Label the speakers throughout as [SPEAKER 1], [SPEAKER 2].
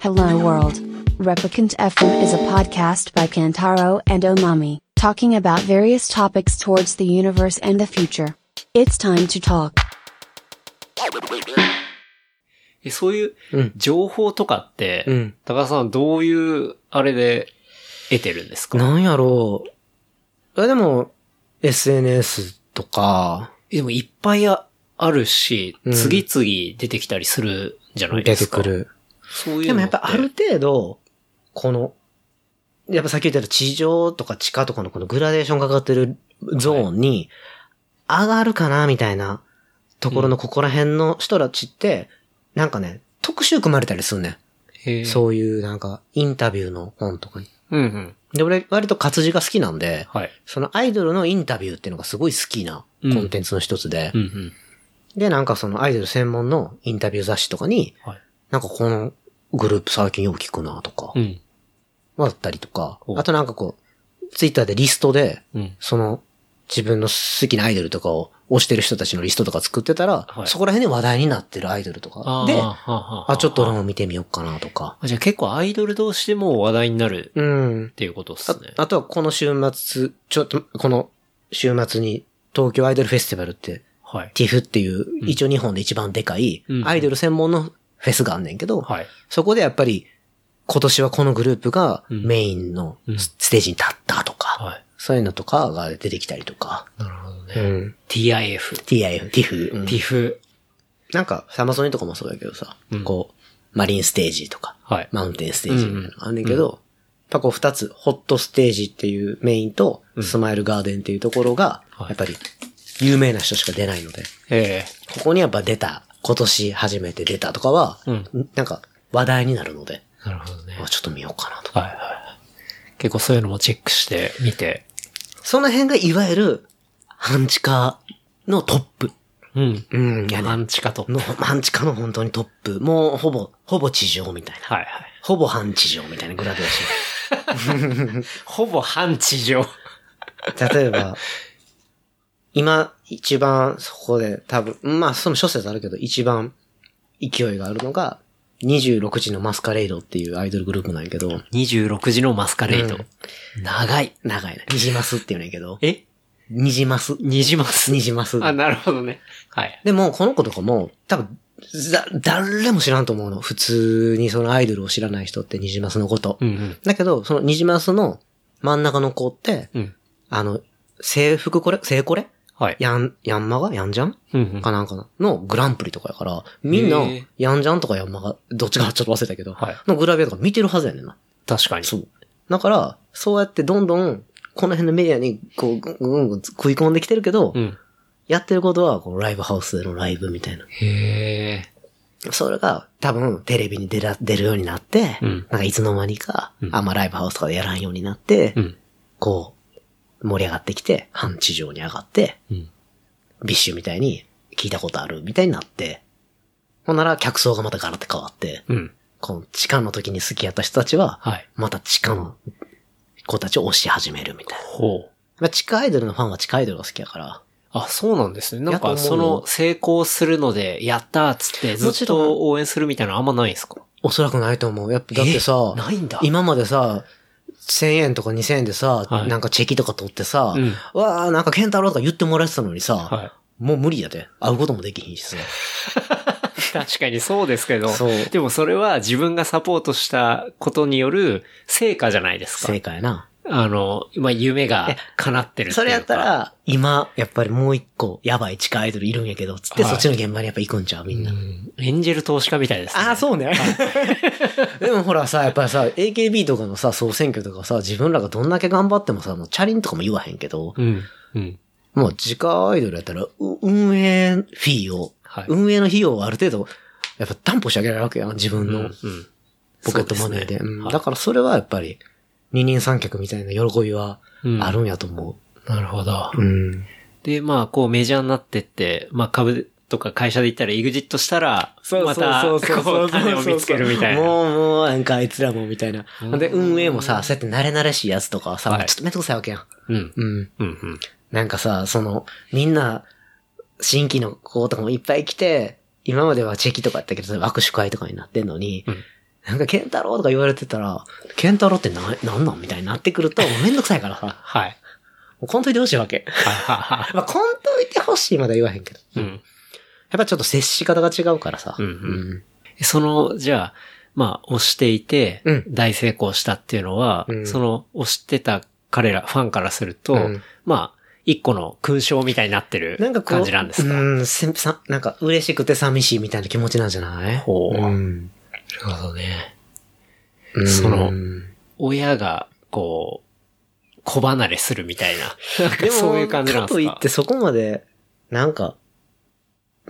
[SPEAKER 1] Hello World. Replicant FM is a podcast by Kantaro and Omami, talking about various topics towards the universe and the future. It's time to talk.
[SPEAKER 2] えそういう
[SPEAKER 3] うん。
[SPEAKER 2] 情報とかって、
[SPEAKER 3] うん。
[SPEAKER 2] 高田さんはどういう、あれで得てるんですか
[SPEAKER 3] なんやろう。え、でも、SNS とか、
[SPEAKER 2] でもいっぱいああるし、
[SPEAKER 3] うん
[SPEAKER 2] 次々出てきたりするじゃないで
[SPEAKER 3] 出て
[SPEAKER 2] すか。
[SPEAKER 3] く。る。
[SPEAKER 2] そうい
[SPEAKER 3] で
[SPEAKER 2] うの
[SPEAKER 3] も
[SPEAKER 2] て
[SPEAKER 3] やっぱある程度、この、やっぱさっき言ったように地上とか地下とかのこのグラデーションかかってるゾーンに、上がるかなみたいなところのここら辺の人たちって、なんかね、特集組まれたりすんねん。
[SPEAKER 2] へー
[SPEAKER 3] そういうなんか、インタビューの本とかに。
[SPEAKER 2] うんうん。
[SPEAKER 3] で、俺割と活字が好きなんで、
[SPEAKER 2] はい。
[SPEAKER 3] そのアイドルのインタビューっていうのがすごい好きなコンテンツの一つで、
[SPEAKER 2] うんうん。
[SPEAKER 3] で、なんかそのアイドル専門のインタビュー雑誌とかに、
[SPEAKER 2] はい。
[SPEAKER 3] なんかこのグループ最近よく聞くなとか
[SPEAKER 2] う、ん。
[SPEAKER 3] だったりとか
[SPEAKER 2] ほ、う
[SPEAKER 3] あとなんかこう、ツイッターでリストで、
[SPEAKER 2] うん。
[SPEAKER 3] その自分の好きなアイドルとかを推してる人たちのリストとか作ってたら、
[SPEAKER 2] はい
[SPEAKER 3] そこら辺で話題になってるアイドルとか、で、
[SPEAKER 2] あーはあはあ
[SPEAKER 3] あ、ちょっと俺も見てみようかなとか、
[SPEAKER 2] あじゃあ結構アイドル同士でも話題になる
[SPEAKER 3] うん
[SPEAKER 2] っ。ていうことですね。
[SPEAKER 3] あとはこの週末、ちょっと、この週末に東京アイドルフェスティバルって、
[SPEAKER 2] はい。
[SPEAKER 3] ティフっていう、一応日本で一番でかい
[SPEAKER 2] うんう、ん
[SPEAKER 3] アイドル専門のフェスがあんねんけど、
[SPEAKER 2] はい。
[SPEAKER 3] そこでやっぱり、今年はこのグループが
[SPEAKER 2] うん
[SPEAKER 3] メインの
[SPEAKER 2] うん
[SPEAKER 3] ステージに立ったとか、
[SPEAKER 2] はい。
[SPEAKER 3] そういうのとかが出てきたりとか、
[SPEAKER 2] なるほどね。
[SPEAKER 3] うん、
[SPEAKER 2] TIF。
[SPEAKER 3] TIF、TIF、うん
[SPEAKER 2] TIF。
[SPEAKER 3] なんかサマソニとかもそうだけどさ、
[SPEAKER 2] うん
[SPEAKER 3] こう、マリンステージとか、
[SPEAKER 2] はい。
[SPEAKER 3] マウンテンステージみたいなのがあんねんけど、やっぱこう二つ、ホットステージっていうメインと、スマイルガーデンっていうところが、
[SPEAKER 2] はい
[SPEAKER 3] やっぱり有名な人しか出ないので、
[SPEAKER 2] ええ
[SPEAKER 3] ここにやっぱ出た、今年初めて出たとかは、
[SPEAKER 2] うん
[SPEAKER 3] なんか話題になるので、
[SPEAKER 2] なるほどね。
[SPEAKER 3] あちょっと見ようかなとか。
[SPEAKER 2] はいはい。結構そういうのもチェックしてみて。
[SPEAKER 3] その辺がいわゆる、半地下のトップ。
[SPEAKER 2] うん。
[SPEAKER 3] うん、やね。
[SPEAKER 2] アンチかと。
[SPEAKER 3] の、半地下の本当にトップ。もうほぼ、ほぼ地上みたいな。
[SPEAKER 2] はいはい。
[SPEAKER 3] ほぼ半地上みたいなグラデーシ
[SPEAKER 2] ほぼ半地上。
[SPEAKER 3] ョン。例えば、 今、一番そこで多分、まあその諸説あるけど、一番勢いがあるのが、26時のマスカレードっていうアイドルグループなんやけど、
[SPEAKER 2] 26時のマスカレード。長い。
[SPEAKER 3] 長いな。ニジマスって言うんやけど、
[SPEAKER 2] え
[SPEAKER 3] ニジマス。
[SPEAKER 2] ニジマス。
[SPEAKER 3] ニジマス。
[SPEAKER 2] あ、なるほどね。はい。
[SPEAKER 3] でも、この子とかも、多分、だ、誰も知らんと思うの。普通にそのアイドルを知らない人ってニジマスのこと。
[SPEAKER 2] うん
[SPEAKER 3] だけど、そのニジマスの真ん中の子って、
[SPEAKER 2] うん。うん。
[SPEAKER 3] あの、制服これ制これ
[SPEAKER 2] はい。
[SPEAKER 3] やん、やんまがやんじゃん
[SPEAKER 2] うんうん
[SPEAKER 3] かなんかなのグランプリとかやから、みんな
[SPEAKER 2] へー、
[SPEAKER 3] やんじゃんとかやんまが、どっちかちょっと忘れたけど、
[SPEAKER 2] はい
[SPEAKER 3] のグラビアとか見てるはずやねんな。
[SPEAKER 2] 確かに。
[SPEAKER 3] そう。だから、そうやってどんどん、この辺のメディアに、こう、ぐんぐんぐん食い込んできてるけど、
[SPEAKER 2] ん。
[SPEAKER 3] やってることは、このライブハウスでのライブみたいな。
[SPEAKER 2] へえ。
[SPEAKER 3] それが多分テレビに出ら、出るようになって、
[SPEAKER 2] うん
[SPEAKER 3] なんかいつの間にか、
[SPEAKER 2] うん
[SPEAKER 3] あんまライブハウスとかでやらんようになって、
[SPEAKER 2] うん。
[SPEAKER 3] こう、盛り上がってきて、半地上に上がって、
[SPEAKER 2] うん。
[SPEAKER 3] ビッシュみたいに聞いたことあるみたいになって、ほんなら客層がまたガラッて変わって、
[SPEAKER 2] うん。
[SPEAKER 3] この地下の時に好きやった人たちは、
[SPEAKER 2] はい。
[SPEAKER 3] また地下の子たちを推し始めるみたいな。
[SPEAKER 2] ほう。
[SPEAKER 3] まあ、地下アイドルのファンは地下アイドルが好きやから、
[SPEAKER 2] あ、そうなんですね。なん
[SPEAKER 3] や
[SPEAKER 2] か、
[SPEAKER 3] と思
[SPEAKER 2] そう
[SPEAKER 3] よ
[SPEAKER 2] の、成功するので、やったーっつって、ず
[SPEAKER 3] もち
[SPEAKER 2] っ
[SPEAKER 3] ろん
[SPEAKER 2] と応援するみたいなのあんまないんすか
[SPEAKER 3] おそらくないと思う。やっぱだってさ、
[SPEAKER 2] えないんだ。
[SPEAKER 3] 今までさ、1000円とか2000円でさ、
[SPEAKER 2] はい
[SPEAKER 3] なんかチェキとか取ってさ、
[SPEAKER 2] うん
[SPEAKER 3] わあなんかケンタロウとか言ってもらえてたのにさ、
[SPEAKER 2] は
[SPEAKER 3] もう無理やで。会うこともできひんしさ。
[SPEAKER 2] い。 確かにそうですけど。
[SPEAKER 3] そう。
[SPEAKER 2] でもそれは自分がサポートしたことによる成果じゃないですか
[SPEAKER 3] 正。解やな。
[SPEAKER 2] あの、まあ、夢が叶ってるっていうか。
[SPEAKER 3] それやった、ら、今、やっぱりもう一個、やばい地下アイドルいるんやけど、つって、
[SPEAKER 2] はい
[SPEAKER 3] そっちの現場にやっぱ行くんちゃうみんな。
[SPEAKER 2] うんエンジェル投資家みたいですね。
[SPEAKER 3] ああ、そうね。 でもほらさ、やっぱりさ、AKB とかのさ、総選挙とかさ、自分らがどんだけ頑張ってもさ、もうチャリンとかも言わへんけど、
[SPEAKER 2] うん。うん。
[SPEAKER 3] もう自家アイドルやったら、う運営フィーを、
[SPEAKER 2] はい
[SPEAKER 3] 運営の費用をある程度、やっぱ担保してあげられるわけやん、自分
[SPEAKER 2] うん。う
[SPEAKER 3] の
[SPEAKER 2] ん。
[SPEAKER 3] ポケットマネーで。
[SPEAKER 2] そうすね
[SPEAKER 3] うん
[SPEAKER 2] はい
[SPEAKER 3] だからそれはやっぱり、二人三脚みたいな喜びは
[SPEAKER 2] うん
[SPEAKER 3] あるんやと思
[SPEAKER 2] なるほど。
[SPEAKER 3] う。うん。
[SPEAKER 2] で、まあ、こうメジャーになってって、まあ、株とか会社で行ったら、エグジットしたら、また、こう、種を見つけるみたいな。
[SPEAKER 3] もう、もう、なんかあいつらもみたいな。
[SPEAKER 2] うん
[SPEAKER 3] で、運営もさ、そうやって慣れ慣れしいやつとかはさ、
[SPEAKER 2] はい
[SPEAKER 3] ちょっとめんどくさいわけやん。
[SPEAKER 2] うん。
[SPEAKER 3] うん。
[SPEAKER 2] うん。うん。
[SPEAKER 3] なんかさ、その、みんな、新規の子とかもいっぱい来て、今まではチェキとかやったけど、握手会とかになってんのに、
[SPEAKER 2] うん
[SPEAKER 3] なんか、ケンタロウとか言われてたら、ケンタロウってな、なんなんみたいになってくると、もうめんどくさいからさ。
[SPEAKER 2] はい。
[SPEAKER 3] もうこんといてほしいわけ。
[SPEAKER 2] はいはい
[SPEAKER 3] まあ、こんといてほしいまでは言わへんけど。
[SPEAKER 2] はい。う
[SPEAKER 3] やっ
[SPEAKER 2] ん。
[SPEAKER 3] ぱちょっと接し方が違うからさ。
[SPEAKER 2] うんその、じゃあ、まあ、押していて
[SPEAKER 3] うん、
[SPEAKER 2] 大成功したっていうのは、
[SPEAKER 3] うん
[SPEAKER 2] その、押してた彼ら、ファンからすると、
[SPEAKER 3] うん
[SPEAKER 2] まあ、一個の勲章みたいになってる
[SPEAKER 3] なんかこう。
[SPEAKER 2] 感じなんですか。
[SPEAKER 3] うん、せさ、なんか嬉しくて寂しいみたいな気持ちなんじゃない
[SPEAKER 2] ほう
[SPEAKER 3] うん。
[SPEAKER 2] なるほどね。
[SPEAKER 3] うん
[SPEAKER 2] その
[SPEAKER 3] うん
[SPEAKER 2] 親が、こう、子離れするみたいな。なんかそういう感じなんですか。
[SPEAKER 3] といってそこまで、なんか、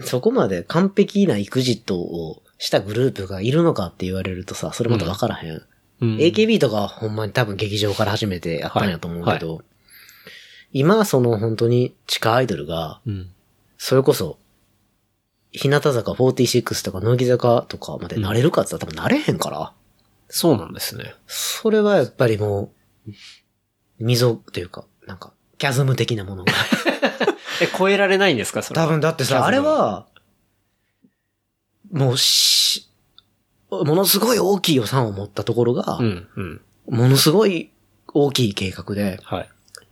[SPEAKER 3] そこまで完璧な育児とをしたグループがいるのかって言われるとさ、それまたわからへん。
[SPEAKER 2] うん、
[SPEAKER 3] AKB とかはほんまに多分劇場から初めてやったんやと思うけど、今その本当に地下アイドルが、
[SPEAKER 2] うん。
[SPEAKER 3] それこそ、日向坂46とか乃木坂とかまでなれるかって言ったら多分なれへんから、
[SPEAKER 2] そうなんですね。
[SPEAKER 3] それはやっぱりもう、溝というか、なんか、キャズム的なものが。
[SPEAKER 2] え、超えられないんですかそれは。
[SPEAKER 3] 多分だっ
[SPEAKER 2] キ
[SPEAKER 3] て
[SPEAKER 2] ャズ
[SPEAKER 3] さ、
[SPEAKER 2] ム
[SPEAKER 3] あれは、もうし、ものすごい大きい予算を持ったところが、
[SPEAKER 2] うん、うん。
[SPEAKER 3] ものすごい大きい計画で
[SPEAKER 2] はい。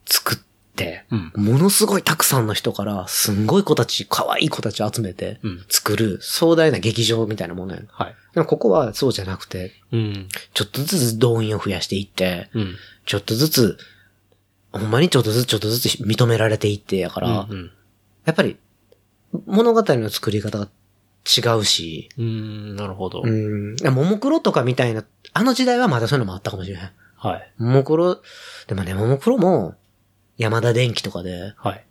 [SPEAKER 3] 作って、
[SPEAKER 2] うん。
[SPEAKER 3] ものすごいたくさんの人から、すんごい子たち、可愛い子たちを集めて
[SPEAKER 2] うん。
[SPEAKER 3] 作る壮大な劇場みたいなものやん。
[SPEAKER 2] はい。
[SPEAKER 3] でもここはそうじゃなくて、
[SPEAKER 2] うん。
[SPEAKER 3] ちょっとずつ動員を増やしていって、
[SPEAKER 2] うん。
[SPEAKER 3] ちょっとずつ、ほんまにちょっとずつちょっとずつ認められていってやから、
[SPEAKER 2] うん。
[SPEAKER 3] やっぱり、物語の作り方が違うし、
[SPEAKER 2] うん、なるほど。
[SPEAKER 3] うん、ももクロとかみたいな、あの時代はまだそういうのもあったかもしれへん。
[SPEAKER 2] はい。
[SPEAKER 3] ももクロ、でもね、ももクロも、山田電機とかで
[SPEAKER 2] はい。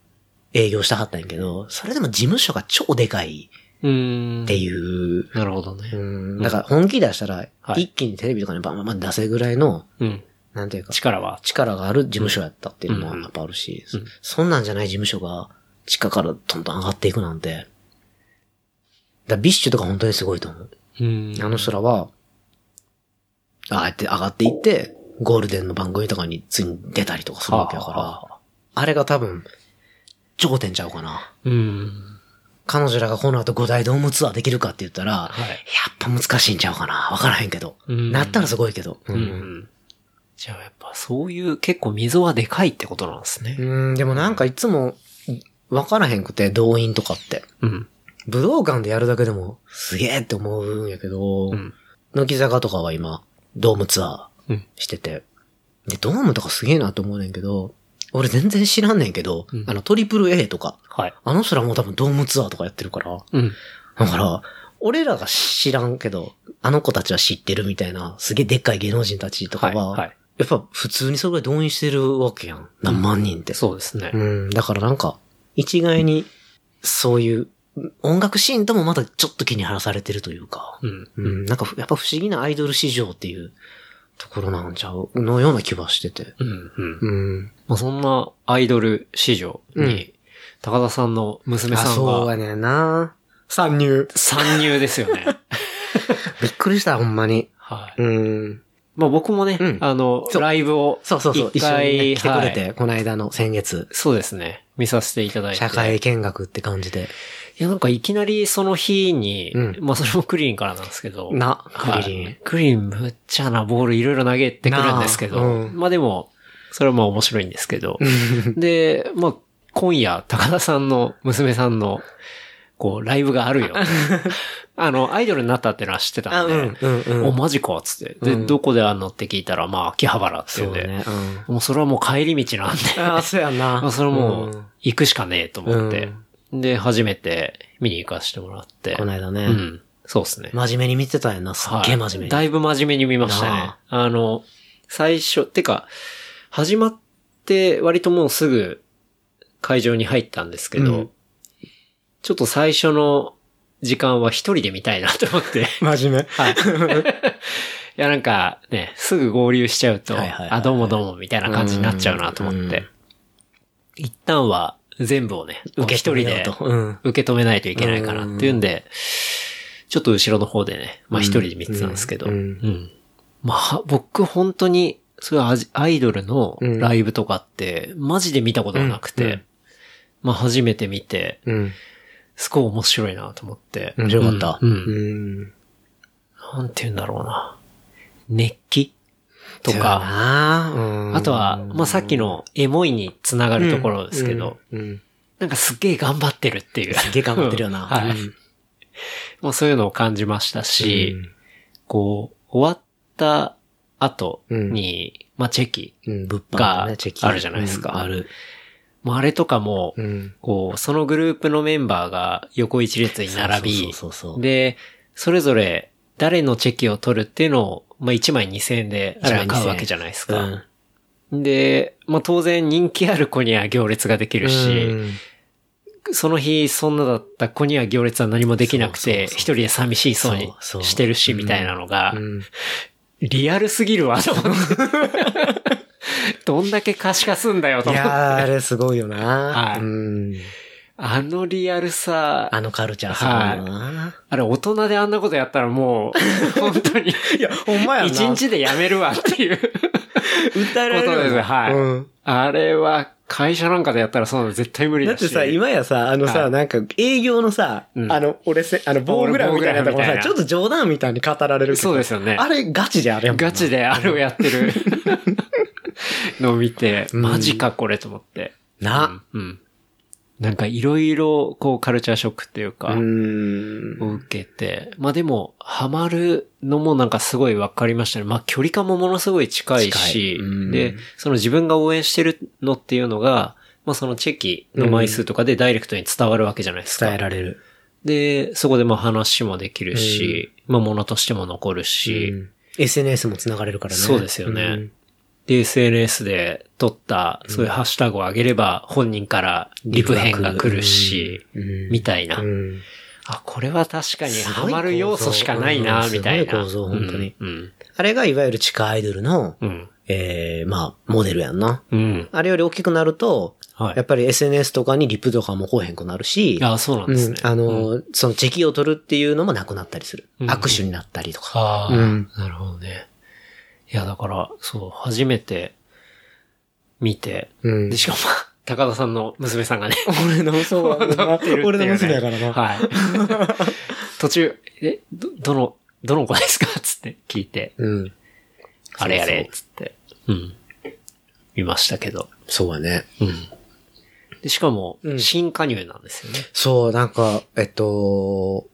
[SPEAKER 3] 営業したかったんやけど、それでも事務所が超でかい
[SPEAKER 2] うん。
[SPEAKER 3] っていう、
[SPEAKER 2] なるほど
[SPEAKER 3] う
[SPEAKER 2] ね。
[SPEAKER 3] ん、だから本気出したら、
[SPEAKER 2] はい
[SPEAKER 3] 一気にテレビとかにバンバンバン出せるぐらいの、
[SPEAKER 2] うん。
[SPEAKER 3] なんていうか、
[SPEAKER 2] 力は。
[SPEAKER 3] 力がある事務所やったっていうの
[SPEAKER 2] う
[SPEAKER 3] も
[SPEAKER 2] ん
[SPEAKER 3] やっぱあるし、
[SPEAKER 2] うん
[SPEAKER 3] そんなんじゃない事務所が地下からどんどん上がっていくなんて。だからビッシュとか本当にすごいと思う。
[SPEAKER 2] うん
[SPEAKER 3] あの人らは、ああやって上がっていって、ゴールデンの番組とかについに出たりとかするわけだから、
[SPEAKER 2] はあは
[SPEAKER 3] あれが多分、頂点ちゃうかな。
[SPEAKER 2] うん。
[SPEAKER 3] 彼女らがこの後5大ドームツアーできるかって言ったら、
[SPEAKER 2] はい
[SPEAKER 3] やっぱ難しいんちゃうかな。わからへんけど。
[SPEAKER 2] うん
[SPEAKER 3] なったらすごいけど。
[SPEAKER 2] うんうん。じゃあやっぱそういう結構溝はでかいってことなんです
[SPEAKER 3] う
[SPEAKER 2] ね。
[SPEAKER 3] ん、でもなんかいつも、わからへんくて、動員とかって。
[SPEAKER 2] うん。
[SPEAKER 3] 武道館でやるだけでも、すげえって思うんやけど、
[SPEAKER 2] うん。
[SPEAKER 3] 乃木坂とかは今、ドームツアーしてて、で、ドームとかすげえなと思うねんけど、俺全然知らんねんけど、
[SPEAKER 2] うん
[SPEAKER 3] あの、トリプル A とか、
[SPEAKER 2] はい。
[SPEAKER 3] あの人らもう多分ドームツアーとかやってるから、
[SPEAKER 2] うん。
[SPEAKER 3] だから、俺らが知らんけど、あの子たちは知ってるみたいな、すげえでっかい芸能人たちとか
[SPEAKER 2] はい。
[SPEAKER 3] は、
[SPEAKER 2] はい。
[SPEAKER 3] やっぱ普通にそれぐらい動員してるわけやん。何万人って。
[SPEAKER 2] そうですね。
[SPEAKER 3] うん、だからなんか、一概に、そういう、音楽シーンともまだちょっと気に晴らされてるというか、
[SPEAKER 2] うん。
[SPEAKER 3] う。ん、なんかふやっぱ不思議なアイドル市場っていうところなんちゃうのような気はしてて。
[SPEAKER 2] うん。うん。
[SPEAKER 3] うん。
[SPEAKER 2] まあそんなアイドル市場
[SPEAKER 3] うん
[SPEAKER 2] に、高田さんの娘
[SPEAKER 3] あ、
[SPEAKER 2] さん
[SPEAKER 3] そう
[SPEAKER 2] が
[SPEAKER 3] やねんな参入。
[SPEAKER 2] 参入ですよ ね。
[SPEAKER 3] びっくりした、ほんまに。
[SPEAKER 2] はい。
[SPEAKER 3] うん。
[SPEAKER 2] まあ僕もね
[SPEAKER 3] うん、
[SPEAKER 2] あの、ライブを、
[SPEAKER 3] そうそうそう。
[SPEAKER 2] 一
[SPEAKER 3] 一緒に
[SPEAKER 2] 回
[SPEAKER 3] ね、来てくれ
[SPEAKER 2] は
[SPEAKER 3] て、この間の先月、
[SPEAKER 2] そうですね、見させていただいて。
[SPEAKER 3] 社会見学って感じで。
[SPEAKER 2] いや、なんかいきなりその日に、
[SPEAKER 3] うん
[SPEAKER 2] まあそれもクリーンからなんですけど。
[SPEAKER 3] な、ク
[SPEAKER 2] はい、
[SPEAKER 3] リリン。
[SPEAKER 2] クリーンむっちゃなボールいろいろ投げてくるんですけど。
[SPEAKER 3] なあうん
[SPEAKER 2] まあでも、それはまあ面白いんですけど。で、まあ今夜、高田さんの娘さんの、こう、ライブがある よ。あの、アイドルになったってのは知ってた
[SPEAKER 3] あ、
[SPEAKER 2] ん
[SPEAKER 3] う
[SPEAKER 2] で。
[SPEAKER 3] ん、うん、う
[SPEAKER 2] お、
[SPEAKER 3] ん。
[SPEAKER 2] マジかっつって。で、
[SPEAKER 3] うん
[SPEAKER 2] どこであんのって聞いたら、まあ、秋葉原ってい
[SPEAKER 3] そううん
[SPEAKER 2] で。
[SPEAKER 3] ね。うん
[SPEAKER 2] もうそれはもう帰り道なんで。
[SPEAKER 3] あ、そうやんな。
[SPEAKER 2] まあ、それはも
[SPEAKER 3] ん
[SPEAKER 2] う、行くしかねえと思って。で、初めて見に行かせてもらって。
[SPEAKER 3] この間ね、
[SPEAKER 2] うん。そうですね。
[SPEAKER 3] 真面目に見てたやんな。すっげえ真面目に。
[SPEAKER 2] だいぶ真面目に見ましたね
[SPEAKER 3] な。
[SPEAKER 2] あの、最初、てか、始まって割ともうすぐ会場に入ったんですけど、
[SPEAKER 3] うん
[SPEAKER 2] ちょっと最初の時間は一人で見たいなと思っ て。
[SPEAKER 3] 真面目。
[SPEAKER 2] はい。 いや、なんかね、すぐ合流しちゃうと、
[SPEAKER 3] はいはいはいはい
[SPEAKER 2] あ、どうもどうもみたいな感じになっちゃうなと思っ
[SPEAKER 3] う
[SPEAKER 2] て
[SPEAKER 3] ん。
[SPEAKER 2] 一旦は全部をね、こう一人
[SPEAKER 3] 止め
[SPEAKER 2] で
[SPEAKER 3] ようとうん。
[SPEAKER 2] 受け止めないといけないかなっていうんで、ちょっと後ろの方でね、まあ一人で見てたんですけど、
[SPEAKER 3] う
[SPEAKER 2] うんん
[SPEAKER 3] うん
[SPEAKER 2] まあ僕本当に、そういうアジアイドルの
[SPEAKER 3] うん
[SPEAKER 2] ライブとかって、マジで見たことがなくて、
[SPEAKER 3] うんうん
[SPEAKER 2] まあ初めて見て、
[SPEAKER 3] うん。
[SPEAKER 2] すごい面白いなと思って。
[SPEAKER 3] 面白かった。
[SPEAKER 2] うんうん
[SPEAKER 3] うん。
[SPEAKER 2] なんて言うんだろうな。熱気と
[SPEAKER 3] そうや
[SPEAKER 2] か、
[SPEAKER 3] なうん
[SPEAKER 2] あとは、まあ、さっきのエモいにつなが
[SPEAKER 3] あ
[SPEAKER 2] るところですけど、。
[SPEAKER 3] うんうん
[SPEAKER 2] なんかすっげえ頑張ってるっていう。
[SPEAKER 3] すげえ頑張ってるよな。
[SPEAKER 2] はい。
[SPEAKER 3] うん
[SPEAKER 2] もうそういうのを感じましたし、こう、終わった後に、まあ、チェキ。
[SPEAKER 3] うん、うん物販
[SPEAKER 2] が
[SPEAKER 3] とねチェキ
[SPEAKER 2] あるじゃないですか
[SPEAKER 3] うんある。
[SPEAKER 2] もうあれとかも、
[SPEAKER 3] うん。
[SPEAKER 2] こう、そのグループのメンバーが横一列に並
[SPEAKER 3] そ
[SPEAKER 2] び
[SPEAKER 3] う、そうそうそう。
[SPEAKER 2] で、それぞれ誰のチェキを取るっていうのを、まあ、1枚2000円であれは買うわけじゃないです
[SPEAKER 3] うん
[SPEAKER 2] か。で、まあ、当然人気ある子には行列ができるし、その日そんなだった子には行列は何もできなくて、
[SPEAKER 3] そうそうそう
[SPEAKER 2] 一人で寂しいそうに
[SPEAKER 3] そうそう
[SPEAKER 2] してるし、みたいなのが
[SPEAKER 3] う、ん
[SPEAKER 2] リアルすぎるわ、と思 って。どんだけ可視化すんだよ、と
[SPEAKER 3] い
[SPEAKER 2] 思って。
[SPEAKER 3] やー、あれすごいよ
[SPEAKER 2] は
[SPEAKER 3] な。
[SPEAKER 2] い
[SPEAKER 3] うん
[SPEAKER 2] あのリアルさ、
[SPEAKER 3] あのカルチャーすごいよな。
[SPEAKER 2] あれ大人であんなことやったらもう、本当に、
[SPEAKER 3] いや、ほんま
[SPEAKER 2] 一日でやめるわっていうこ
[SPEAKER 3] 訴え
[SPEAKER 2] と
[SPEAKER 3] られるよ
[SPEAKER 2] です。はい。
[SPEAKER 3] うん
[SPEAKER 2] あれは会社なんかでやったらそうなの絶対無理
[SPEAKER 3] だっ
[SPEAKER 2] だし。
[SPEAKER 3] てさ、今やさ、あの
[SPEAKER 2] は
[SPEAKER 3] さ、
[SPEAKER 2] い
[SPEAKER 3] なんか営業のさ、
[SPEAKER 2] うん
[SPEAKER 3] あの、俺せ、あの、棒グラフみたいなところ
[SPEAKER 2] 棒グラフみたいな
[SPEAKER 3] さ、ちょっと冗談みたいに語られるけど
[SPEAKER 2] そうですよね
[SPEAKER 3] あれガチであれやもんな
[SPEAKER 2] ガチであれをやってるのを見て、
[SPEAKER 3] うん
[SPEAKER 2] マジかこれと思って。
[SPEAKER 3] な。
[SPEAKER 2] うん。うんなんかいろいろこうカルチャーショックっていうか、
[SPEAKER 3] ん
[SPEAKER 2] を受けて、まあでも、ハマるのもなんかすごい分かりましたね。まあ距離感もものすごい近いし、
[SPEAKER 3] 近いうん
[SPEAKER 2] で、その自分が応援してるのっていうのが、まあそのチェキの枚数とかでダイレクトに伝わるわけじゃないですか。
[SPEAKER 3] 伝えられる。
[SPEAKER 2] で、そこでまあ話もできるし、まあ物としても残るし、
[SPEAKER 3] うん SNS も繋がれるからね。
[SPEAKER 2] そうですよね
[SPEAKER 3] うん
[SPEAKER 2] で、SNS で撮った、そういうハッシュタグを上げれば本人からリプ編が来るし、
[SPEAKER 3] うん
[SPEAKER 2] みたいな。
[SPEAKER 3] うん
[SPEAKER 2] あ、これは確かに
[SPEAKER 3] すごい
[SPEAKER 2] ハマる要素しかないな、
[SPEAKER 3] 構造
[SPEAKER 2] みたいな。
[SPEAKER 3] うんすごい構造本当に
[SPEAKER 2] うん。
[SPEAKER 3] あれがいわゆる地下アイドルの、
[SPEAKER 2] うん。
[SPEAKER 3] えー、まあ、モデルやんな。
[SPEAKER 2] うん。
[SPEAKER 3] あれより大きくなると、
[SPEAKER 2] はい
[SPEAKER 3] やっぱり SNS とかにリプとかも来へんくなるし、
[SPEAKER 2] あ、そうなんですね。
[SPEAKER 3] うん、あの、そのチェキを取るっていうのもなくなったりする。
[SPEAKER 2] うん
[SPEAKER 3] 握手になったりとか。
[SPEAKER 2] ああ、
[SPEAKER 3] うん
[SPEAKER 2] なるほどね。いや、だから、そう、初めて見て、
[SPEAKER 3] うん
[SPEAKER 2] で、しかも、高田さんの娘さんがね、
[SPEAKER 3] 俺の、そう
[SPEAKER 2] 踊って るっていうね
[SPEAKER 3] 俺の娘やからな。
[SPEAKER 2] はい。 途中、え、ど、どの、どの子ですかつって聞いて、
[SPEAKER 3] うん。
[SPEAKER 2] あれあれつって、うん。見ましたけど。
[SPEAKER 3] そうやね。
[SPEAKER 2] うん。で、しかも
[SPEAKER 3] う、ん
[SPEAKER 2] 新加入なんですよね。
[SPEAKER 3] そう、なんか、えっと、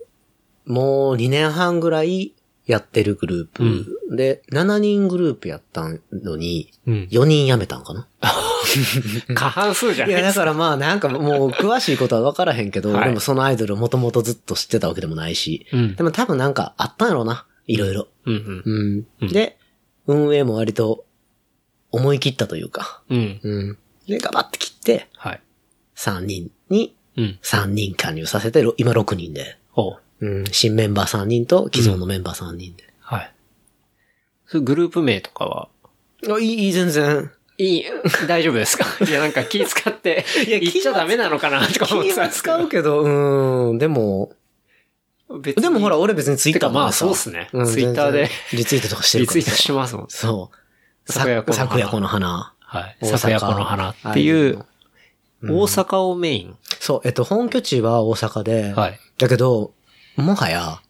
[SPEAKER 3] もう2年半ぐらいやってるグループ、で、7人グループやったのに、
[SPEAKER 2] うん
[SPEAKER 3] 4人辞めたんかな、
[SPEAKER 2] 過半数じゃ
[SPEAKER 3] い
[SPEAKER 2] な
[SPEAKER 3] や、
[SPEAKER 2] いで
[SPEAKER 3] だ
[SPEAKER 2] すか。
[SPEAKER 3] からまあなんかもう詳しいことは分からへんけど、
[SPEAKER 2] はい
[SPEAKER 3] でもそのアイドルをもともとずっと知ってたわけでもないし、
[SPEAKER 2] うん
[SPEAKER 3] でも多分なんかあったんやろうな、いろいろ。
[SPEAKER 2] うんうん。
[SPEAKER 3] うん。
[SPEAKER 2] うん
[SPEAKER 3] で、運営も割と思い切ったというか、
[SPEAKER 2] うん。
[SPEAKER 3] うん。で、ガバって切って、
[SPEAKER 2] はい。
[SPEAKER 3] 3人に
[SPEAKER 2] うん。
[SPEAKER 3] 3人加入させて、ろ今6人で。
[SPEAKER 2] おう
[SPEAKER 3] うん、新メンバー3人と既存のメンバー3人で。
[SPEAKER 2] はい。それグループ名とかは
[SPEAKER 3] あいい、いい、全然。
[SPEAKER 2] いい、大丈夫 ですかいや、なんか気使って、
[SPEAKER 3] いや
[SPEAKER 2] 言っちゃダメなのかなとか思って
[SPEAKER 3] 気
[SPEAKER 2] たん
[SPEAKER 3] は
[SPEAKER 2] ですけ
[SPEAKER 3] 使
[SPEAKER 2] ど
[SPEAKER 3] う。けど、うん、でも、
[SPEAKER 2] 別に
[SPEAKER 3] でもほら、、俺別にツイッター
[SPEAKER 2] てかまあそうっすねツイッターで。
[SPEAKER 3] リツイートとかしてる
[SPEAKER 2] リ
[SPEAKER 3] か
[SPEAKER 2] ツ
[SPEAKER 3] ら
[SPEAKER 2] イートしてますもん。
[SPEAKER 3] そう。
[SPEAKER 2] 昨夜この花
[SPEAKER 3] 昨夜この花。
[SPEAKER 2] はい。
[SPEAKER 3] 大阪
[SPEAKER 2] 昨夜この花っていう、大阪をメイン。
[SPEAKER 3] そう、えっと、本拠地は大阪で、
[SPEAKER 2] はい。
[SPEAKER 3] だけど、もはや、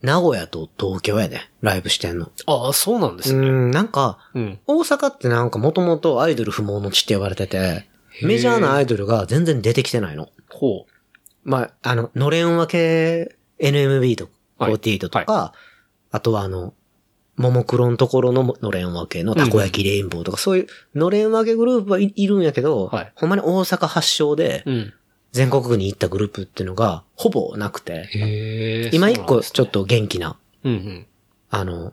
[SPEAKER 3] 名古屋と東京やで、ライブしてんの。
[SPEAKER 2] ああ、そうなんで
[SPEAKER 3] う
[SPEAKER 2] すね。
[SPEAKER 3] ん、なんか、
[SPEAKER 2] うん。
[SPEAKER 3] 大阪ってなんかもともとアイドル不毛の地って呼ばれてて、メジャーなアイドルが全然出てきてないの。
[SPEAKER 2] ほう。
[SPEAKER 3] まあ、あの、のれん分け NMB と
[SPEAKER 2] はい
[SPEAKER 3] 48とか、あとはあの、ももクロのところののれん分けのたこ焼きレインボーとか、そういうのれん分けグループはいいるんやけど、
[SPEAKER 2] はい
[SPEAKER 3] ほんまに大阪発祥で
[SPEAKER 2] うん。
[SPEAKER 3] 全国区に行ったグループっていうのがほぼなくて、
[SPEAKER 2] へえ。
[SPEAKER 3] 今一個
[SPEAKER 2] そう
[SPEAKER 3] ちょっと元気な、
[SPEAKER 2] なんですね。うんうん。
[SPEAKER 3] あの、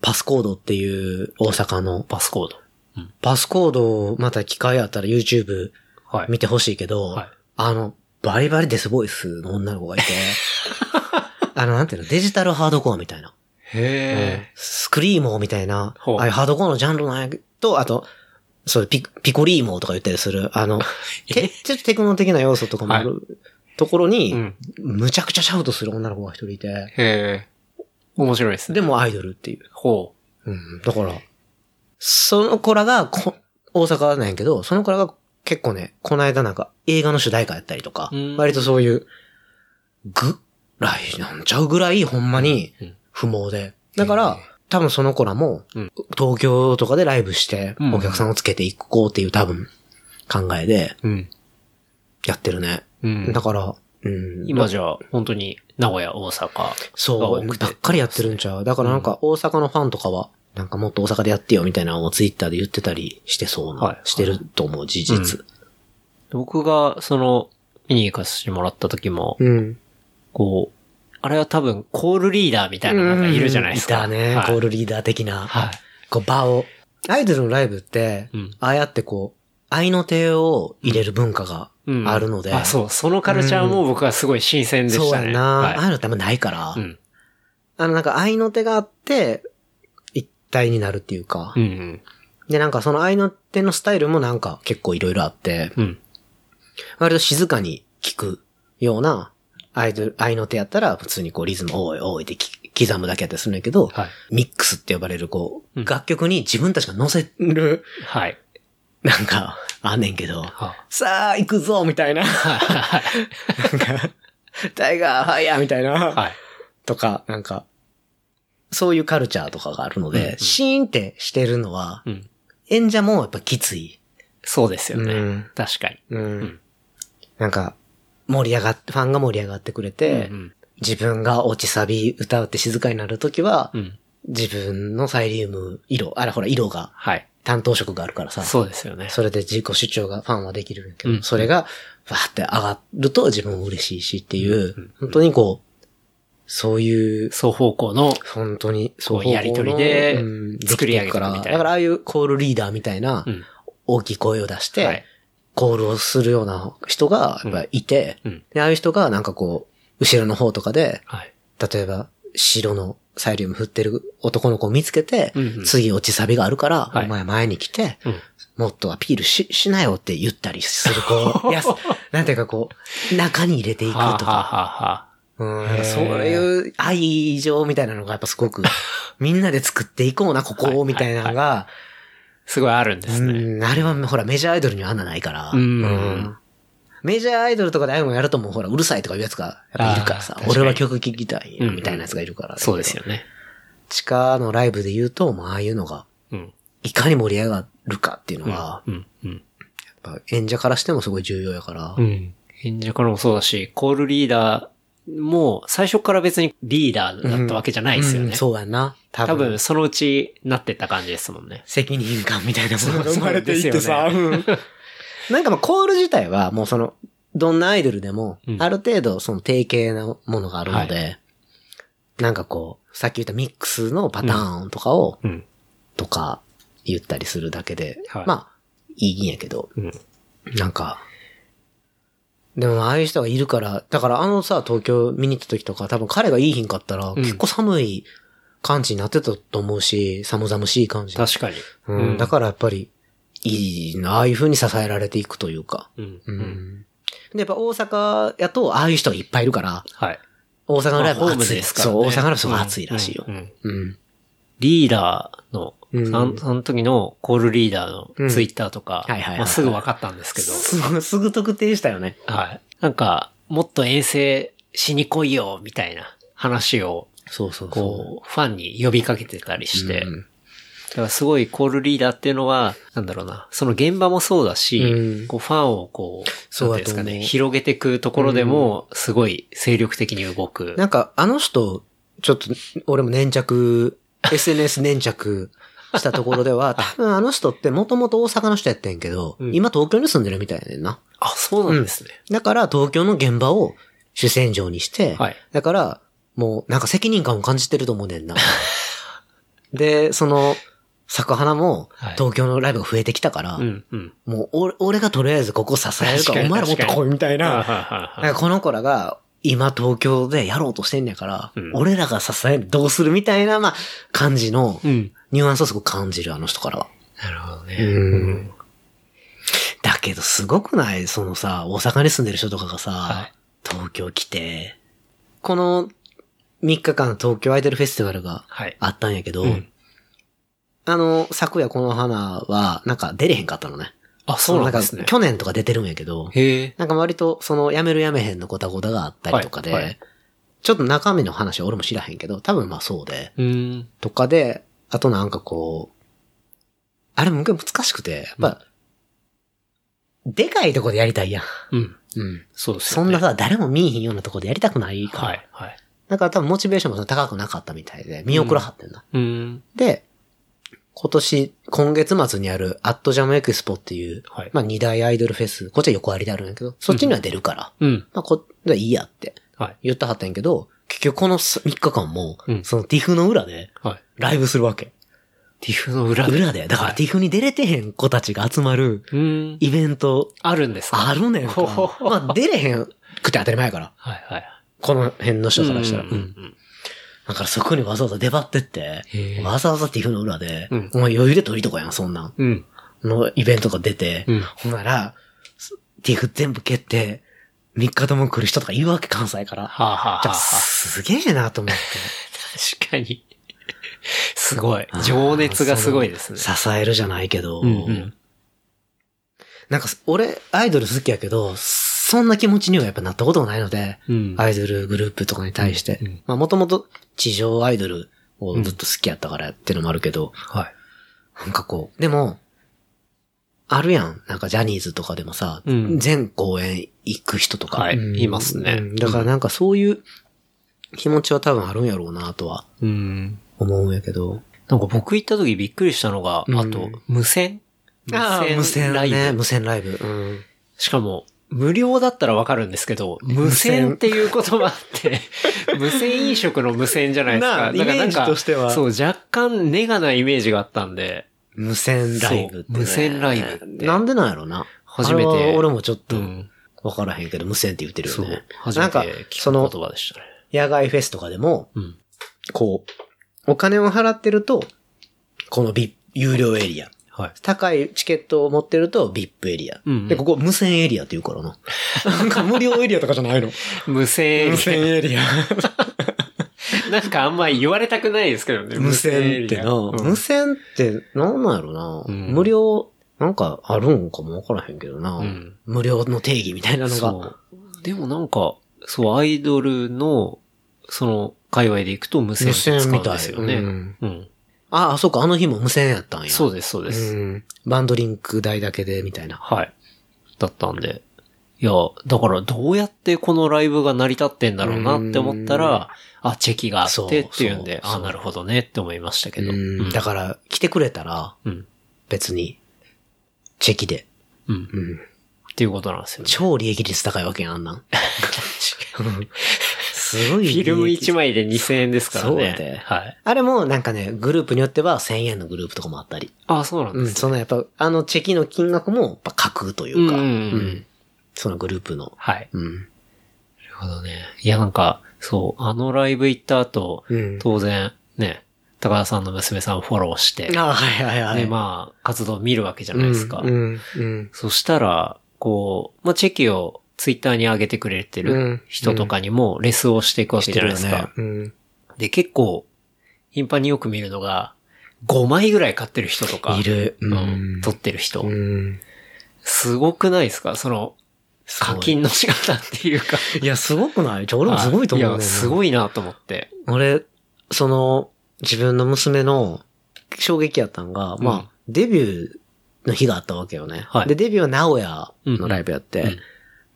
[SPEAKER 3] パスコードっていう大阪の、
[SPEAKER 2] パスコード。うん。
[SPEAKER 3] パスコードをまた機会あったら YouTube
[SPEAKER 2] はい。
[SPEAKER 3] 見てほしいけど、
[SPEAKER 2] はい
[SPEAKER 3] あの、バリバリデスボイスの女の 子がいて、あの、なんていうの、デジタルハードコアみたいな、
[SPEAKER 2] へえ。
[SPEAKER 3] スクリーモーみたいな、
[SPEAKER 2] ほう
[SPEAKER 3] ああいうハードコアのジャンルなんやけど、あと、そうピク、ピコリーモーとか言ったりする、あ の、てちょっとテクノ的な要素とかもある、ところに、
[SPEAKER 2] うん。
[SPEAKER 3] むちゃくちゃシャウトする女の子が一人いて、
[SPEAKER 2] へえ。面白いですね。
[SPEAKER 3] でもアイドルっていう。
[SPEAKER 2] ほ
[SPEAKER 3] うん、だから、その子らがこ、大阪なんやけど、その子らが結構ね、この間なんか映画の主題歌やったりとか
[SPEAKER 2] うん、
[SPEAKER 3] 割とそういう、ぐらいなんちゃうぐらいほんまに
[SPEAKER 2] うん
[SPEAKER 3] 不毛で。だから、多分その子らも
[SPEAKER 2] うん、
[SPEAKER 3] 東京とかでライブして
[SPEAKER 2] う、ん
[SPEAKER 3] お客さんをつけていこうっていう多分、考えで、
[SPEAKER 2] うん。
[SPEAKER 3] やってるね。
[SPEAKER 2] うん
[SPEAKER 3] だ。から、うん。
[SPEAKER 2] 今じゃあ、本当に、名古屋、大阪。
[SPEAKER 3] そう、
[SPEAKER 2] が多くて
[SPEAKER 3] ばっかりやってるんちゃう。だからなんか大阪のファンとかは、なんかもっと大阪でやってよみたいなのをツイッターで言ってたりしてそうな、
[SPEAKER 2] はい
[SPEAKER 3] してると思う、事実。
[SPEAKER 2] 僕が、その、見に行かせてもらった時も、
[SPEAKER 3] うん。
[SPEAKER 2] こう、あれは多分、コールリーダーみたいなのがいるじゃないですか。
[SPEAKER 3] いたね、
[SPEAKER 2] はい
[SPEAKER 3] ゴールリーダー的な。
[SPEAKER 2] はい。
[SPEAKER 3] こう場を。アイドルのライブって、
[SPEAKER 2] うん
[SPEAKER 3] ああやってこう、愛の手を入れる文化が
[SPEAKER 2] うん。
[SPEAKER 3] あるので。
[SPEAKER 2] あ、そう。そのカルチャーも僕はすごい新鮮でし
[SPEAKER 3] そう
[SPEAKER 2] た
[SPEAKER 3] や
[SPEAKER 2] ね。
[SPEAKER 3] んな、ああ
[SPEAKER 2] は
[SPEAKER 3] いうのってあんまないから、
[SPEAKER 2] い。うん。
[SPEAKER 3] あのなんか愛の手があって、一体になるっていうか、
[SPEAKER 2] うんうん。
[SPEAKER 3] でなんかその愛の手のスタイルもなんか結構いろいろあって、
[SPEAKER 2] うん。
[SPEAKER 3] 割と静かに聞くような、アイドル、愛の手やったら、普通にこうリズム、おいおいってき刻むだけやったりするんだけど、
[SPEAKER 2] はい。
[SPEAKER 3] ミックスって呼ばれる、こう、
[SPEAKER 2] うん
[SPEAKER 3] 楽曲に自分たちが乗せる、
[SPEAKER 2] はい。
[SPEAKER 3] なんか、あんねんけど、
[SPEAKER 2] は
[SPEAKER 3] さあ、行くぞみたいな、なんか、タイガー、ファイヤーみたい
[SPEAKER 2] い。
[SPEAKER 3] な、
[SPEAKER 2] はい。
[SPEAKER 3] とか、なんか、そういうカルチャーとかがあるの
[SPEAKER 2] うんう
[SPEAKER 3] で、
[SPEAKER 2] ん
[SPEAKER 3] シーンってしてるのは、
[SPEAKER 2] うん。
[SPEAKER 3] 演者もやっぱきつい。
[SPEAKER 2] そうですよ
[SPEAKER 3] う
[SPEAKER 2] ね
[SPEAKER 3] ん。
[SPEAKER 2] 確かに。
[SPEAKER 3] うん。なんか、盛り上がって、ファンが盛り上がってくれて、
[SPEAKER 2] うん
[SPEAKER 3] 自分が落ちサビ歌うって静かになるときは、
[SPEAKER 2] うん。うん。
[SPEAKER 3] 自分のサイリウム色、あれほら色が
[SPEAKER 2] はい。
[SPEAKER 3] 担当色があるからさ、
[SPEAKER 2] そ
[SPEAKER 3] そ
[SPEAKER 2] うですよね。
[SPEAKER 3] れで自己主張がファンはできるんだけど、
[SPEAKER 2] うん
[SPEAKER 3] それがわーって上がると自分も嬉しいしっていう、
[SPEAKER 2] うんうん
[SPEAKER 3] 本当にこう、そういう、
[SPEAKER 2] 双方向の、
[SPEAKER 3] 本当に、
[SPEAKER 2] こうやりとりで
[SPEAKER 3] うん
[SPEAKER 2] 作り上げていくみたいな
[SPEAKER 3] できてるからだからああいうコールリーダーみたいな
[SPEAKER 2] うん。
[SPEAKER 3] 大きい声を出し
[SPEAKER 2] は
[SPEAKER 3] て
[SPEAKER 2] い、。
[SPEAKER 3] コールをするような人がやっぱいて、
[SPEAKER 2] うん。
[SPEAKER 3] でああいう人がなんかこう、後ろの方とかで、
[SPEAKER 2] はい。
[SPEAKER 3] 例えば、白のサイリウム振ってる男の子を見つけて、
[SPEAKER 2] うんうん
[SPEAKER 3] 次落ちサビがあるから、
[SPEAKER 2] はい
[SPEAKER 3] お前前に来て、
[SPEAKER 2] うん。
[SPEAKER 3] もっとアピールし、しなよって言ったりする、 こう、いや、なんていうかこう、中に入れていくと
[SPEAKER 2] はあ、はあ
[SPEAKER 3] か、
[SPEAKER 2] はあはあ
[SPEAKER 3] うん
[SPEAKER 2] へー
[SPEAKER 3] そういう愛情みたいなのがやっぱす ごく、みんなで作っていこうな、こ
[SPEAKER 2] はい
[SPEAKER 3] こを、みたいなのが、
[SPEAKER 2] すごいあるんですね。
[SPEAKER 3] うんあれはほらメジャーアイドルにはあんなないから、
[SPEAKER 2] うん
[SPEAKER 3] メジャーアイドルとかでああいうのやるともうほらうるさいとかいうやつがやっぱいるから
[SPEAKER 2] あ
[SPEAKER 3] さ
[SPEAKER 2] ー、確かに
[SPEAKER 3] 俺は曲聴きたいみたいなやつがいるから、
[SPEAKER 2] そうですよね。
[SPEAKER 3] 地下のライブで言うと、まあ、ああいうのが、
[SPEAKER 2] うん。
[SPEAKER 3] いかに盛り上がるかっていう
[SPEAKER 2] う
[SPEAKER 3] の
[SPEAKER 2] ん
[SPEAKER 3] は、
[SPEAKER 2] うん。うん。
[SPEAKER 3] やっぱ演者からしてもすごい重要やから、
[SPEAKER 2] うん。演者からもそうだし、コールリーダーも最初から別にリーダーだったわけじゃないですよね。
[SPEAKER 3] うんそうやんな。多
[SPEAKER 2] 多
[SPEAKER 3] 分、
[SPEAKER 2] 分そのうちなってった感じですもんね。
[SPEAKER 3] 責任感みたいなものが
[SPEAKER 2] そう
[SPEAKER 3] 生まれていってさ、
[SPEAKER 2] そう
[SPEAKER 3] うんなんかまあ、コール自体はもうその、どんなアイドルでも
[SPEAKER 2] う、ん
[SPEAKER 3] ある程度その定型なものがあるので、なんかこう、さっき言ったミックスのパターンとかを、
[SPEAKER 2] うん。
[SPEAKER 3] とか言ったりするだけで、
[SPEAKER 2] はい
[SPEAKER 3] まあ、いいんやけど、
[SPEAKER 2] うん。
[SPEAKER 3] なんか、でもああいう人がいるから、だからあのさ、東京見に行った時とか、多分彼がいいひんかったら、結構寒い感じになってたと思うし、寒々しい感じ。
[SPEAKER 2] 確かに。
[SPEAKER 3] うん、だ
[SPEAKER 2] か
[SPEAKER 3] からやっぱり、いいな、ああいう風に支えられていくというか。
[SPEAKER 2] ら、うん。
[SPEAKER 3] う。
[SPEAKER 2] うんん。
[SPEAKER 3] で、やっぱ大阪やと、ああいう人がいっぱいいるから、
[SPEAKER 2] はい。
[SPEAKER 3] 大阪のライブ
[SPEAKER 2] まあホーム
[SPEAKER 3] 暑い。
[SPEAKER 2] ですからね
[SPEAKER 3] そう、大阪のライブすごい暑いらしいよ
[SPEAKER 2] う。んうん
[SPEAKER 3] うん。
[SPEAKER 2] リーダーの、
[SPEAKER 3] うん
[SPEAKER 2] あのその時のコールリーダーのツイッターとか、
[SPEAKER 3] うんはいはいはい
[SPEAKER 2] まあすぐ分かったんですけど、
[SPEAKER 3] すぐ、すぐ特定したよね。
[SPEAKER 2] はい。なんか、もっと遠征しに来いよ、みたいな話を、
[SPEAKER 3] そうそうそう。
[SPEAKER 2] こう、ファンに呼びかけてたりして、
[SPEAKER 3] うん
[SPEAKER 2] だからすごいコールリーダーっていうのは、なんだろうな、その現場もそうだし、
[SPEAKER 3] うん
[SPEAKER 2] こうファンをこう、
[SPEAKER 3] そう
[SPEAKER 2] なん
[SPEAKER 3] だ
[SPEAKER 2] てい
[SPEAKER 3] と
[SPEAKER 2] うんです
[SPEAKER 3] 思
[SPEAKER 2] かね、
[SPEAKER 3] う
[SPEAKER 2] 広げていくところでも、すごい精力的に動く。
[SPEAKER 3] なんか、あの人、ちょっと、俺も粘 着、SNS 粘着したところでは、多分あの人ってもともと大阪の人やってんけど、
[SPEAKER 2] うん
[SPEAKER 3] 今東京に住んでるみたいやねんな。
[SPEAKER 2] あ、そうなんですね。
[SPEAKER 3] だから東京の現場を主戦場にして、
[SPEAKER 2] はい
[SPEAKER 3] だから、もうなんか責任感を感じてると思う ねんな。で、その、作花も
[SPEAKER 2] はい
[SPEAKER 3] 東京のライブが増えてきたから、
[SPEAKER 2] うん、うん。
[SPEAKER 3] もう俺俺がとりあえずここ支える
[SPEAKER 2] 確
[SPEAKER 3] から、お
[SPEAKER 2] かに
[SPEAKER 3] 前らもっと来いみたい
[SPEAKER 2] はい
[SPEAKER 3] な、
[SPEAKER 2] はいは
[SPEAKER 3] ないんかこの子らが、今東京でやろうとしてんねやから、
[SPEAKER 2] うん
[SPEAKER 3] 俺らが支える、どうするみたいな、まあ、感じの、
[SPEAKER 2] うん。
[SPEAKER 3] ニュアンスをすごく感じる、あの人からは。
[SPEAKER 2] なるほどね。
[SPEAKER 3] うんだけど、すごくないそのさ、大阪に住んでる人とかがさ、
[SPEAKER 2] はい
[SPEAKER 3] 東京来て、この3日間東京アイドルフェスティバルが
[SPEAKER 2] はい。
[SPEAKER 3] あったんやけど、
[SPEAKER 2] うん
[SPEAKER 3] あの、昨夜この花は、なんか出れへんかったのね。
[SPEAKER 2] あ、そうなんです
[SPEAKER 3] その
[SPEAKER 2] ね
[SPEAKER 3] か。去年とか出てるんやけど、
[SPEAKER 2] へえ。
[SPEAKER 3] なんか割と、その、やめるやめへんのごたごたがあったりとかで、
[SPEAKER 2] はいはい
[SPEAKER 3] ちょっと中身の話は俺も知らへんけど、多分まあそうで、
[SPEAKER 2] うん。
[SPEAKER 3] とかで、あとなんかこう、あれも難しくて、やっぱ、でかいとこでやりたいやん。
[SPEAKER 2] うん。
[SPEAKER 3] うん。
[SPEAKER 2] そうです
[SPEAKER 3] そ
[SPEAKER 2] よ
[SPEAKER 3] ん
[SPEAKER 2] ね。
[SPEAKER 3] なさ、誰も見えへんようなとこでやりたくないから。
[SPEAKER 2] はい、はい。
[SPEAKER 3] だから多分モチベーションもそんな高くなかったみたいで、見送らはってんだ。
[SPEAKER 2] うん。
[SPEAKER 3] で、今年、今月末にある、アットジャムエクスポっていう、
[SPEAKER 2] はい
[SPEAKER 3] まあ二大アイドルフェス、こっちは横ありであるんだけど、そっちには出るから、
[SPEAKER 2] うん。
[SPEAKER 3] まあこ、でいいやって
[SPEAKER 2] はい。
[SPEAKER 3] 言ったはったんやけど、結局この3日間も、
[SPEAKER 2] うん
[SPEAKER 3] そのティフの裏で、
[SPEAKER 2] はい。
[SPEAKER 3] ライブするわけ。
[SPEAKER 2] ティフの裏で。
[SPEAKER 3] 裏で、だからティフに出れてへん子たちが集まる
[SPEAKER 2] うん。
[SPEAKER 3] イベント、
[SPEAKER 2] あるんですか
[SPEAKER 3] あるねんか
[SPEAKER 2] ほほ。ほ
[SPEAKER 3] まあ出れへんくて当たり前やから。
[SPEAKER 2] はい、はい。
[SPEAKER 3] この辺の人からしたら。
[SPEAKER 2] うん
[SPEAKER 3] う
[SPEAKER 2] うんん
[SPEAKER 3] だからそこにわざわざ出張ってって
[SPEAKER 2] へ、ー
[SPEAKER 3] わざわざティフの裏で、
[SPEAKER 2] うん
[SPEAKER 3] お前余裕で取りとこやん、そんなん。
[SPEAKER 2] うん。うん。
[SPEAKER 3] のイベントが出て、
[SPEAKER 2] うん
[SPEAKER 3] ほんなら、ティフ全部蹴って、3日とも来る人とか言うわけ、関西から。
[SPEAKER 2] はあ、はあはあ
[SPEAKER 3] じゃ
[SPEAKER 2] はあ、
[SPEAKER 3] あすげえなと思って。
[SPEAKER 2] 確かに。 すごい。情熱がすごいですね。
[SPEAKER 3] その支えるじゃないけど、
[SPEAKER 2] うんうん
[SPEAKER 3] なんか俺、アイドル好きやけど、そんな気持ちにはやっぱなったことがないので、
[SPEAKER 2] うん。
[SPEAKER 3] アイドルグループとかに対して。
[SPEAKER 2] うんうん
[SPEAKER 3] まあもともと地上アイドルをずっと好きやったからっていうのもあるけど、
[SPEAKER 2] はい。
[SPEAKER 3] なんかこう、でも、あるやん。なんかジャニーズとかでもさ、
[SPEAKER 2] うん
[SPEAKER 3] 全公演行く人とか。
[SPEAKER 2] はい
[SPEAKER 3] うん
[SPEAKER 2] いますね
[SPEAKER 3] うんだからなんかそういう気持ちは多分あるんやろうなとは
[SPEAKER 2] うん。
[SPEAKER 3] 思うんやけど。
[SPEAKER 2] なんか僕行った時びっくりしたのが、
[SPEAKER 3] うん
[SPEAKER 2] あと、無線
[SPEAKER 3] 無線ライブ。ね、
[SPEAKER 2] ブ。
[SPEAKER 3] 無線ライブ。うん。
[SPEAKER 2] しかも、無料だったらわかるんですけど、無線っていう言葉って、無線飲食の無線じゃないです
[SPEAKER 3] な
[SPEAKER 2] か。
[SPEAKER 3] あ
[SPEAKER 2] だからなんか
[SPEAKER 3] イメージとしては
[SPEAKER 2] そう、若干ネガなイメージがあったんで、
[SPEAKER 3] 無線ライブって、
[SPEAKER 2] そう無線ライブって
[SPEAKER 3] なんでなんやろな。
[SPEAKER 2] 初めて
[SPEAKER 3] あれは俺もちょっ
[SPEAKER 2] う
[SPEAKER 3] と
[SPEAKER 2] ん。
[SPEAKER 3] わからへんけど、無線って言ってるよ
[SPEAKER 2] そう
[SPEAKER 3] ね。。
[SPEAKER 2] 初
[SPEAKER 3] な
[SPEAKER 2] め
[SPEAKER 3] ん
[SPEAKER 2] て
[SPEAKER 3] か
[SPEAKER 2] 聞
[SPEAKER 3] そ
[SPEAKER 2] く
[SPEAKER 3] の
[SPEAKER 2] 言葉でしたね。
[SPEAKER 3] 野外フェスとかでも、
[SPEAKER 2] うん。
[SPEAKER 3] こう、お金を払ってると、この VIP、有料エリア。
[SPEAKER 2] はい。
[SPEAKER 3] 高いチケットを持ってると VIP エリア。
[SPEAKER 2] うんうん
[SPEAKER 3] で、ここ無線エリアって言うか らな。なんか無料エリアとかじゃないの。
[SPEAKER 2] 無線、
[SPEAKER 3] エリア。
[SPEAKER 2] なんかあんま言われたくないですけどね。
[SPEAKER 3] 無線って
[SPEAKER 2] 無線エ
[SPEAKER 3] な。
[SPEAKER 2] リアうん
[SPEAKER 3] 無線ってなんなんやろな。
[SPEAKER 2] うん
[SPEAKER 3] 無料、なんかあるんかもわからへんけどな。
[SPEAKER 2] うん
[SPEAKER 3] 無料の定義みたいなのが。
[SPEAKER 2] そう。でもなんか、そう、アイドルの、その、界隈で行くと無線って使うんですよね。
[SPEAKER 3] 無線み
[SPEAKER 2] うん。
[SPEAKER 3] ああ、そうか、あの日も無線やったんや。
[SPEAKER 2] そう
[SPEAKER 3] う
[SPEAKER 2] です、そう
[SPEAKER 3] で
[SPEAKER 2] です。
[SPEAKER 3] ん。バンドリンク代だけで、みたいな。
[SPEAKER 2] はい。だったんで。いや、だからどうやってこのライブが成り立ってんだろうなって思ったら、あ、チェキがあってっていうんで、
[SPEAKER 3] そうそうそう
[SPEAKER 2] あ、なるほどねって思いましたけど。
[SPEAKER 3] うん。だから、来てくれたら、
[SPEAKER 2] うん。
[SPEAKER 3] 別に、チェキで。
[SPEAKER 2] うん。
[SPEAKER 3] うん。
[SPEAKER 2] っていうことなんですよね。
[SPEAKER 3] 超利益率高いわけやん、あ んなん。すご
[SPEAKER 2] フ
[SPEAKER 3] い利益率。
[SPEAKER 2] ィルム1枚で2000円ですからね。
[SPEAKER 3] そうやで
[SPEAKER 2] はい。
[SPEAKER 3] あれもなんかね、グループによっては1000円のグループとかもあったり。
[SPEAKER 2] あ、そうなん
[SPEAKER 3] う
[SPEAKER 2] で
[SPEAKER 3] ん、
[SPEAKER 2] すね。
[SPEAKER 3] そのやっぱ、あのチェキの金額も、やっぱ架空というか、
[SPEAKER 2] うんうんうん
[SPEAKER 3] そのグループの。
[SPEAKER 2] はい。
[SPEAKER 3] うん。
[SPEAKER 2] なるほどね。いや、なんか、そう、あのライブ行った後、
[SPEAKER 3] うん
[SPEAKER 2] 当然、ね、高田さんの娘さんをフォローして、
[SPEAKER 3] あはいはいはい。
[SPEAKER 2] で、まあ、活動を見るわけじゃ
[SPEAKER 3] あ
[SPEAKER 2] ないですか。
[SPEAKER 3] うん、うん、
[SPEAKER 2] そしたら、こう、まあ、チェキをツイッターに上げてくれて
[SPEAKER 3] うん
[SPEAKER 2] る人とかにもレスをしていくわけじゃないですか。
[SPEAKER 3] してるよね。
[SPEAKER 2] で、結構、頻繁によく見るのが、5枚ぐらい買ってる人と
[SPEAKER 3] う
[SPEAKER 2] か。
[SPEAKER 3] ん。いる。
[SPEAKER 2] うん。撮ってる人。
[SPEAKER 3] うん。
[SPEAKER 2] すごくないですかその、
[SPEAKER 3] すごい
[SPEAKER 2] 課金の仕方っていうか。
[SPEAKER 3] いや、すごくないちょ、俺もすごいと思うんだよ
[SPEAKER 2] や、
[SPEAKER 3] な
[SPEAKER 2] すごいなと思って。
[SPEAKER 3] 俺、その、自分の娘の衝撃やったんが、まあ、デビューの日があったわけよね。
[SPEAKER 2] はい
[SPEAKER 3] で、デビューは名古屋のライブやって、
[SPEAKER 2] うんうん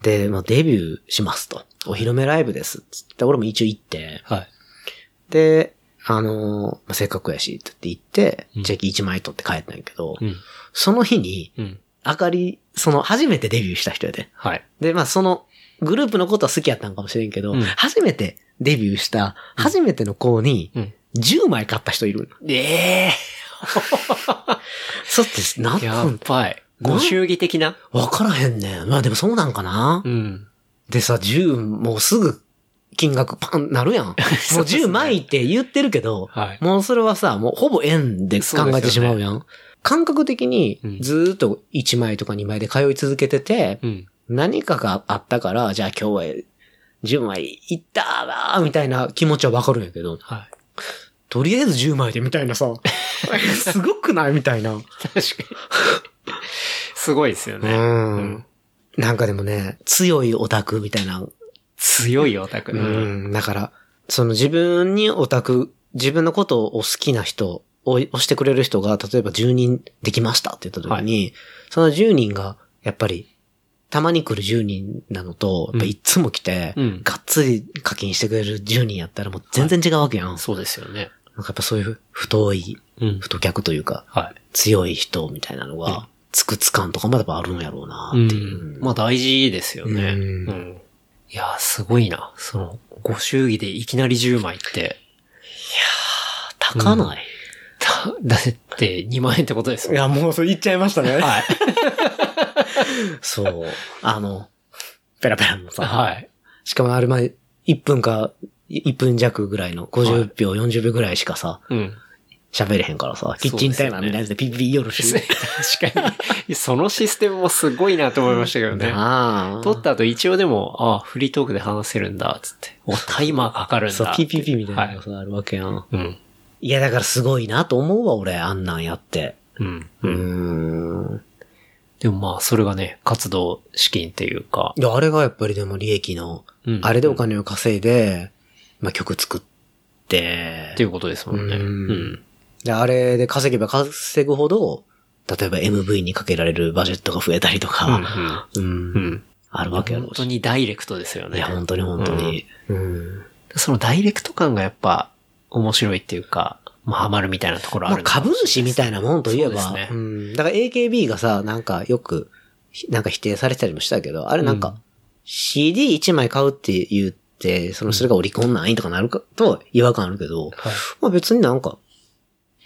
[SPEAKER 3] で、まあ、デビューしますと。お披露目ライブですっつって、俺も一応行って、
[SPEAKER 2] はい。
[SPEAKER 3] で、あのーまあ、せっかくやし、って言って
[SPEAKER 2] うん
[SPEAKER 3] 行って、チェキ1枚取って帰ったんやけど、
[SPEAKER 2] うん。
[SPEAKER 3] その日に、
[SPEAKER 2] うん。
[SPEAKER 3] あかり、その、初めてデビューした人やで。
[SPEAKER 2] はい。
[SPEAKER 3] で、まあその、グループのことは好きやったんかもしれんけど、
[SPEAKER 2] うん
[SPEAKER 3] 初めてデビューした、初めての子に
[SPEAKER 2] う、ん。
[SPEAKER 3] 10枚買った人いる。
[SPEAKER 2] ええ
[SPEAKER 3] そうって、なん
[SPEAKER 2] ー、やっぱい。ご祝儀的な
[SPEAKER 3] わからへんねん。まあでもそうなんかな、
[SPEAKER 2] うん。
[SPEAKER 3] でさ、10、もうすぐ、金額パンなる やん。もう
[SPEAKER 2] そうですね
[SPEAKER 3] 10枚って言ってるけど、
[SPEAKER 2] はい。
[SPEAKER 3] もうそれはさ、もうほぼ円で考えてしまうやん。感覚的に
[SPEAKER 2] うん、
[SPEAKER 3] ずーっと1枚とか2枚で通い続けてて、
[SPEAKER 2] うん。
[SPEAKER 3] 何かがあったから、じゃあ今日は10枚いったーわーみたいな気持ちはわかるんやけど、
[SPEAKER 2] は
[SPEAKER 3] とりあえず10枚でみたいなさ、すごくないみたいな。
[SPEAKER 2] い。確かに。すごいですよ
[SPEAKER 3] う
[SPEAKER 2] ね。
[SPEAKER 3] ん。なんかでもね、強いオタクみたいな
[SPEAKER 2] 強いよ、オタク
[SPEAKER 3] う
[SPEAKER 2] ね。
[SPEAKER 3] ん、だから、その自分にオタク、自分のことを好きな人を押してくれる人が、例えば10人できましたって言った時に、その10人が、やっぱり、たまに来る10人なのと、やっぱいつも来て、
[SPEAKER 2] うん
[SPEAKER 3] がっつり課金してくれる10人やったらもう全然違うわけやん。
[SPEAKER 2] そうですよね。
[SPEAKER 3] なんかやっぱそういう太い、
[SPEAKER 2] うん。
[SPEAKER 3] 太客というか、
[SPEAKER 2] はい。
[SPEAKER 3] 強い人みたいなの
[SPEAKER 2] うん
[SPEAKER 3] が、つくつかんとかもやっぱあるんやろうな
[SPEAKER 2] う
[SPEAKER 3] っていう。
[SPEAKER 2] ん。まあ大事ですよね。
[SPEAKER 3] う
[SPEAKER 2] うんん。いやー、すごいな。その、ご祝儀でいきなり10枚って、
[SPEAKER 3] 高ない、
[SPEAKER 2] だ、だって2万円ってことですもん。
[SPEAKER 3] や、もうそれ言っちゃいまし たね。
[SPEAKER 2] はい。
[SPEAKER 3] そう。あの、ペラペラのさ、
[SPEAKER 2] はい。
[SPEAKER 3] しかもあれ前、1分か、1分弱ぐらいの、50秒、40秒ぐらいしかさ、
[SPEAKER 2] うん。
[SPEAKER 3] 喋れへんからさ、キッチンタイマーみたいなやつでピッピッよろしい。
[SPEAKER 2] 確かに。そのシステムもすごいなと思いましたけどね。
[SPEAKER 3] なあ
[SPEAKER 2] 撮った後一応でも、ああ、フリートークで話せるんだ、つって。お、タイマーかかるんだ。
[SPEAKER 3] そう、ピッピッピッみたいなの
[SPEAKER 2] は
[SPEAKER 3] がさ、あるわけやん。
[SPEAKER 2] い。うん。
[SPEAKER 3] いや、だからすごいなと思うわ、俺、あんなんやって。
[SPEAKER 2] うん。
[SPEAKER 3] うーん。
[SPEAKER 2] でもまあ、それがね、活動資金っていうか。
[SPEAKER 3] いや、あれがやっぱりでも利益の、
[SPEAKER 2] うん
[SPEAKER 3] あれでお金を稼いで、まあ、曲作って、
[SPEAKER 2] っていうことですもんね。
[SPEAKER 3] うん
[SPEAKER 2] うん。
[SPEAKER 3] で、あれで稼げば稼ぐほど、例えば MV にかけられるバジェットが増えたりとか、うん、
[SPEAKER 2] うん。うん。
[SPEAKER 3] あるわけやろ
[SPEAKER 2] 本
[SPEAKER 3] うし。
[SPEAKER 2] 当にダイレクトですよね。
[SPEAKER 3] いや、本当に本当に。うん。
[SPEAKER 2] そのダイレクト感がやっぱ面白いっていうか、まあハマるみたいなところあ
[SPEAKER 3] まあ、
[SPEAKER 2] る。
[SPEAKER 3] 株主みたいなもんといえば、
[SPEAKER 2] そうですね
[SPEAKER 3] うん。だから AKB がさ、なんかよく、ひなんか否定されてたりもしたけど、あれなんか、
[SPEAKER 2] うん
[SPEAKER 3] CD1 枚買うって言って、そのそれがオリコンないとかなるかと違和感あるけど、
[SPEAKER 2] はい
[SPEAKER 3] まあ別になんか、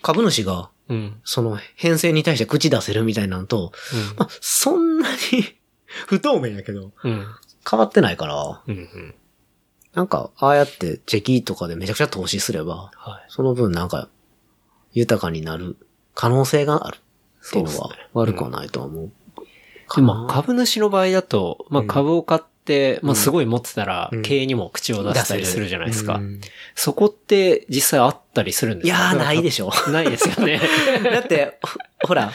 [SPEAKER 3] 株主が、
[SPEAKER 2] うん。
[SPEAKER 3] その編成に対して口出せるみたいなのと、まあ、そんなに 不透明やけど、
[SPEAKER 2] うん。うん。
[SPEAKER 3] 変わってないから、
[SPEAKER 2] うん。うん。
[SPEAKER 3] なんか、ああやってチェキとかでめちゃくちゃ投資すれば、
[SPEAKER 2] はい。
[SPEAKER 3] その分なんか、豊かになる可能性があるっていうの
[SPEAKER 2] そう
[SPEAKER 3] は
[SPEAKER 2] ですね
[SPEAKER 3] 悪くはないとは思う。
[SPEAKER 2] でまあ株主の場合だと、まあ株を買って、まあすごい持ってたら
[SPEAKER 3] うん、
[SPEAKER 2] 経営にも口を出したりするじゃないですか。
[SPEAKER 3] うん
[SPEAKER 2] そこって実際あったりするんで
[SPEAKER 3] い
[SPEAKER 2] すか
[SPEAKER 3] やー、ないで
[SPEAKER 2] し
[SPEAKER 3] しょ。
[SPEAKER 2] ょ。 ないですよね。
[SPEAKER 3] だって、ほほら、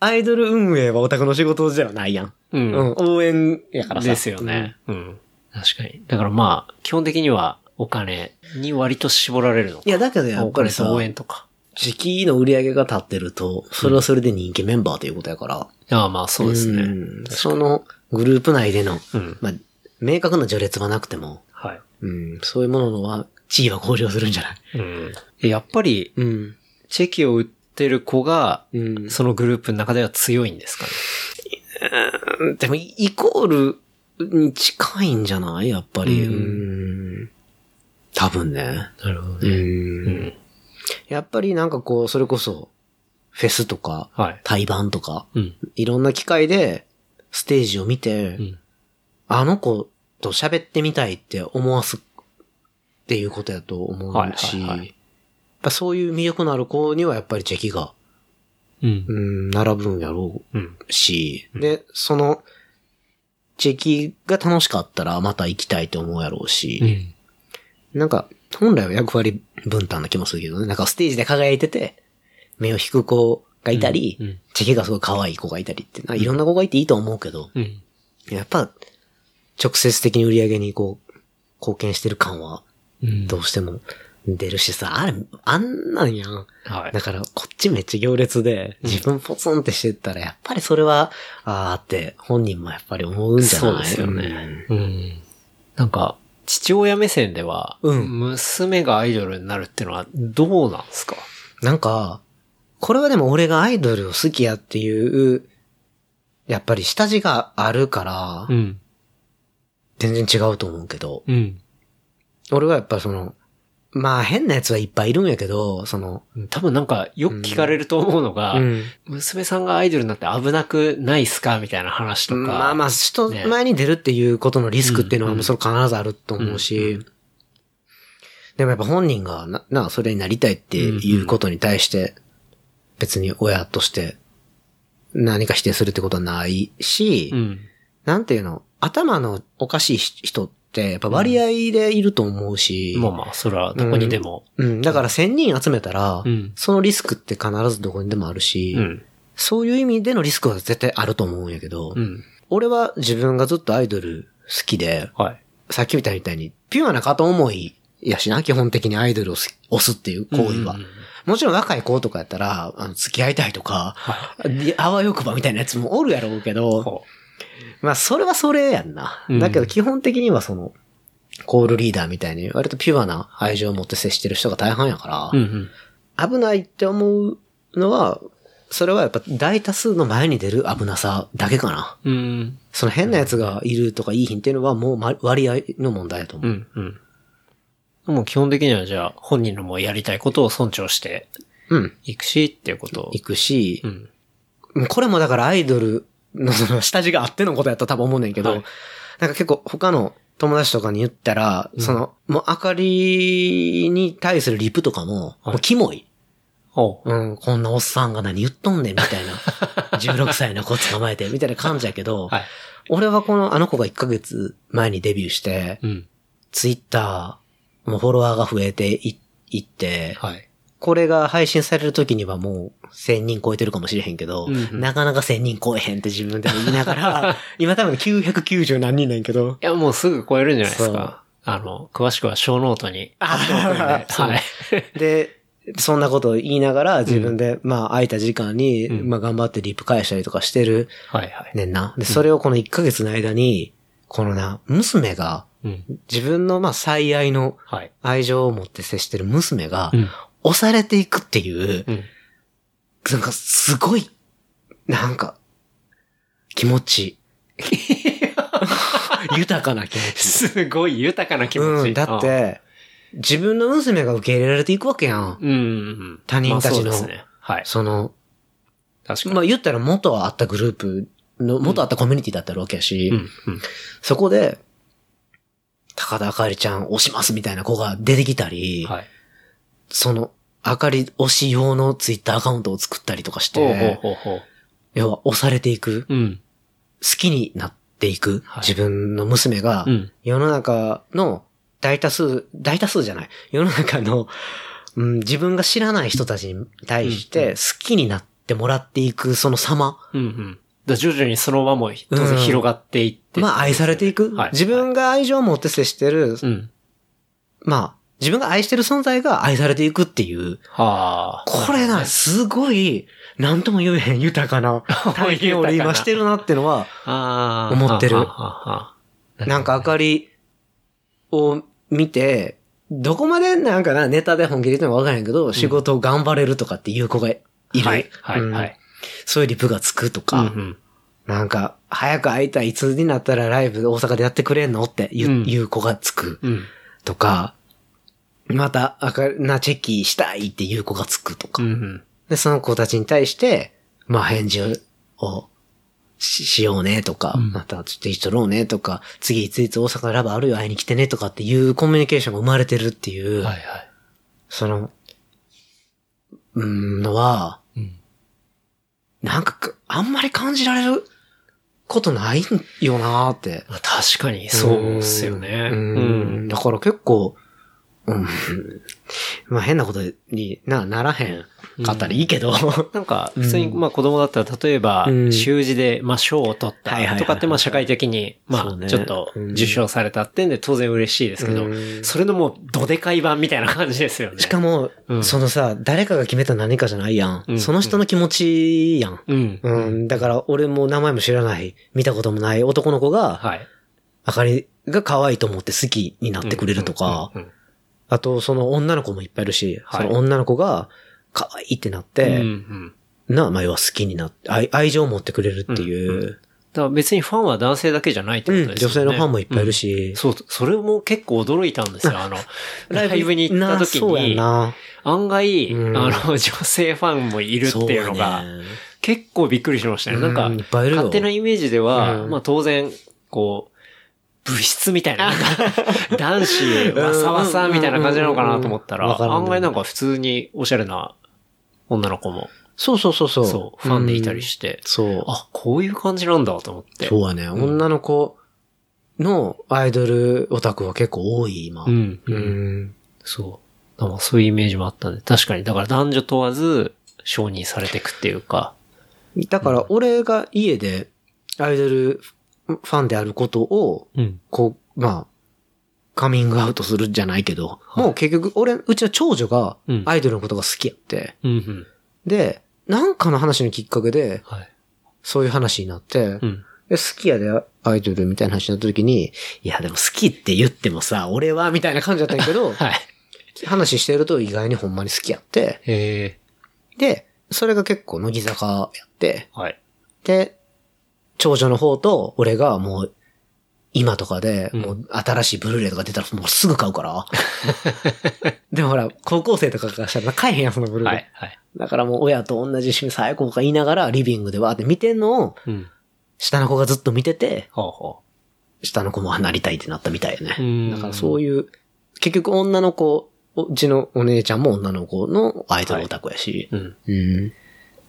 [SPEAKER 3] アイドル運営はオタクの仕事ではないやん。
[SPEAKER 2] う。
[SPEAKER 3] うん ん、応援やからさ。
[SPEAKER 2] ですよね。うん。確かに。だからまあ、基本的にはお金に割と絞られるの
[SPEAKER 3] うん。いや、だけどや
[SPEAKER 2] お
[SPEAKER 3] っぱ
[SPEAKER 2] 金
[SPEAKER 3] りさ
[SPEAKER 2] と、応援とか。
[SPEAKER 3] 時期の売り上げが立ってると、それはそれで人気メンバーということやから。
[SPEAKER 2] ああまあそうですね。
[SPEAKER 3] んそのグループ内での、
[SPEAKER 2] うん。
[SPEAKER 3] まあ、明確な序列はなくても、
[SPEAKER 2] はい。
[SPEAKER 3] うん、そういうものは、地位は向上するんじゃない
[SPEAKER 2] うん。やっぱり、
[SPEAKER 3] うん。
[SPEAKER 2] チェキを売ってる子が、
[SPEAKER 3] うん。
[SPEAKER 2] そのグループの中では強いんですかね。
[SPEAKER 3] でも、イコールに近いんじゃないやっぱり。
[SPEAKER 2] うん
[SPEAKER 3] うん。多分ね。
[SPEAKER 2] なるほど
[SPEAKER 3] う。。
[SPEAKER 2] うんん。
[SPEAKER 3] やっぱりなんかこう、それこそ、フェスとか、
[SPEAKER 2] はい。
[SPEAKER 3] 対バンとか、
[SPEAKER 2] うん。
[SPEAKER 3] いろんな機会で、ステージを見て、
[SPEAKER 2] うん。
[SPEAKER 3] あの子と喋ってみたいって思わすっていうことやと思うし、
[SPEAKER 2] はいはいはい
[SPEAKER 3] やっぱそういう魅力のある子にはやっぱりチェキが、
[SPEAKER 2] うん
[SPEAKER 3] う。ん、並ぶんやろ
[SPEAKER 2] うん。
[SPEAKER 3] うし、で、その、チェキが楽しかったらまた行きたいと思うやろう
[SPEAKER 2] う
[SPEAKER 3] し、
[SPEAKER 2] ん。
[SPEAKER 3] なんか、本来は役割分担な気もするけどね、なんかステージで輝いてて、目を引く子がいたり、
[SPEAKER 2] うんうん
[SPEAKER 3] チェキがすごい可愛い子がいたりって、なんかいろんな子がいていいと思うけど、
[SPEAKER 2] うん。
[SPEAKER 3] やっぱ、直接的に売り上げにこう、貢献してる感は、
[SPEAKER 2] うん。
[SPEAKER 3] どうしても出るしさ、あれ、あんなんやん。
[SPEAKER 2] はい
[SPEAKER 3] だ。から、こっちめっちゃ行列で、自分ポツンってしてったら、やっぱりそれは、あーって、本人もやっぱり思うんじゃ
[SPEAKER 2] そう
[SPEAKER 3] な
[SPEAKER 2] で
[SPEAKER 3] い
[SPEAKER 2] すよね。。うん。なんか、父親目線では、
[SPEAKER 3] うん
[SPEAKER 2] 娘がアイドルになるってのはどうなんですか
[SPEAKER 3] うんなんか、これはでも俺がアイドルを好きやっていう、やっぱり下地があるから、
[SPEAKER 2] ん。
[SPEAKER 3] 全然違うと思うけど、
[SPEAKER 2] うん。
[SPEAKER 3] 俺はやっぱその、まあ変なやつはいっぱいいるんやけど、その、
[SPEAKER 2] 多分なんか、よく聞かれると思うのが、
[SPEAKER 3] うん
[SPEAKER 2] 娘さんがアイドルになって危なくないっすかみたいな話とか。
[SPEAKER 3] まあまあ、人
[SPEAKER 2] ね
[SPEAKER 3] 前に出るっていうことのリスクっていうのは
[SPEAKER 2] うん
[SPEAKER 3] もうそれ必ずあると思う
[SPEAKER 2] う
[SPEAKER 3] し、でもやっぱ本人がな、な、それになりたいっていうことに対して、別に親として何か否定するってことはないし、
[SPEAKER 2] うん。
[SPEAKER 3] なんていうの、頭のおかしい人ってやっぱ割合でいると思うし、
[SPEAKER 2] まあまあ、それはどこにでも。
[SPEAKER 3] うん、だから1000人集めたら、
[SPEAKER 2] うん
[SPEAKER 3] そのリスクって必ずどこにでもあるし、
[SPEAKER 2] うん。
[SPEAKER 3] そういう意味でのリスクは絶対あると思うんやけど、
[SPEAKER 2] うん。
[SPEAKER 3] 俺は自分がずっとアイドル好きで、
[SPEAKER 2] はい。
[SPEAKER 3] 好さっきみたいに、ピュアな片思いやしな、基本的にアイドルをす推すっていう行為は。
[SPEAKER 2] うんうんうん
[SPEAKER 3] もちろん若い子とかやったら、あの付き合いたいとか、であわよくばみたいなやつもおるやろうけど、
[SPEAKER 2] ほ
[SPEAKER 3] まあそれはそれやんな。
[SPEAKER 2] うん
[SPEAKER 3] だけど基本的にはその、コールリーダーみたいに割とピュアな愛情を持って接してる人が大半やから、
[SPEAKER 2] ううんうん。
[SPEAKER 3] 危ないって思うのは、それはやっぱ大多数の前に出る危なさだけかな。
[SPEAKER 2] うん。
[SPEAKER 3] その変なやつがいるとかいい品っていうのはもうま割合の問題だと思
[SPEAKER 2] う
[SPEAKER 3] う。
[SPEAKER 2] ん。うん。もう基本的にはじゃあ、本人のもうやりたいことを尊重して
[SPEAKER 3] うん。
[SPEAKER 2] いくし、っていうことを
[SPEAKER 3] 行くし
[SPEAKER 2] う、ん。
[SPEAKER 3] これもだからアイドルのその下地があってのことやったと多分思うねんけど、
[SPEAKER 2] はい
[SPEAKER 3] なんか結構他の友達とかに言ったら、その、もう明かりに対するリプとかも、
[SPEAKER 2] はい
[SPEAKER 3] もうキモい。
[SPEAKER 2] おう。
[SPEAKER 3] うん、こんなおっさんが何言っとんねんみたいな。16 歳の子捕まえて、みたいな感じやけど、
[SPEAKER 2] はい。
[SPEAKER 3] 俺はこの、あの子が1ヶ月前にデビューして、
[SPEAKER 2] うん。
[SPEAKER 3] ツイッター、もうフォロワーが増えていいって、
[SPEAKER 2] はい。
[SPEAKER 3] これが配信される時にはもう1000人超えてるかもしれへんけど、
[SPEAKER 2] うんうん
[SPEAKER 3] なかなか1000人超えへんって自分でも言いな がら、今多分990何人なんやけど、
[SPEAKER 2] いや、もうすぐ超えるんじゃないです
[SPEAKER 3] そう
[SPEAKER 2] か。あの、詳しくは小ノートに。
[SPEAKER 3] あそう
[SPEAKER 2] はい。
[SPEAKER 3] で、そんなことを言いながら自分で、まあ空いた時間に、
[SPEAKER 2] うん
[SPEAKER 3] まあ頑張ってリップ返したりとかしてる
[SPEAKER 2] はいはい。
[SPEAKER 3] ねんな。で、それをこの1ヶ月の間に、このな、娘が、
[SPEAKER 2] うん。
[SPEAKER 3] 自分のまあ最愛の
[SPEAKER 2] はい。
[SPEAKER 3] 愛情を持って接してる娘が
[SPEAKER 2] う、ん。
[SPEAKER 3] 押されていくっていう
[SPEAKER 2] う、ん。
[SPEAKER 3] なんかすごい、なんか、気持 ちいい。豊かな気持ち。
[SPEAKER 2] すごい豊かな気持
[SPEAKER 3] う
[SPEAKER 2] ち。
[SPEAKER 3] ん、だっ。て、自分の娘が受け入れられていくわけやん。
[SPEAKER 2] うんうん。
[SPEAKER 3] 他人たち
[SPEAKER 2] ま
[SPEAKER 3] の
[SPEAKER 2] あそうですね。はい。
[SPEAKER 3] その、
[SPEAKER 2] 確かに。
[SPEAKER 3] まあ言ったら元あったグループの、元あったコミュニティだったわけやし、
[SPEAKER 2] うん。うん。
[SPEAKER 3] そこで、高田あかりちゃん押しますみたいな子が出てきたり、
[SPEAKER 2] はい。
[SPEAKER 3] その、あかり推し用のツイッターアカウントを作ったりとかして、
[SPEAKER 2] ほうほうほうほう。
[SPEAKER 3] 要は押されていく、
[SPEAKER 2] うん。
[SPEAKER 3] 好きになっていく、
[SPEAKER 2] はい
[SPEAKER 3] 自分の娘が、
[SPEAKER 2] うん。
[SPEAKER 3] 世の中の大多数、大多数じゃない。世の中の、うん、自分が知らない人たちに対して好きになってもらっていくその様。
[SPEAKER 2] うんうん。だ徐々にその輪も当然広がっていって。
[SPEAKER 3] まあ愛されていく。
[SPEAKER 2] はい
[SPEAKER 3] 自分が愛情を持って接してる、
[SPEAKER 2] うん。
[SPEAKER 3] まあ自分が愛してる存在が愛されていくっていう。
[SPEAKER 2] はあ。
[SPEAKER 3] これな、すごい、なんとも言えへん豊か な体験を俺今してるなってのは、
[SPEAKER 2] ああ。
[SPEAKER 3] 思ってる
[SPEAKER 2] はあはあはあ
[SPEAKER 3] なんか明かりを見て、どこまでなんかな、ネタで本気で言ってもわからへんけど、仕事を頑張れるとかっていう子がいる。
[SPEAKER 2] はい。はい。
[SPEAKER 3] うん
[SPEAKER 2] はい。
[SPEAKER 3] そういうリプがつくと
[SPEAKER 2] う
[SPEAKER 3] か、
[SPEAKER 2] んうん。
[SPEAKER 3] なんか、早く会いたい、いつになったらライブ大阪でやってくれんのっていう,、
[SPEAKER 2] うん
[SPEAKER 3] いう子がつく
[SPEAKER 2] うん。
[SPEAKER 3] とか、また明るなチェキしたいっていう子がつくと
[SPEAKER 2] う
[SPEAKER 3] か、
[SPEAKER 2] んうん。
[SPEAKER 3] で、その子たちに対して、まあ返事をししようねとか、
[SPEAKER 2] うん
[SPEAKER 3] またちょっと一緒ろうねとか、次いついつ大阪ラバーあるよ会いに来てねとかっていうコミュニケーションが生まれてるっていう、
[SPEAKER 2] はいはい。
[SPEAKER 3] その、うーんのは、
[SPEAKER 2] うん
[SPEAKER 3] なんかか、あんまり感じられることないよなーって。
[SPEAKER 2] まあ確かに、そうっすよね。
[SPEAKER 3] う
[SPEAKER 2] うんん。
[SPEAKER 3] だから結構、うん。まあ変なことにな、ならへんかったらいいけど。
[SPEAKER 2] なんか、普通に、まあ子供だったら、例えば
[SPEAKER 3] う、ん
[SPEAKER 2] 習字で、まあ賞を取っ
[SPEAKER 3] はいはいはい
[SPEAKER 2] た
[SPEAKER 3] はい
[SPEAKER 2] とかって、まあ社会的に、
[SPEAKER 3] そ
[SPEAKER 2] ま
[SPEAKER 3] う
[SPEAKER 2] あ
[SPEAKER 3] ね
[SPEAKER 2] ちょっと
[SPEAKER 3] うん
[SPEAKER 2] 受賞されたってんで、当然嬉しいですけど
[SPEAKER 3] う、ん
[SPEAKER 2] それのもう、どでかい版みたいな感じですよね。
[SPEAKER 3] しかも、
[SPEAKER 2] うん
[SPEAKER 3] そのさ、誰かが決めた何かじゃないやん。
[SPEAKER 2] うん
[SPEAKER 3] その人の気持ちやん。
[SPEAKER 2] うん。
[SPEAKER 3] うん、だから俺も名前も知らない、見たこともない男の子が、
[SPEAKER 2] はい。
[SPEAKER 3] あかりが可愛いと思って好きになってくれるとか、
[SPEAKER 2] うんうんうん
[SPEAKER 3] あとその女の子もいっぱいいるし、
[SPEAKER 2] はい
[SPEAKER 3] その女の子が可愛いってなっ
[SPEAKER 2] うん。う
[SPEAKER 3] て、
[SPEAKER 2] ん
[SPEAKER 3] な、まあ要は好きになって、愛愛情を持ってくれるっていう、
[SPEAKER 2] だから別にファンは男性だけじゃないって
[SPEAKER 3] う
[SPEAKER 2] こと
[SPEAKER 3] ん
[SPEAKER 2] ですよ
[SPEAKER 3] 女
[SPEAKER 2] ね。
[SPEAKER 3] 性のファンもいっぱいいる
[SPEAKER 2] し。
[SPEAKER 3] し、
[SPEAKER 2] そう、それも結構驚いたんですよ。あの、ライブに行った時
[SPEAKER 3] なそうや
[SPEAKER 2] に、
[SPEAKER 3] な。
[SPEAKER 2] 案外、
[SPEAKER 3] うん
[SPEAKER 2] あの、女性ファンもいるっていうのが
[SPEAKER 3] そ、やね
[SPEAKER 2] 結構びっくりしましたね。なんか
[SPEAKER 3] うんいっ、ぱいいるよ
[SPEAKER 2] 勝手なイメージでは、
[SPEAKER 3] うん
[SPEAKER 2] まあ当然、こう、物質みたいな、 男子、わさわさみたいな感じなのかなと思った
[SPEAKER 3] うんうん
[SPEAKER 2] ら、
[SPEAKER 3] うんうんわかる
[SPEAKER 2] 案外なんか普通におしゃれな女の子も、
[SPEAKER 3] そうそうそうそう。
[SPEAKER 2] そう、ファンでいたり
[SPEAKER 3] て。
[SPEAKER 2] して、
[SPEAKER 3] そう。
[SPEAKER 2] あ、こういう感じなんだと思って。
[SPEAKER 3] そうやね。女の子のアイドルオタクは結構多い、今。
[SPEAKER 2] うん。
[SPEAKER 3] う
[SPEAKER 2] うん。
[SPEAKER 3] ん。
[SPEAKER 2] そう。だからそういうイメージもあったんで、確かに。だから男女問わず、承認されていくっていうか。
[SPEAKER 3] だから、俺が家でアイドルファンであることを、
[SPEAKER 2] うん。
[SPEAKER 3] こう、まあ、カミングアウトするじゃないけど、
[SPEAKER 2] はい
[SPEAKER 3] もう結局、俺、うちの長女が
[SPEAKER 2] うん
[SPEAKER 3] アイドルのことが好きやって、
[SPEAKER 2] うんうん。
[SPEAKER 3] で、なんかの話のきっかけで、
[SPEAKER 2] はい。
[SPEAKER 3] そういう話になって、
[SPEAKER 2] うん。
[SPEAKER 3] で、好きやでアイドルみたいな話になった時に、いや、でも好きって言ってもさ、俺は、みたいな感じだったんやけど、
[SPEAKER 2] はい。
[SPEAKER 3] 話してると意外にほんまに好きやって、
[SPEAKER 2] へえ。
[SPEAKER 3] で、それが結構乃木坂やって、
[SPEAKER 2] はい。
[SPEAKER 3] で、長女の方と俺がもう、今とかで、
[SPEAKER 2] うん
[SPEAKER 3] もう新しいブルーレイとか出たらもうすぐ買う から。でもほら、高校生とかからしたら買えへんやん、そのブルー
[SPEAKER 2] は
[SPEAKER 3] レイ。
[SPEAKER 2] い。はい。
[SPEAKER 3] だからもう親と同じ趣味最高か言いながら、リビングでわーって見てんのを、
[SPEAKER 2] うん。
[SPEAKER 3] 下の子がずっと見てて、
[SPEAKER 2] ほうほ
[SPEAKER 3] 下の子もなりたいってなったみたいよ
[SPEAKER 2] うーん
[SPEAKER 3] ね。だからそういう、結局女の子、うちのお姉ちゃんも女の子のアイドルオタクやし。
[SPEAKER 2] う。うん。
[SPEAKER 3] うん。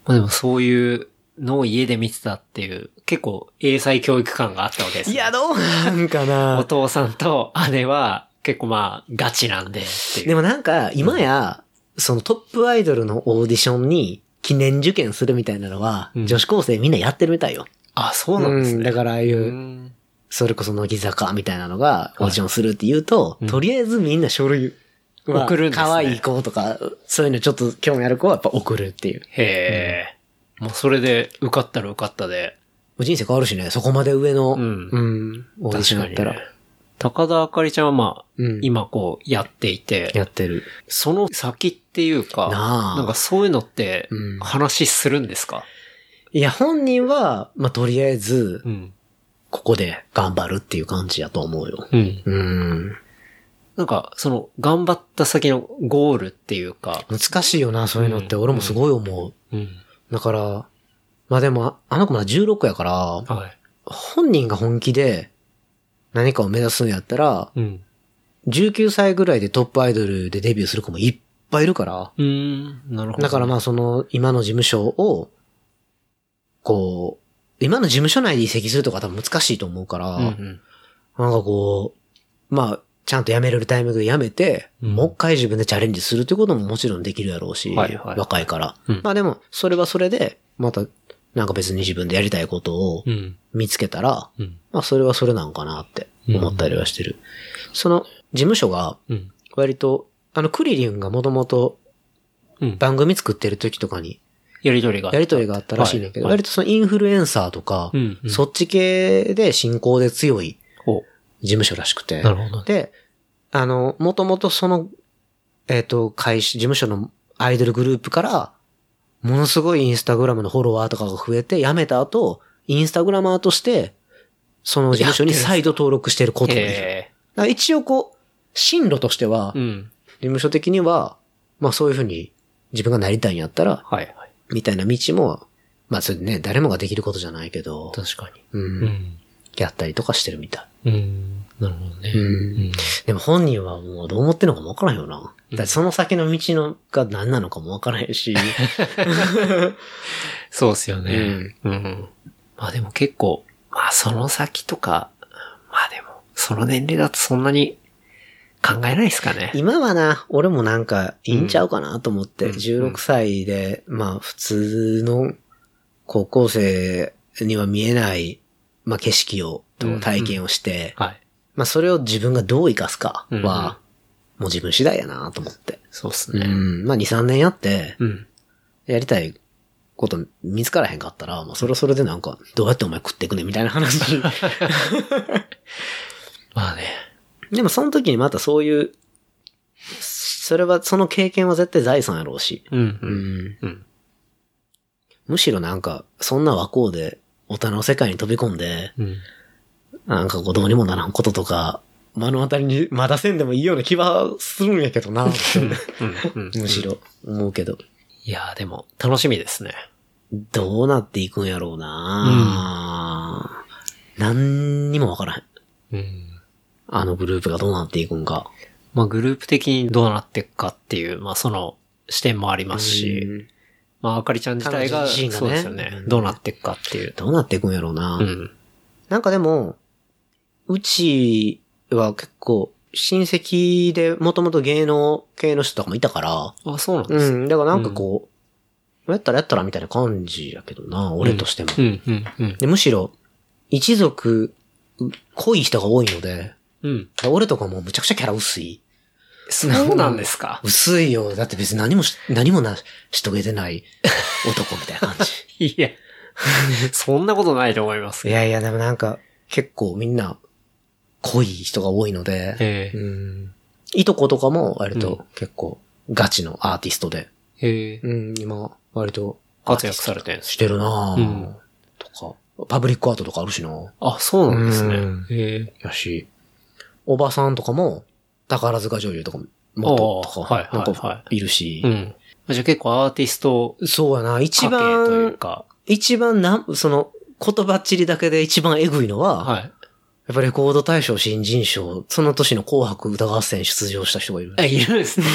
[SPEAKER 2] まあでもそういうのを家で見てたっていう、結構英才教育感があったわけですね。
[SPEAKER 3] いや、どうなんか
[SPEAKER 2] お
[SPEAKER 3] な。
[SPEAKER 2] 父さんと姉は結構まあガチなんでっていう。
[SPEAKER 3] でもなんか、今や、そのトップアイドルのオーディションに記念受験するみたいなのは、
[SPEAKER 2] うん
[SPEAKER 3] 女子高生みんなやってるみたいよ。
[SPEAKER 2] あ、そうなんですね。
[SPEAKER 3] だからああいうう、
[SPEAKER 2] ん。
[SPEAKER 3] それこそ乃木坂みたいなのがオーディションするって言うと、とりあえずみんな書類は
[SPEAKER 2] 送るんですね
[SPEAKER 3] 可愛い子とか、そういうのちょっと興味ある子はやっぱ送るっていう。
[SPEAKER 2] へえ。もうそれで受かったら受かったで。
[SPEAKER 3] 人生変わるしね、そこまで上の、
[SPEAKER 2] うん
[SPEAKER 3] んオーディションだったら、
[SPEAKER 2] 確かにね高田あかりちゃんはまあ、
[SPEAKER 3] うん
[SPEAKER 2] 今こうやっていて、
[SPEAKER 3] やってる。
[SPEAKER 2] その先っていうか、
[SPEAKER 3] なあ
[SPEAKER 2] なんかそういうのって
[SPEAKER 3] うん
[SPEAKER 2] 話するんですか
[SPEAKER 3] いや、本人は、まあ、とりあえず、
[SPEAKER 2] うん。
[SPEAKER 3] ここで頑張るっていう感じやと思うよ。
[SPEAKER 2] うん。
[SPEAKER 3] うん。
[SPEAKER 2] なんか、その、頑張った先のゴールっていうか、
[SPEAKER 3] 難しいよな、そういうのって。
[SPEAKER 2] うん
[SPEAKER 3] 俺もすごい思う。
[SPEAKER 2] うん。
[SPEAKER 3] だから、まあでも、ああの子まだ16やから、
[SPEAKER 2] はい。
[SPEAKER 3] 本人が本気で何かを目指すんやったら、
[SPEAKER 2] うん。
[SPEAKER 3] 19歳ぐらいでトップアイドルでデビューする子もいっぱいいるから、
[SPEAKER 2] うーん、なるほど。
[SPEAKER 3] だからま
[SPEAKER 2] あ、
[SPEAKER 3] あその、今の事務所を、こう、今の事務所内で移籍するとか多分難しいと思うから、
[SPEAKER 2] うん
[SPEAKER 3] なんかこう、まあ、ちゃんと辞めれるタイミングで辞めて、
[SPEAKER 2] うん
[SPEAKER 3] もう一回自分でチャレンジするってことももちろんできるやろうし、
[SPEAKER 2] はいはい
[SPEAKER 3] 若いから。
[SPEAKER 2] うん
[SPEAKER 3] まあでも、それはそれで、また、なんか別に自分でやりたいことを
[SPEAKER 2] うん。うん。
[SPEAKER 3] 見つけたら、
[SPEAKER 2] うん。
[SPEAKER 3] まあそれはそれなんかなって思ったりはしてる。その、事務所が、
[SPEAKER 2] うん。
[SPEAKER 3] 割と、あの、クリリンがもともと
[SPEAKER 2] うん。
[SPEAKER 3] 番組作ってる時とかに、
[SPEAKER 2] やりとりが。
[SPEAKER 3] やりとりがあったらしいんだけど、割
[SPEAKER 2] と
[SPEAKER 3] とそのインフルエンサーとか
[SPEAKER 2] う、ん。うん
[SPEAKER 3] そっち系で進行で強い
[SPEAKER 2] お
[SPEAKER 3] 事務所らしくて
[SPEAKER 2] な、るほど。
[SPEAKER 3] で、あの、もともとその、えっ、と、会社、事務所のアイドルグループから、ものすごいインスタグラムのフォロワーとかが増えて、辞めた後、インスタグラマーとして、その事務所に再度登録してることもいる。だ
[SPEAKER 2] へ
[SPEAKER 3] から一応こう、進路としては、
[SPEAKER 2] ーうん。
[SPEAKER 3] 事務所的には、まあそういうふうに自分がなりたいんやったら、
[SPEAKER 2] はいはい。
[SPEAKER 3] みたいな道も、まあそれね、誰もができることじゃないけど、
[SPEAKER 2] 確かに。
[SPEAKER 3] うん、
[SPEAKER 2] うん。
[SPEAKER 3] やったりとかしてるみた
[SPEAKER 2] うん。なるほどね。
[SPEAKER 3] い。
[SPEAKER 2] う
[SPEAKER 3] うん
[SPEAKER 2] ん。
[SPEAKER 3] でも本人はもうどう思ってんのかもわからんよな。だってその先の道のが何なのかもわからへんし。
[SPEAKER 2] そうっすよね。うん。まあでも結構、まあその先とか、まあでも、その年齢だとそんなに考えないですかね。
[SPEAKER 3] 今はな、俺もなんかいいんちゃうかなと思って、
[SPEAKER 2] うん
[SPEAKER 3] 16歳で、まあ普通の高校生には見えない、まあ景色を、
[SPEAKER 2] うん
[SPEAKER 3] 体験をして、
[SPEAKER 2] はい。
[SPEAKER 3] まあそれを自分がどう生かすか
[SPEAKER 2] うん
[SPEAKER 3] は、もう自分次第やなと思って。
[SPEAKER 2] そうっす
[SPEAKER 3] う
[SPEAKER 2] ね。
[SPEAKER 3] ん、まあ2、3年やって、
[SPEAKER 2] うん。
[SPEAKER 3] やりたいこと見つからへんかったら、まあそれはそれでなんか、どうやってお前食っていくねみたい な話。
[SPEAKER 2] まあね。
[SPEAKER 3] でもその時にまたそういう、それは、その経験は絶対財産やろうし。
[SPEAKER 2] うん。
[SPEAKER 3] う
[SPEAKER 2] うん。
[SPEAKER 3] ん。
[SPEAKER 2] うん。
[SPEAKER 3] むしろなんか、そんな和光で、大人の世界に飛び込んで、
[SPEAKER 2] うん。
[SPEAKER 3] なんかこうどうにもならんこととか、目の当たりに まだせんでもいいような気はするんやけど な、
[SPEAKER 2] うん。
[SPEAKER 3] むしろ思うけど。
[SPEAKER 2] いやーでも、楽しみですね。
[SPEAKER 3] どうなっていくんやろうな、何にもわからへん。
[SPEAKER 2] うん。
[SPEAKER 3] あのグループがどうなっていくんか。
[SPEAKER 2] まあグループ的にどうなっていくかっていう、まあその視点もありますし、まああかりちゃん自体が、
[SPEAKER 3] 彼女自身がね
[SPEAKER 2] そうですよね
[SPEAKER 3] う。ん
[SPEAKER 2] どうなっていくかっていう。
[SPEAKER 3] どうなっていくんやろうな、
[SPEAKER 2] うん。
[SPEAKER 3] なんかでも、うちは結構、親戚でもともと芸能系の人とかもいたから、
[SPEAKER 2] あ、そうなんで
[SPEAKER 3] う
[SPEAKER 2] す。
[SPEAKER 3] ん、だからなんかこう、やったらやったらみたいな感じやけどな、俺としても。
[SPEAKER 2] うん、うん、うん。
[SPEAKER 3] でむしろ、一族、濃い人が多いので、
[SPEAKER 2] うん。
[SPEAKER 3] で俺とかもうむちゃくちゃキャラ薄い。
[SPEAKER 2] そうなんですか。
[SPEAKER 3] 薄いよ。だって別に何もし、何もな、し遂げて ない男みたいな感じ。
[SPEAKER 2] いや、 そんなことないと思います。
[SPEAKER 3] い
[SPEAKER 2] え
[SPEAKER 3] やいや、でもなんか、結構みんな、濃い人が多いので、
[SPEAKER 2] え
[SPEAKER 3] うん。いとことかも割
[SPEAKER 2] う
[SPEAKER 3] と結構ガチのアーティストで、
[SPEAKER 2] ええ
[SPEAKER 3] うん、今、割と
[SPEAKER 2] 活躍されてるんです
[SPEAKER 3] してるなぁ、
[SPEAKER 2] うん
[SPEAKER 3] とか、パブリックアートとかあるしなぁ
[SPEAKER 2] あ、そうなんですね
[SPEAKER 3] うん。
[SPEAKER 2] ええ
[SPEAKER 3] やし、おばさんとかも、宝塚女優とかも、元とか、
[SPEAKER 2] ああはいはいはい
[SPEAKER 3] なんかいるし、
[SPEAKER 2] うん。じゃあ結構アーティスト
[SPEAKER 3] そうやな、一
[SPEAKER 2] 家系という
[SPEAKER 3] 番、
[SPEAKER 2] か、
[SPEAKER 3] 一番な、その、言葉っちりだけで一番えぐいのは、
[SPEAKER 2] はい。
[SPEAKER 3] やっぱレコード大賞新人賞、その年の紅白歌合戦出場した人がいる。
[SPEAKER 2] あ、いるん ですね。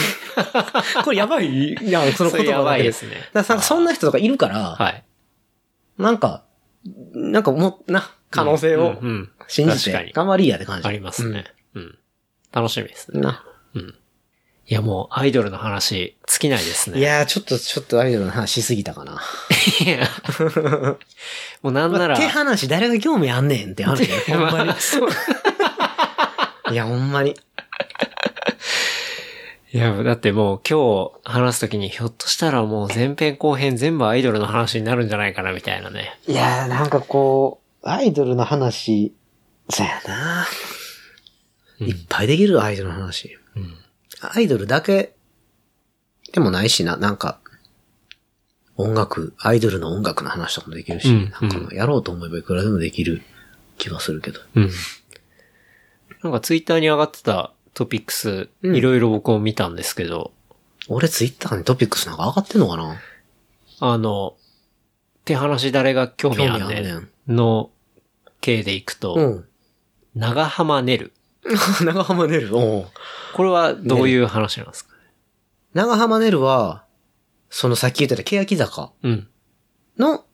[SPEAKER 3] これやばいいや、その
[SPEAKER 2] それ
[SPEAKER 3] 言
[SPEAKER 2] や
[SPEAKER 3] 葉
[SPEAKER 2] ば
[SPEAKER 3] だ
[SPEAKER 2] い
[SPEAKER 3] け
[SPEAKER 2] で
[SPEAKER 3] で
[SPEAKER 2] す
[SPEAKER 3] す。
[SPEAKER 2] ね。
[SPEAKER 3] だからなんかそんな人とかいるから、
[SPEAKER 2] はい。
[SPEAKER 3] なんか、なんかもう、な、可能性
[SPEAKER 2] う
[SPEAKER 3] を
[SPEAKER 2] んうんうん
[SPEAKER 3] 信じ
[SPEAKER 2] 確かに
[SPEAKER 3] て、頑張りやって感じ。
[SPEAKER 2] ありますね。うん。楽しみです
[SPEAKER 3] う
[SPEAKER 2] ね
[SPEAKER 3] ん。。な。
[SPEAKER 2] うん。いや、もうアイドルの話、尽きないですね。
[SPEAKER 3] いやー、ちょっと、ちょっとアイドルの話しすぎたかな。
[SPEAKER 2] いや。 もうなんなら。
[SPEAKER 3] 手話誰が興味あんねんって話だよ。 ほんま
[SPEAKER 2] まあそう
[SPEAKER 3] に。いや、ほんまに。
[SPEAKER 2] いや、だってもう今日話すときにひょっとしたらもう前編後編全部アイドルの話になるんじゃないかなみたいなね。
[SPEAKER 3] いやー、なんかこう、アイドルの話、そうやな、
[SPEAKER 2] うん
[SPEAKER 3] いっぱいできるアイドルの話。
[SPEAKER 2] うん
[SPEAKER 3] アイドルだけでもないしな、なんか、音楽、アイドルの音楽の話とかもできるし、
[SPEAKER 2] うん
[SPEAKER 3] なんかもうやろうと思えばいくらでもできる気がするけど。
[SPEAKER 2] うん。なんかツイッターに上がってたトピックス、
[SPEAKER 3] うん
[SPEAKER 2] いろいろ僕も見たんですけど、
[SPEAKER 3] 俺ツイッターにトピックスなんか上がってんのかな
[SPEAKER 2] あの、手話誰が興味あん
[SPEAKER 3] 興味あん
[SPEAKER 2] ね
[SPEAKER 3] ね
[SPEAKER 2] んの系でいくと、
[SPEAKER 3] うん。
[SPEAKER 2] 長浜ねる。
[SPEAKER 3] 長浜ねる。うん。
[SPEAKER 2] これはどういう話なんですか、
[SPEAKER 3] 長浜ねるは、そのさっき言ってた欅坂
[SPEAKER 2] うん。
[SPEAKER 3] の、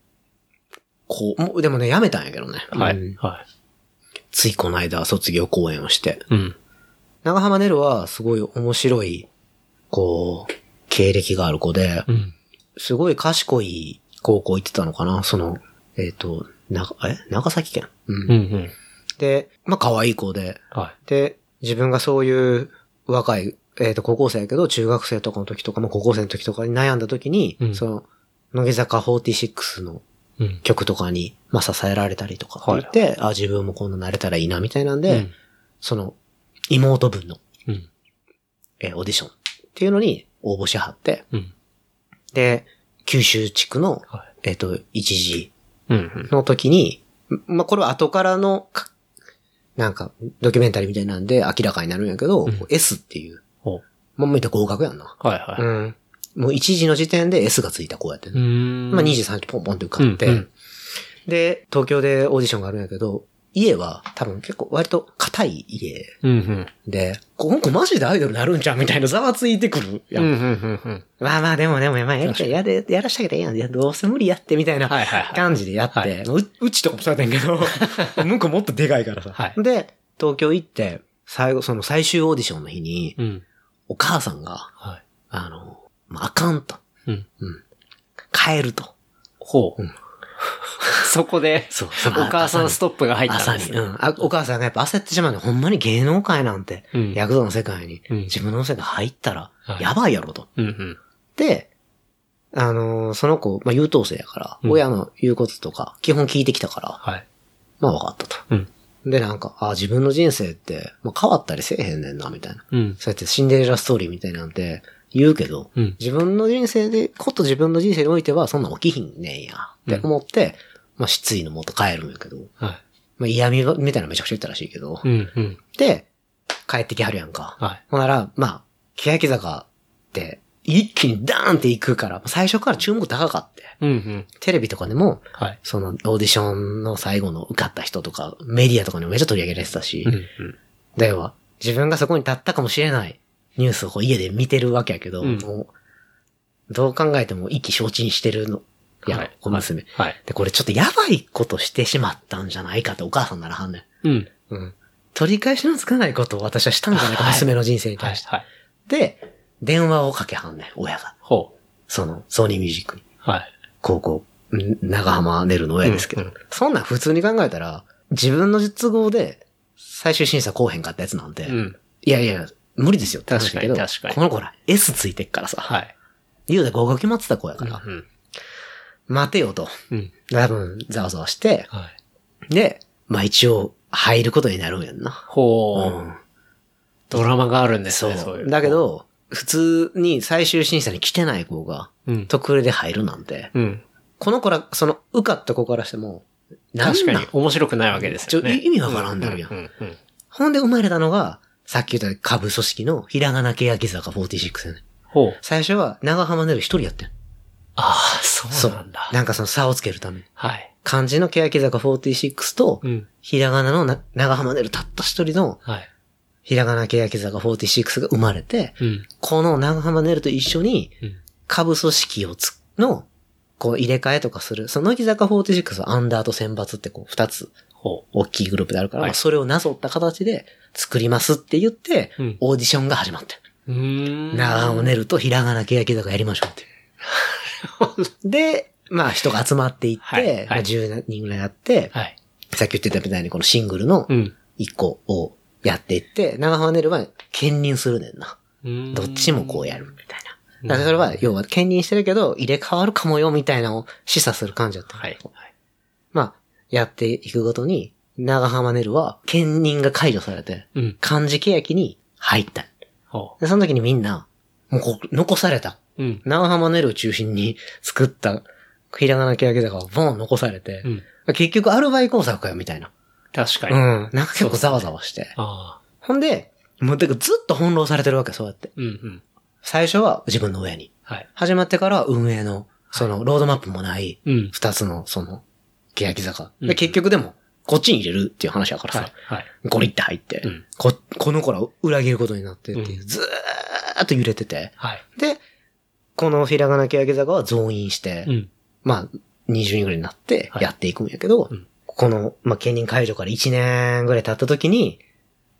[SPEAKER 3] こう、もうでもね、やめたんやけどね。
[SPEAKER 2] はい、
[SPEAKER 3] うん
[SPEAKER 2] はい。
[SPEAKER 3] ついこの間卒業公演をして。
[SPEAKER 2] うん。
[SPEAKER 3] 長浜ねるはすごい面白い、こう、経歴がある子で、
[SPEAKER 2] うん。
[SPEAKER 3] すごい賢い高校行ってたのかなその、えっ、と、な、え長崎県、うん
[SPEAKER 2] うん、うん。
[SPEAKER 3] で、まあ、可愛い子で。
[SPEAKER 2] は
[SPEAKER 3] で、自分がそういう若い、えっ、と、高校生やけど、中学生とかの時とか、まあ、高校生の時とかに悩んだ時に、
[SPEAKER 2] うん
[SPEAKER 3] その、乃木坂46の
[SPEAKER 2] い。うん。
[SPEAKER 3] 曲とかに、まあ、支えられたりとかって言って、あ、自分もこんななれたらいいな、みたいなんで、その、妹分の、
[SPEAKER 2] うん、うん。
[SPEAKER 3] えーオーディションっていうのに応募しはって、
[SPEAKER 2] うん。
[SPEAKER 3] で、九州地区の、
[SPEAKER 2] は
[SPEAKER 3] えっ、と、一時
[SPEAKER 2] うん、うん。
[SPEAKER 3] の時に、んまあ、これは後からのか、なんか、ドキュメンタリーみたいなんで明らかになるんやけど、
[SPEAKER 2] うん
[SPEAKER 3] こう S っていう、
[SPEAKER 2] ほ
[SPEAKER 3] もう見たら合格やんな。
[SPEAKER 2] う。はい、はい。
[SPEAKER 3] ん。もう一時の時点で S がついた子やってん
[SPEAKER 2] うーん。
[SPEAKER 3] まあ、23日ポンポンって受かって、
[SPEAKER 2] うんうん
[SPEAKER 3] で、東京でオーディションがあるんやけど、家は多分結構割と硬い家
[SPEAKER 2] うん、うん。
[SPEAKER 3] で、この子マジでアイドルになるんじゃんみたいなざわついてくるや。
[SPEAKER 2] うんん、うん、うん。
[SPEAKER 3] まあまあでもでも、まあやり
[SPEAKER 2] 確か
[SPEAKER 3] た
[SPEAKER 2] に
[SPEAKER 3] い、やで、やらしたけどええやん。いや、どうせ無理やってみたいな
[SPEAKER 2] はいはいはい
[SPEAKER 3] 感じでやって、
[SPEAKER 2] はいう
[SPEAKER 3] うちとかもそうやったんや けど、向こうもっとでかいからさ。
[SPEAKER 2] はい
[SPEAKER 3] で、東京行って、最後、その最終オーディションの日に、
[SPEAKER 2] うん。
[SPEAKER 3] お母さんが、
[SPEAKER 2] は
[SPEAKER 3] あの、まああかんと。
[SPEAKER 2] い。うん。
[SPEAKER 3] 帰ると。
[SPEAKER 2] ほう。 そこで、
[SPEAKER 3] そう
[SPEAKER 2] お母さんストップが入った
[SPEAKER 3] 朝
[SPEAKER 2] んで
[SPEAKER 3] に、
[SPEAKER 2] す
[SPEAKER 3] う
[SPEAKER 2] ね。
[SPEAKER 3] んあ。お母さんがやっぱ焦ってしまうの。ほんまに芸能界なんて、
[SPEAKER 2] うん
[SPEAKER 3] ヤクザの世界に、
[SPEAKER 2] うん
[SPEAKER 3] 自分の世界入ったら
[SPEAKER 2] は、い
[SPEAKER 3] やばいやろと。
[SPEAKER 2] うん、うん。
[SPEAKER 3] で、あのーその子、まあ、優等生やから、
[SPEAKER 2] うん
[SPEAKER 3] 親の言うこととか、基本聞いてきたから、
[SPEAKER 2] はい。
[SPEAKER 3] まあ分かったと。
[SPEAKER 2] うん。
[SPEAKER 3] で、なんか、あ自分の人生って、まあ、変わったりせえへんねんな、みたいな。
[SPEAKER 2] うん。
[SPEAKER 3] そうやってシンデレラストーリーみたいなんて言うけど、
[SPEAKER 2] うん。
[SPEAKER 3] 自分の人生で、こと自分の人生においては、そんなん起きひんねんや、って思って、まあ、失意のもと帰るんやけど、
[SPEAKER 2] は
[SPEAKER 3] まあ、嫌味みたいなのめちゃくちゃ言ったらしいけど、
[SPEAKER 2] い。うん、うん。
[SPEAKER 3] で、帰ってきはるやんか。
[SPEAKER 2] はい。
[SPEAKER 3] ほんなら、まあ、欅坂って、一気にダーンって行くから、最初から注目高かって。
[SPEAKER 2] うん、うん。
[SPEAKER 3] テレビとかでも、
[SPEAKER 2] はい。
[SPEAKER 3] そのオーディションの最後の受かった人とか、メディアとかにもめっちゃ取り上げられてたし、
[SPEAKER 2] うん、うん。
[SPEAKER 3] では、自分がそこに立ったかもしれないニュースをこう家で見てるわけやけど、
[SPEAKER 2] うん
[SPEAKER 3] もう、どう考えても意気消沈してるの。や、
[SPEAKER 2] はい
[SPEAKER 3] お娘。
[SPEAKER 2] はい。
[SPEAKER 3] で、これちょっとやばいことしてしまったんじゃないかってお母さんならはんねん。
[SPEAKER 2] うん。
[SPEAKER 3] うん。取り返しのつかないことを私はしたんじゃないか、
[SPEAKER 2] はい
[SPEAKER 3] 娘の人生に
[SPEAKER 2] はい、
[SPEAKER 3] 対して。
[SPEAKER 2] はい。
[SPEAKER 3] で、電話をかけはんねん、親が。
[SPEAKER 2] ほう。
[SPEAKER 3] その、ソニーミュージックに。
[SPEAKER 2] はい。
[SPEAKER 3] 高校、ん長浜ねるの親ですけど。
[SPEAKER 2] うんうん
[SPEAKER 3] そんなん普通に考えたら、自分の実合で、最終審査こうへんかったやつなんて、
[SPEAKER 2] うん。
[SPEAKER 3] いやいや、無理ですよって話だけど、
[SPEAKER 2] 確かに確かに
[SPEAKER 3] この子ら S ついてっからさ、
[SPEAKER 2] はい。
[SPEAKER 3] 言うで合格決まってた子や
[SPEAKER 2] う
[SPEAKER 3] から、
[SPEAKER 2] ん。
[SPEAKER 3] 待てよと、
[SPEAKER 2] うん。
[SPEAKER 3] 多分、ざわざわして、
[SPEAKER 2] はい。
[SPEAKER 3] で、まあ一応、入ることになるんやんな。
[SPEAKER 2] ほう、
[SPEAKER 3] うん
[SPEAKER 2] ドラマがあるんです
[SPEAKER 3] そう
[SPEAKER 2] ね、そういう。
[SPEAKER 3] だけ、ど、普通に最終審査に来てない子が、
[SPEAKER 2] うん。
[SPEAKER 3] 特例で入るなんて、
[SPEAKER 2] うん。
[SPEAKER 3] この子ら、その、受かった子からしても、なんなん
[SPEAKER 2] 確かに面白くないわけですよね。
[SPEAKER 3] ちょ意味わからんだろうやん
[SPEAKER 2] うんうん。
[SPEAKER 3] ほんで生まれたのが、さっき言った株組織のひらがな欅坂46やね。
[SPEAKER 2] ほう。
[SPEAKER 3] 最初は長浜ねる一人やってん。
[SPEAKER 2] ああ、そうなんだ。
[SPEAKER 3] なんかその差をつけるために。
[SPEAKER 2] はい。
[SPEAKER 3] 漢字の欅坂46と、
[SPEAKER 2] うん。
[SPEAKER 3] ひらがなのな長浜ねるたった一人の
[SPEAKER 2] はい。
[SPEAKER 3] ひらがな欅坂46が生まれて、
[SPEAKER 2] うん。
[SPEAKER 3] この長浜ねると一緒に
[SPEAKER 2] うん。
[SPEAKER 3] 株組織をつ、の、こう入れ替えとかする。その乃木坂46はアンダーと選抜ってこう二つ
[SPEAKER 2] ほ
[SPEAKER 3] 大きいグループであるから、
[SPEAKER 2] はい
[SPEAKER 3] まあそれをなぞった形で作りますって言って、
[SPEAKER 2] うん
[SPEAKER 3] オーディションが始まって。
[SPEAKER 2] う。うーん。
[SPEAKER 3] 長尾ねるとひらがな欅坂やりましょうっていう。 で、まあ人が集まっていって、
[SPEAKER 2] はいはい
[SPEAKER 3] まあ、10人ぐらいやって、
[SPEAKER 2] はい。
[SPEAKER 3] さっき言ってたみたいにこのシングルの
[SPEAKER 2] うん。
[SPEAKER 3] 1個をやっていって、長尾ねるは兼任するねんな。
[SPEAKER 2] うーん
[SPEAKER 3] どっちもこうやるみたいな。
[SPEAKER 2] うん
[SPEAKER 3] だからそれは、要は兼任してるけど、入れ替わるかもよみたいなのを示唆する感じだった。
[SPEAKER 2] はい。
[SPEAKER 3] まあ、やっていくごとに、長浜ねるは、兼任が解除されて、
[SPEAKER 2] うん。
[SPEAKER 3] 漢字欅に入った。
[SPEAKER 2] ほ
[SPEAKER 3] で、その時にみんな、もうこう残された。
[SPEAKER 2] う。うん。
[SPEAKER 3] 長浜ねるを中心に 作った、ひらがな欅坂がボン残されて
[SPEAKER 2] う、ん。
[SPEAKER 3] 結局アルバイ工作かよ、みたいな。
[SPEAKER 2] 確か
[SPEAKER 3] う
[SPEAKER 2] に。
[SPEAKER 3] ん
[SPEAKER 2] あ。
[SPEAKER 3] なんか結構ざわざわして。
[SPEAKER 2] あ。
[SPEAKER 3] ほんで、もうてかずっと翻弄されてるわけ、そうやって。
[SPEAKER 2] うんうん。
[SPEAKER 3] 最初は自分の親に。
[SPEAKER 2] はい。
[SPEAKER 3] 始まってからは運営の、その、ロードマップもない、
[SPEAKER 2] うん。
[SPEAKER 3] 二つの、その、欅坂。
[SPEAKER 2] う
[SPEAKER 3] で、
[SPEAKER 2] ん
[SPEAKER 3] 結局でも、こっちに入れるっていう話だから
[SPEAKER 2] は
[SPEAKER 3] さ
[SPEAKER 2] い、。はい。
[SPEAKER 3] ゴリって入って、
[SPEAKER 2] うん
[SPEAKER 3] こ、この子らを裏切ることになってっていう、
[SPEAKER 2] うん
[SPEAKER 3] ずーっと揺れてて。
[SPEAKER 2] はい。
[SPEAKER 3] で、このひらがな欅坂は増員して、
[SPEAKER 2] うん。
[SPEAKER 3] まあ、20人ぐらいになって
[SPEAKER 2] はい
[SPEAKER 3] やっていくんやけど、
[SPEAKER 2] うん
[SPEAKER 3] この、まあ、兼任解除から1年ぐらい経った時に、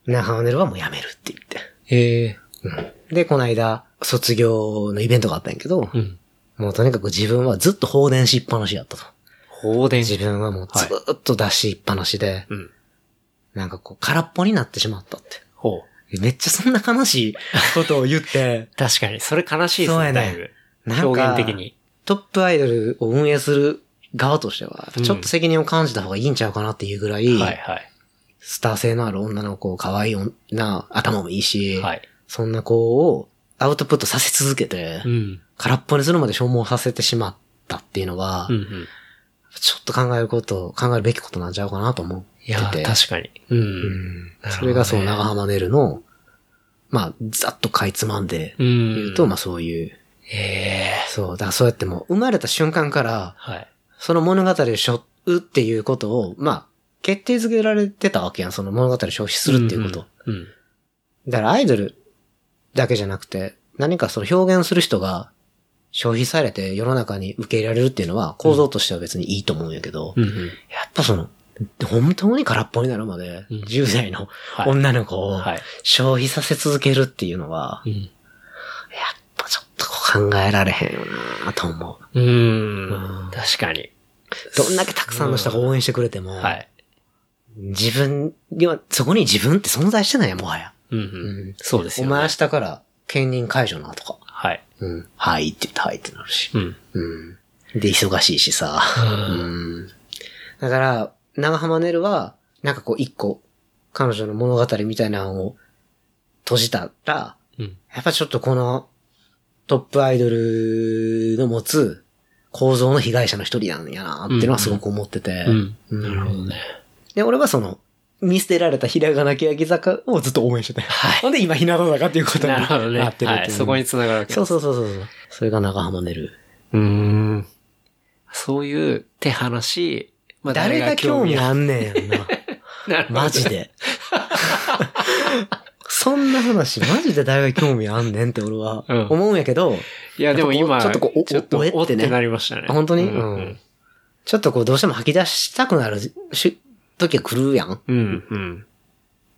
[SPEAKER 3] ナハオネルはもうやめるって言って。
[SPEAKER 2] ええ。
[SPEAKER 3] うんで、この間、卒業のイベントがあったんやけど、
[SPEAKER 2] うん。
[SPEAKER 3] もうとにかく自分はずっと放電しっぱなしやったと。
[SPEAKER 2] 放電
[SPEAKER 3] 自分はもうずーっと出しっぱなしで、
[SPEAKER 2] うん。
[SPEAKER 3] なんかこう、空っぽになってしまったって。
[SPEAKER 2] ほう。
[SPEAKER 3] めっちゃそんな悲しいことを言 って、
[SPEAKER 2] 確かに。それ悲しいです
[SPEAKER 3] そう
[SPEAKER 2] ね、
[SPEAKER 3] やね
[SPEAKER 2] だいぶ。
[SPEAKER 3] なんか
[SPEAKER 2] 表現的に。
[SPEAKER 3] トップアイドルを運営する側としては、
[SPEAKER 2] うん
[SPEAKER 3] ちょっと責任を感じた方がいいんちゃうかなっていうぐらい、
[SPEAKER 2] はいはい。
[SPEAKER 3] スター性のある女の子、可愛い女、頭もいいし、
[SPEAKER 2] はい。
[SPEAKER 3] そんな子をアウトプットさせ続けて、
[SPEAKER 2] うん。
[SPEAKER 3] 空っぽにするまで消耗させてしまったっていうのは、
[SPEAKER 2] うんうん。
[SPEAKER 3] ちょっと考えること、考えるべきことなんちゃうかなと思ってて。
[SPEAKER 2] いやー、確かに。う。
[SPEAKER 3] うんん
[SPEAKER 2] なるほどね
[SPEAKER 3] それがそう、長浜ねるの、まあ、ざっとかいつまんで、
[SPEAKER 2] うん。
[SPEAKER 3] 言うと、まあそういう、
[SPEAKER 2] ええ。
[SPEAKER 3] そう、だからそうやってもう、生まれた瞬間から、
[SPEAKER 2] はい。
[SPEAKER 3] その物語をしょうっていうことを、まあ、決定づけられてたわけやん、その物語を消費するっていうこと。
[SPEAKER 2] うんうん。うん。
[SPEAKER 3] だからアイドルだけじゃなくて、何かその表現する人が消費されて世の中に受け入れられるっていうのは構造としては別にいいと思うんやけど、
[SPEAKER 2] うんうん。
[SPEAKER 3] やっぱその、本当に空っぽになるまで、
[SPEAKER 2] うん
[SPEAKER 3] 10代の
[SPEAKER 2] はい
[SPEAKER 3] 女の子を
[SPEAKER 2] はい。
[SPEAKER 3] 消費させ続けるっていうのは、
[SPEAKER 2] うん。
[SPEAKER 3] やっぱちょっと考えられへんよなと思う。
[SPEAKER 2] う
[SPEAKER 3] う
[SPEAKER 2] ー
[SPEAKER 3] ん
[SPEAKER 2] ん。確かに。
[SPEAKER 3] どんだけたくさんの人が応援してくれても、
[SPEAKER 2] はい。
[SPEAKER 3] 自分には、そこに自分って存在してないやんもはや。
[SPEAKER 2] うんう
[SPEAKER 3] うん
[SPEAKER 2] ん。そうです
[SPEAKER 3] お
[SPEAKER 2] よ
[SPEAKER 3] 前明
[SPEAKER 2] ね。
[SPEAKER 3] 日から兼任解除なとか。
[SPEAKER 2] はい。
[SPEAKER 3] うん。はいって言ってはいってなるし。
[SPEAKER 2] うん。
[SPEAKER 3] うん。で、忙しいしさ。う
[SPEAKER 2] うん
[SPEAKER 3] ん。だから、長浜ねるは、なんかこう一個、彼女の物語みたいなのを閉じたら、
[SPEAKER 2] うん。
[SPEAKER 3] やっぱちょっとこのトップアイドルの持つ構造の被害者の一人なんやなっていうのはすごく思ってて。
[SPEAKER 2] うん。
[SPEAKER 3] うん
[SPEAKER 2] なるほどね。
[SPEAKER 3] で、俺はその、見捨てられたひらがな欅坂をずっと応援してた。はい。ほんで今、ひな坂っていうことに
[SPEAKER 2] なるほどね。
[SPEAKER 3] な
[SPEAKER 2] は
[SPEAKER 3] ってるっていう
[SPEAKER 2] い。そこに繋がるわけ
[SPEAKER 3] そうそうそうそうそう。それが長浜ねる。
[SPEAKER 2] うーん。そういう手話、まあ
[SPEAKER 3] 誰が興味あんねんやん な。
[SPEAKER 2] なるほど
[SPEAKER 3] マジで。そんな話、マジで誰が興味あんねんって俺は
[SPEAKER 2] うん
[SPEAKER 3] 思うんやけど、
[SPEAKER 2] いや、でも今、
[SPEAKER 3] ちょっとこうおお
[SPEAKER 2] ちょっと
[SPEAKER 3] おえってね
[SPEAKER 2] おってなりましたね。
[SPEAKER 3] あ本当に
[SPEAKER 2] うんう
[SPEAKER 3] うんん。ちょっとこうどうしても吐き出したくなるし時が来るやん。
[SPEAKER 2] うん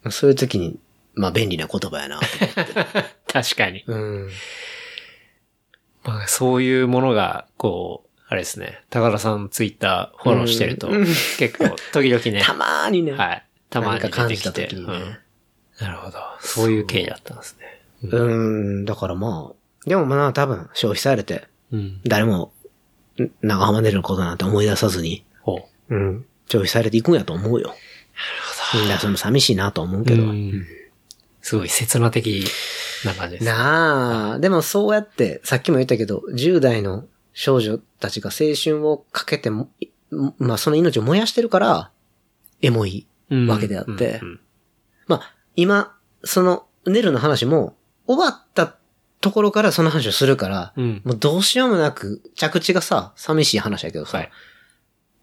[SPEAKER 2] うん。
[SPEAKER 3] そういう時に、まあ便利な言葉 やなと思って。
[SPEAKER 2] 確かに。
[SPEAKER 3] うん。
[SPEAKER 2] まあ、そういうものが、こう、あれですね。高田さんのツイッターフォローしてると、
[SPEAKER 3] うん
[SPEAKER 2] 結構、時々ね。
[SPEAKER 3] たまーにね、
[SPEAKER 2] はい。たまに
[SPEAKER 3] 何か
[SPEAKER 2] 出
[SPEAKER 3] 感
[SPEAKER 2] て
[SPEAKER 3] じた
[SPEAKER 2] きて。
[SPEAKER 3] 時に
[SPEAKER 2] う
[SPEAKER 3] ね
[SPEAKER 2] ん。なるほど。そういう経緯だったんですね。
[SPEAKER 3] うん、だからまあ、でもまあ多分消費されて、
[SPEAKER 2] うん。
[SPEAKER 3] 誰も、ん長浜出ることなんて思い出さずに、
[SPEAKER 2] ほう。
[SPEAKER 3] うん、消費されていくんやと思うよ。なるほど。みんなそれも寂しいなと思うけど。
[SPEAKER 2] うんすごい刹那的な感じです。
[SPEAKER 3] なあ、でもそうやって、さっきも言ったけど、10代の少女たちが青春をかけても、いまあその命を燃やしてるから、エモい。
[SPEAKER 2] うん
[SPEAKER 3] わけであって
[SPEAKER 2] うん
[SPEAKER 3] まあ、今、その、ネルの話も、終わったところからその話をするから、
[SPEAKER 2] うんうん
[SPEAKER 3] もうどうしようもなく、着地がさ、寂しい話やけどさ、
[SPEAKER 2] はい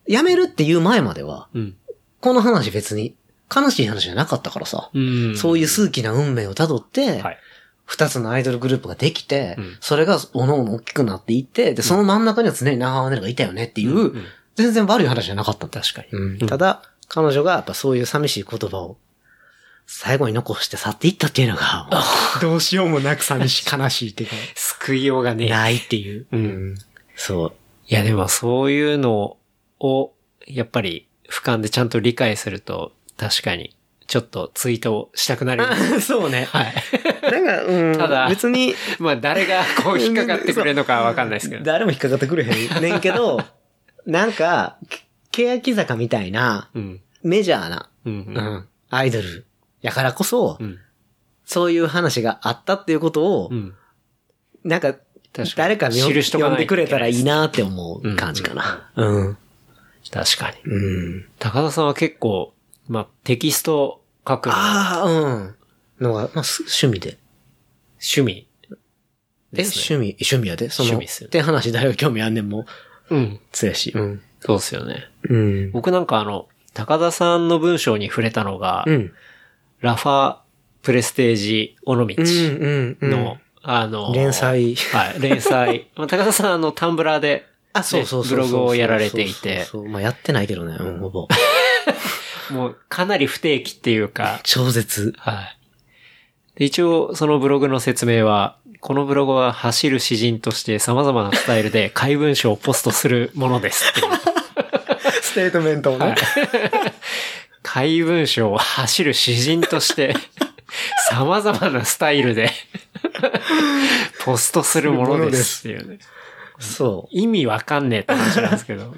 [SPEAKER 3] やめるっていう前までは、
[SPEAKER 2] うん
[SPEAKER 3] この話別に、悲しい話じゃなかったからさ、
[SPEAKER 2] うん
[SPEAKER 3] そういう数奇な運命をたどって、
[SPEAKER 2] はい。
[SPEAKER 3] 二つのアイドルグループができて、
[SPEAKER 2] うん
[SPEAKER 3] それがおのおの大きくなっていって、で、その真ん中には常に長尾ネルがいたよねっていう、
[SPEAKER 2] んん
[SPEAKER 3] 全然悪い話じゃなかったんだ。
[SPEAKER 2] 確かに。
[SPEAKER 3] うんただ、彼女がやっぱそういう寂しい言葉を最後に残して去っていったっていうのが、 どうしようもなく寂しい、悲しいっていうか
[SPEAKER 2] 救いようがね。
[SPEAKER 3] ないっていう。
[SPEAKER 2] うん
[SPEAKER 3] そう。
[SPEAKER 2] いやでもそういうのを、やっぱり俯瞰でちゃんと理解すると、確かに、ちょっとツイートをしたくなります。
[SPEAKER 3] そうね。
[SPEAKER 2] はい。
[SPEAKER 3] なんか、うん。
[SPEAKER 2] ただ
[SPEAKER 3] 別に、
[SPEAKER 2] まあ誰がこう引っかかってくれるのかはわかんないですけど。
[SPEAKER 3] 誰も引っかかってくれへんねんけど、 なんか、欅坂みたいな、
[SPEAKER 2] うん。
[SPEAKER 3] メジャーな、
[SPEAKER 2] うん。うん。
[SPEAKER 3] アイドルやからこそ、
[SPEAKER 2] うん。
[SPEAKER 3] そういう話があったっていうことを、
[SPEAKER 2] うん。
[SPEAKER 3] なんか、
[SPEAKER 2] 確か
[SPEAKER 3] 誰
[SPEAKER 2] に
[SPEAKER 3] かみょ
[SPEAKER 2] 記しとか
[SPEAKER 3] 呼ん
[SPEAKER 2] な
[SPEAKER 3] で
[SPEAKER 2] いと
[SPEAKER 3] く
[SPEAKER 2] いけない
[SPEAKER 3] れ
[SPEAKER 2] です
[SPEAKER 3] たらいいなって思う感じかな。うん。
[SPEAKER 2] 確かに。
[SPEAKER 3] うん。
[SPEAKER 2] 高田さんは結構、まあテキスト書くの
[SPEAKER 3] ああ、うん。のが、まあ、す趣味で。
[SPEAKER 2] 趣味
[SPEAKER 3] え、
[SPEAKER 2] です
[SPEAKER 3] 趣
[SPEAKER 2] ね。
[SPEAKER 3] 味、趣味やで。その、
[SPEAKER 2] 趣味っすよ
[SPEAKER 3] って話誰が興味あんねんも、
[SPEAKER 2] うん。
[SPEAKER 3] つやし。うん。
[SPEAKER 2] そうですよね。
[SPEAKER 3] うん。
[SPEAKER 2] 僕なんかあの、高田さんの文章に触れたのが、
[SPEAKER 3] うん。
[SPEAKER 2] ラファプレステージ尾道
[SPEAKER 3] うん。うん。
[SPEAKER 2] の、あの、
[SPEAKER 3] 連。載。
[SPEAKER 2] はい、連 載。まあ、高田さんあの、タンブラーで、
[SPEAKER 3] あ、そうそうそうそう。
[SPEAKER 2] ブログをやられていて
[SPEAKER 3] そうそうそうまあ、やってないけどね、うん、ほぼ。
[SPEAKER 2] もうかなり不定期っていうか、
[SPEAKER 3] 超絶。
[SPEAKER 2] はい。で一応、そのブログの説明は、このブログは走る詩人として様々なスタイルで 怪文書をポストするもの ですっていう。
[SPEAKER 3] ステートメントをね。
[SPEAKER 2] 怪文書を走る詩人として、 様々なスタイル で、ポストするものですっていうね。
[SPEAKER 3] そ
[SPEAKER 2] 意味わかんねえって話なんですけど。
[SPEAKER 3] う。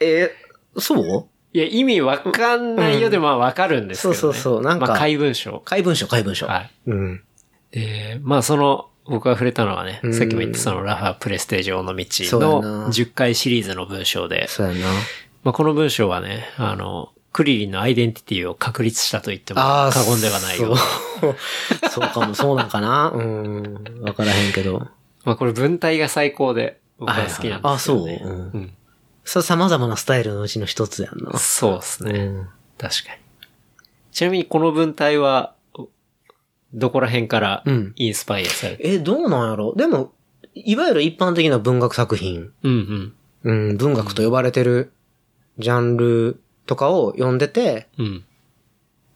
[SPEAKER 3] えー、そう
[SPEAKER 2] いや、意味わかんないよで、まあわかるんですけど、ね
[SPEAKER 3] そうそうそうなんか
[SPEAKER 2] まあ、怪文書。
[SPEAKER 3] 怪文書、怪文書。
[SPEAKER 2] はい。
[SPEAKER 3] うん。
[SPEAKER 2] で、まあその、僕が触れたのはね
[SPEAKER 3] う、ん
[SPEAKER 2] さっきも言ったそのラファプレステージオの道
[SPEAKER 3] そうやな
[SPEAKER 2] の10回シリーズの文章で、
[SPEAKER 3] そうやな。
[SPEAKER 2] まあこの文章はね、あの、クリリンのアイデンティティを確立したと言っても
[SPEAKER 3] ああ、
[SPEAKER 2] 過言ではないよ。
[SPEAKER 3] そう。 そうかも、そうなんかな。うん。わからへんけど。
[SPEAKER 2] まあこれ文体が最高で、僕は好きなんですよ、ね
[SPEAKER 3] はいはいあそううん
[SPEAKER 2] うん。
[SPEAKER 3] そう、様々なスタイルのうちの一つやんな。
[SPEAKER 2] そうです
[SPEAKER 3] う
[SPEAKER 2] ね。
[SPEAKER 3] ん。
[SPEAKER 2] 確かに。ちなみにこの文体は、どこら辺から
[SPEAKER 3] うん
[SPEAKER 2] インスパイアされて、
[SPEAKER 3] え、どうなんやろでも、いわゆる一般的な文学作品、
[SPEAKER 2] うん、うん
[SPEAKER 3] うん、文学と呼ばれてるジャンルとかを読んでて、
[SPEAKER 2] うんうん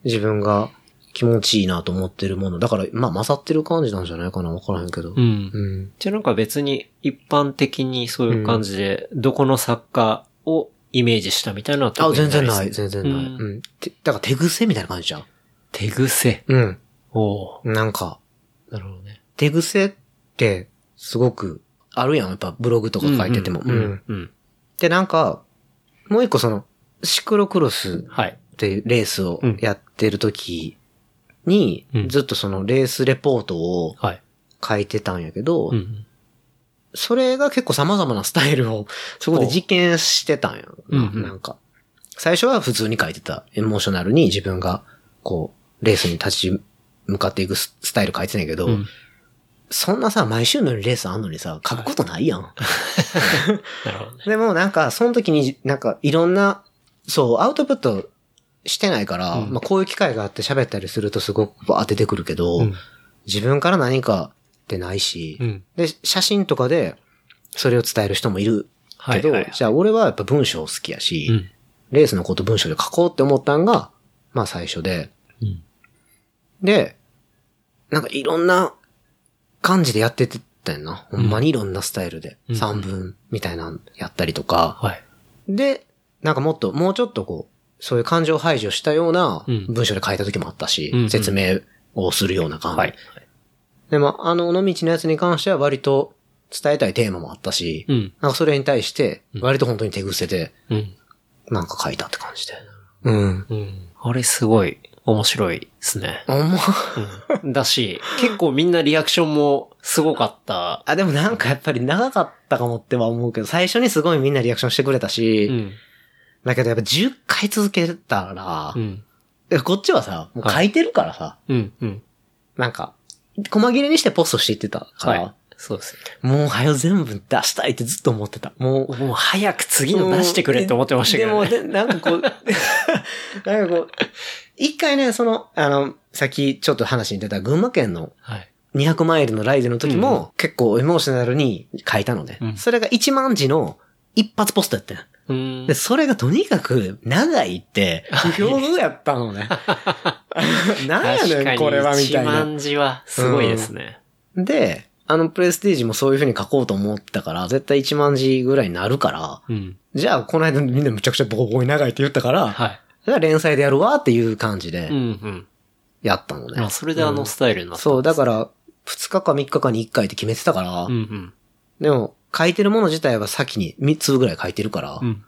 [SPEAKER 3] 自分が気持ちいいなと思ってるもの。だから、まあ、勝ってる感じなんじゃないかな。わからへんけど。
[SPEAKER 2] うん。
[SPEAKER 3] うん。
[SPEAKER 2] じゃあなんか別に一般的にそういう感じで、どこの作家をイメージしたみたいなのは特
[SPEAKER 3] あ、
[SPEAKER 2] に
[SPEAKER 3] 全然
[SPEAKER 2] です
[SPEAKER 3] ない、全然ない。
[SPEAKER 2] う
[SPEAKER 3] うん。てだから手癖みたいな感じじゃん。
[SPEAKER 2] 手癖。
[SPEAKER 3] うん。
[SPEAKER 2] おお
[SPEAKER 3] なんか、
[SPEAKER 2] なるほどね。
[SPEAKER 3] 手癖って、すごく、あるやん。やっぱブログとか書いてても。
[SPEAKER 2] うんうん。うん。
[SPEAKER 3] で、なんか、もう一個その、シクロクロス
[SPEAKER 2] はい。
[SPEAKER 3] っていうレースをやってる時に、
[SPEAKER 2] うん
[SPEAKER 3] ずっとそのレースレポートを
[SPEAKER 2] はい。
[SPEAKER 3] 書いてたんやけど、
[SPEAKER 2] うん。
[SPEAKER 3] それが結構様々なスタイ ルをそこで実験してたんや
[SPEAKER 2] う
[SPEAKER 3] な。
[SPEAKER 2] うんうん
[SPEAKER 3] なんか。最初は普通に書いてた。エモーショナルに自分が、こう、レースに立ち向かっていくススタイル書いてないけど、
[SPEAKER 2] うん
[SPEAKER 3] そんなさ、毎週のようにレースあんのにさ、書くことないやん。
[SPEAKER 2] なるほどね。
[SPEAKER 3] でもなんか、その時になんかいろんな、そう、アウトプットしてないから、
[SPEAKER 2] うん
[SPEAKER 3] まあこういう機会があって喋ったりするとすごくバーって出てくるけど、自分から何かってないし、
[SPEAKER 2] うん。
[SPEAKER 3] で、写真とかでそれを伝える人もいる
[SPEAKER 2] は
[SPEAKER 3] け
[SPEAKER 2] い。
[SPEAKER 3] ど、
[SPEAKER 2] はい。
[SPEAKER 3] じゃあ俺はやっぱ文章好きやし、
[SPEAKER 2] うん。
[SPEAKER 3] レースのこと文章で書こうって思ったんが、まあ最初で、
[SPEAKER 2] うん
[SPEAKER 3] で、なんかいろんな感じでやっててたよな。ほんまにいろんなスタイルで。
[SPEAKER 2] うん
[SPEAKER 3] 散文みたいなのやったりとか。
[SPEAKER 2] はい。
[SPEAKER 3] で、なんかもっと、もうちょっとこう、そういう感情排除したような
[SPEAKER 2] うん
[SPEAKER 3] 文章で書いた時もあったし、
[SPEAKER 2] うんうん
[SPEAKER 3] 説明をするような感じ。
[SPEAKER 2] はい。
[SPEAKER 3] でも、あの、尾道のやつに関しては割と伝えたいテーマもあったし、
[SPEAKER 2] うん。
[SPEAKER 3] なんかそれに対して、
[SPEAKER 2] うん
[SPEAKER 3] 割と本当に手癖で、
[SPEAKER 2] うん。
[SPEAKER 3] なんか書いたって感じで。うん。
[SPEAKER 2] うん。あれすごい面白いですね。
[SPEAKER 3] あ、もう、
[SPEAKER 2] うん だし、結構みんなリアクションもすごかった。
[SPEAKER 3] あ、でもなんかやっぱり長かったかもっては思うけど、最初にすごいみんなリアクションしてくれたし、
[SPEAKER 2] うん。
[SPEAKER 3] だけどやっぱ10回続けたら
[SPEAKER 2] う、ん。
[SPEAKER 3] えこっちはさ、もう書いてるからさ、
[SPEAKER 2] うん。うん。
[SPEAKER 3] なんか、細切れにしてポストしていってたか
[SPEAKER 2] は
[SPEAKER 3] ら、
[SPEAKER 2] い。そうですね。
[SPEAKER 3] もう早全部出したいってずっと思ってた。もう、
[SPEAKER 2] もう早く次の出してくれって思ってましたけどね。
[SPEAKER 3] でも、でなんかこう、 なんかこう、一回ね、その、あの、さっきちょっと話に出た群馬県の
[SPEAKER 2] はい。
[SPEAKER 3] 200マイルのライドの時
[SPEAKER 2] うんう
[SPEAKER 3] も、結構エモーショナルに書いたので、
[SPEAKER 2] うん
[SPEAKER 3] それが1万字の一発ポストやってん
[SPEAKER 2] うーん
[SPEAKER 3] で、。それがとにかく長い って、不評風やったの ね。
[SPEAKER 2] 確
[SPEAKER 3] なんや
[SPEAKER 2] か
[SPEAKER 3] ねん、
[SPEAKER 2] に
[SPEAKER 3] これは、みたい
[SPEAKER 2] 一
[SPEAKER 3] な。
[SPEAKER 2] 万字はすごいですね。
[SPEAKER 3] で、あの、プレステージもそういう風に書こうと思ったから、絶対1万字ぐらいになるから、
[SPEAKER 2] うん。
[SPEAKER 3] じゃあ、この間みんなむちゃくちゃボコボコに長いって言ったから、
[SPEAKER 2] は
[SPEAKER 3] じゃあ連載でやるわっていう感じ
[SPEAKER 2] い。うん
[SPEAKER 3] でやったの
[SPEAKER 2] うん。
[SPEAKER 3] ね
[SPEAKER 2] あ、。それであのスタイルになった。
[SPEAKER 3] そう、だから、2日か3日かに1回って決めてたから、
[SPEAKER 2] うんうん。
[SPEAKER 3] でも、書いてるもの自体は先に3つぐらい書いてるから、
[SPEAKER 2] うん。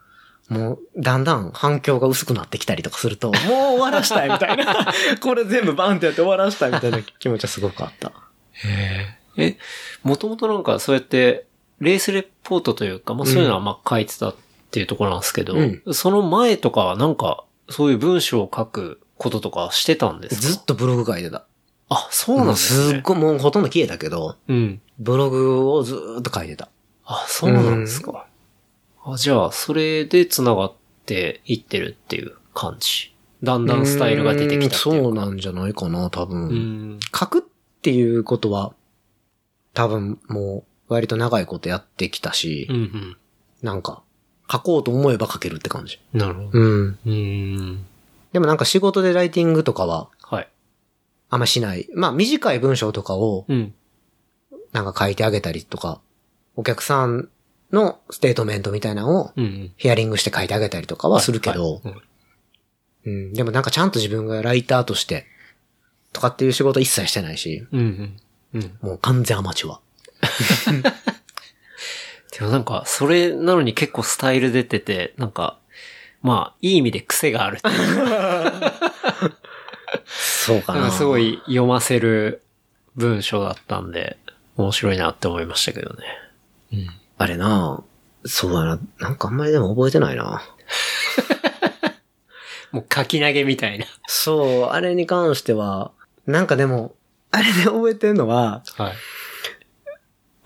[SPEAKER 3] もう、だんだん反響が薄くなってきたりとかする と、もう終わらしたいみたいな、 これ全部バンってやって終わらしたいみたいな気持ちはすごくあった。
[SPEAKER 2] へえ。え、もともとなんかそうやって、レースレポートというか、まあそういうのはまあ書いてたっていうところなんですけど、
[SPEAKER 3] うん
[SPEAKER 2] その前とかはなんか、そういう文章を書くこととかしてたんですか
[SPEAKER 3] ずっとブログ書いてた。
[SPEAKER 2] あ、そうなんです
[SPEAKER 3] すっ
[SPEAKER 2] ね。
[SPEAKER 3] ごい、もうほとんど消えたけど、
[SPEAKER 2] うん。
[SPEAKER 3] ブログをずーっと書いてた。
[SPEAKER 2] あ、そうなんですか。あじゃあ、それで繋がっていってるっていう感じ。だんだんスタイルが出てきたっていうう
[SPEAKER 3] ーんそう
[SPEAKER 2] か。
[SPEAKER 3] なんじゃないかな、多分。
[SPEAKER 2] うん。
[SPEAKER 3] 書くっていうことは、多分もう割と長いことやってきたし、
[SPEAKER 2] うんうん。
[SPEAKER 3] なんか、書こうと思えば書けるって感じ。
[SPEAKER 2] なるほど。
[SPEAKER 3] うん。
[SPEAKER 2] うん。
[SPEAKER 3] でもなんか仕事でライティングとかは
[SPEAKER 2] はい。
[SPEAKER 3] あんましない。まあ短い文章とかを
[SPEAKER 2] うん。
[SPEAKER 3] なんか書いてあげたりとか、お客さんのステートメントみたいなのを
[SPEAKER 2] うんうん。
[SPEAKER 3] ヒアリングして書いてあげたりとかはするけど、
[SPEAKER 2] はいはい
[SPEAKER 3] うん。でもなんかちゃんと自分がライターとしてとかっていう仕事は一切してないし、
[SPEAKER 2] うんうん。うん。
[SPEAKER 3] もう完全アマチュア。
[SPEAKER 2] でもなんか、それなのに結構スタイル出てて、なんか、まあ、いい意味で癖があるっていう
[SPEAKER 3] そうか
[SPEAKER 2] なん
[SPEAKER 3] な。
[SPEAKER 2] か すごい読ませる文章だったんで、面白いなって思いましたけどね。
[SPEAKER 3] あれなそうだな。なんかあんまりでも覚えてないな。
[SPEAKER 2] もう書き投げみたいな。
[SPEAKER 3] そう、あれに関しては、なんかでも、あれで覚えてるのは、
[SPEAKER 2] はい。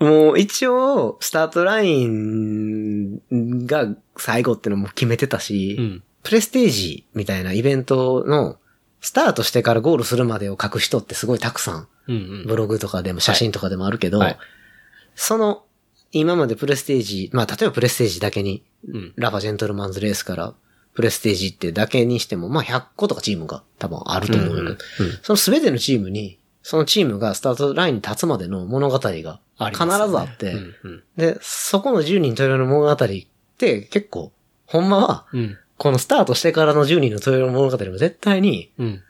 [SPEAKER 3] もう一応、スタートラインが最後ってのも決めてたし、
[SPEAKER 2] うん。
[SPEAKER 3] プレステージみたいなイベントの、スタートしてからゴールするまでを書く人ってすごいたくさん、
[SPEAKER 2] うんうん。
[SPEAKER 3] ブログとかでも写真とかでもあるけど、
[SPEAKER 2] はいはい
[SPEAKER 3] その、今までプレステージ、まあ例えばプレステージだけに
[SPEAKER 2] うん。
[SPEAKER 3] ラバジェントルマンズレースからプレステージってだけにしても、まあ100個とかチームが多分あると思うよ、
[SPEAKER 2] うんうんうん
[SPEAKER 3] その全てのチームに、そのチームがスタートラインに立つまでの物語が
[SPEAKER 2] あり
[SPEAKER 3] 必
[SPEAKER 2] ます
[SPEAKER 3] ず
[SPEAKER 2] ね
[SPEAKER 3] あって、
[SPEAKER 2] うんうん。
[SPEAKER 3] で、そこの10人トイレの物語って結構、ほんまは、
[SPEAKER 2] うん。
[SPEAKER 3] このスタートしてからの10人のトイレの物語も絶対に、
[SPEAKER 2] うん。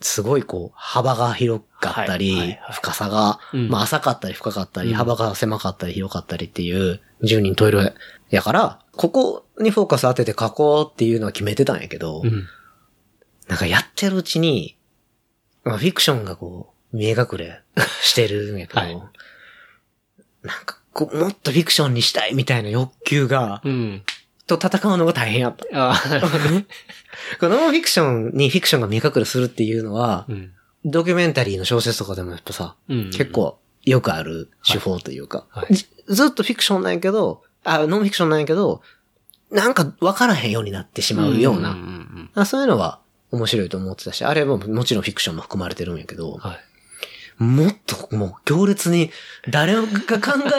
[SPEAKER 3] すごいこう、幅が広かったり、
[SPEAKER 2] はいはいはい
[SPEAKER 3] 深さが、
[SPEAKER 2] うん
[SPEAKER 3] まあ浅かったり深かったり、
[SPEAKER 2] うん
[SPEAKER 3] 幅が狭かったり広かったりっていう10人トイレやから、ここにフォーカス当てて書こうっていうのは決めてたんやけど、
[SPEAKER 2] うん。
[SPEAKER 3] なんかやってるうちに、まあフィクションがこう、見え隠れ してるんやけど、
[SPEAKER 2] はい
[SPEAKER 3] なんかこう、もっとフィクションにしたいみたいな欲求が、
[SPEAKER 2] うん。
[SPEAKER 3] と戦うのが大変や った。
[SPEAKER 2] あ
[SPEAKER 3] このノンフィクションにフィクションが見え隠れするっていうの
[SPEAKER 2] あ、
[SPEAKER 3] は
[SPEAKER 2] う、ん。
[SPEAKER 3] ドキュメンタリーの小説とかでもやっぱさ、
[SPEAKER 2] うん。
[SPEAKER 3] 結。構よくある手法というか、
[SPEAKER 2] はいはい
[SPEAKER 3] ずずっとフィクションなんやけど、あ、ノンフィクションなんやけど、なんか分からへんようになってしまうような、
[SPEAKER 2] んんん
[SPEAKER 3] あそういうのは面白いと思ってたし、あれはもうもちろんフィクションも含まれてるんやけど、
[SPEAKER 2] はい。
[SPEAKER 3] もっともう強烈に、誰が考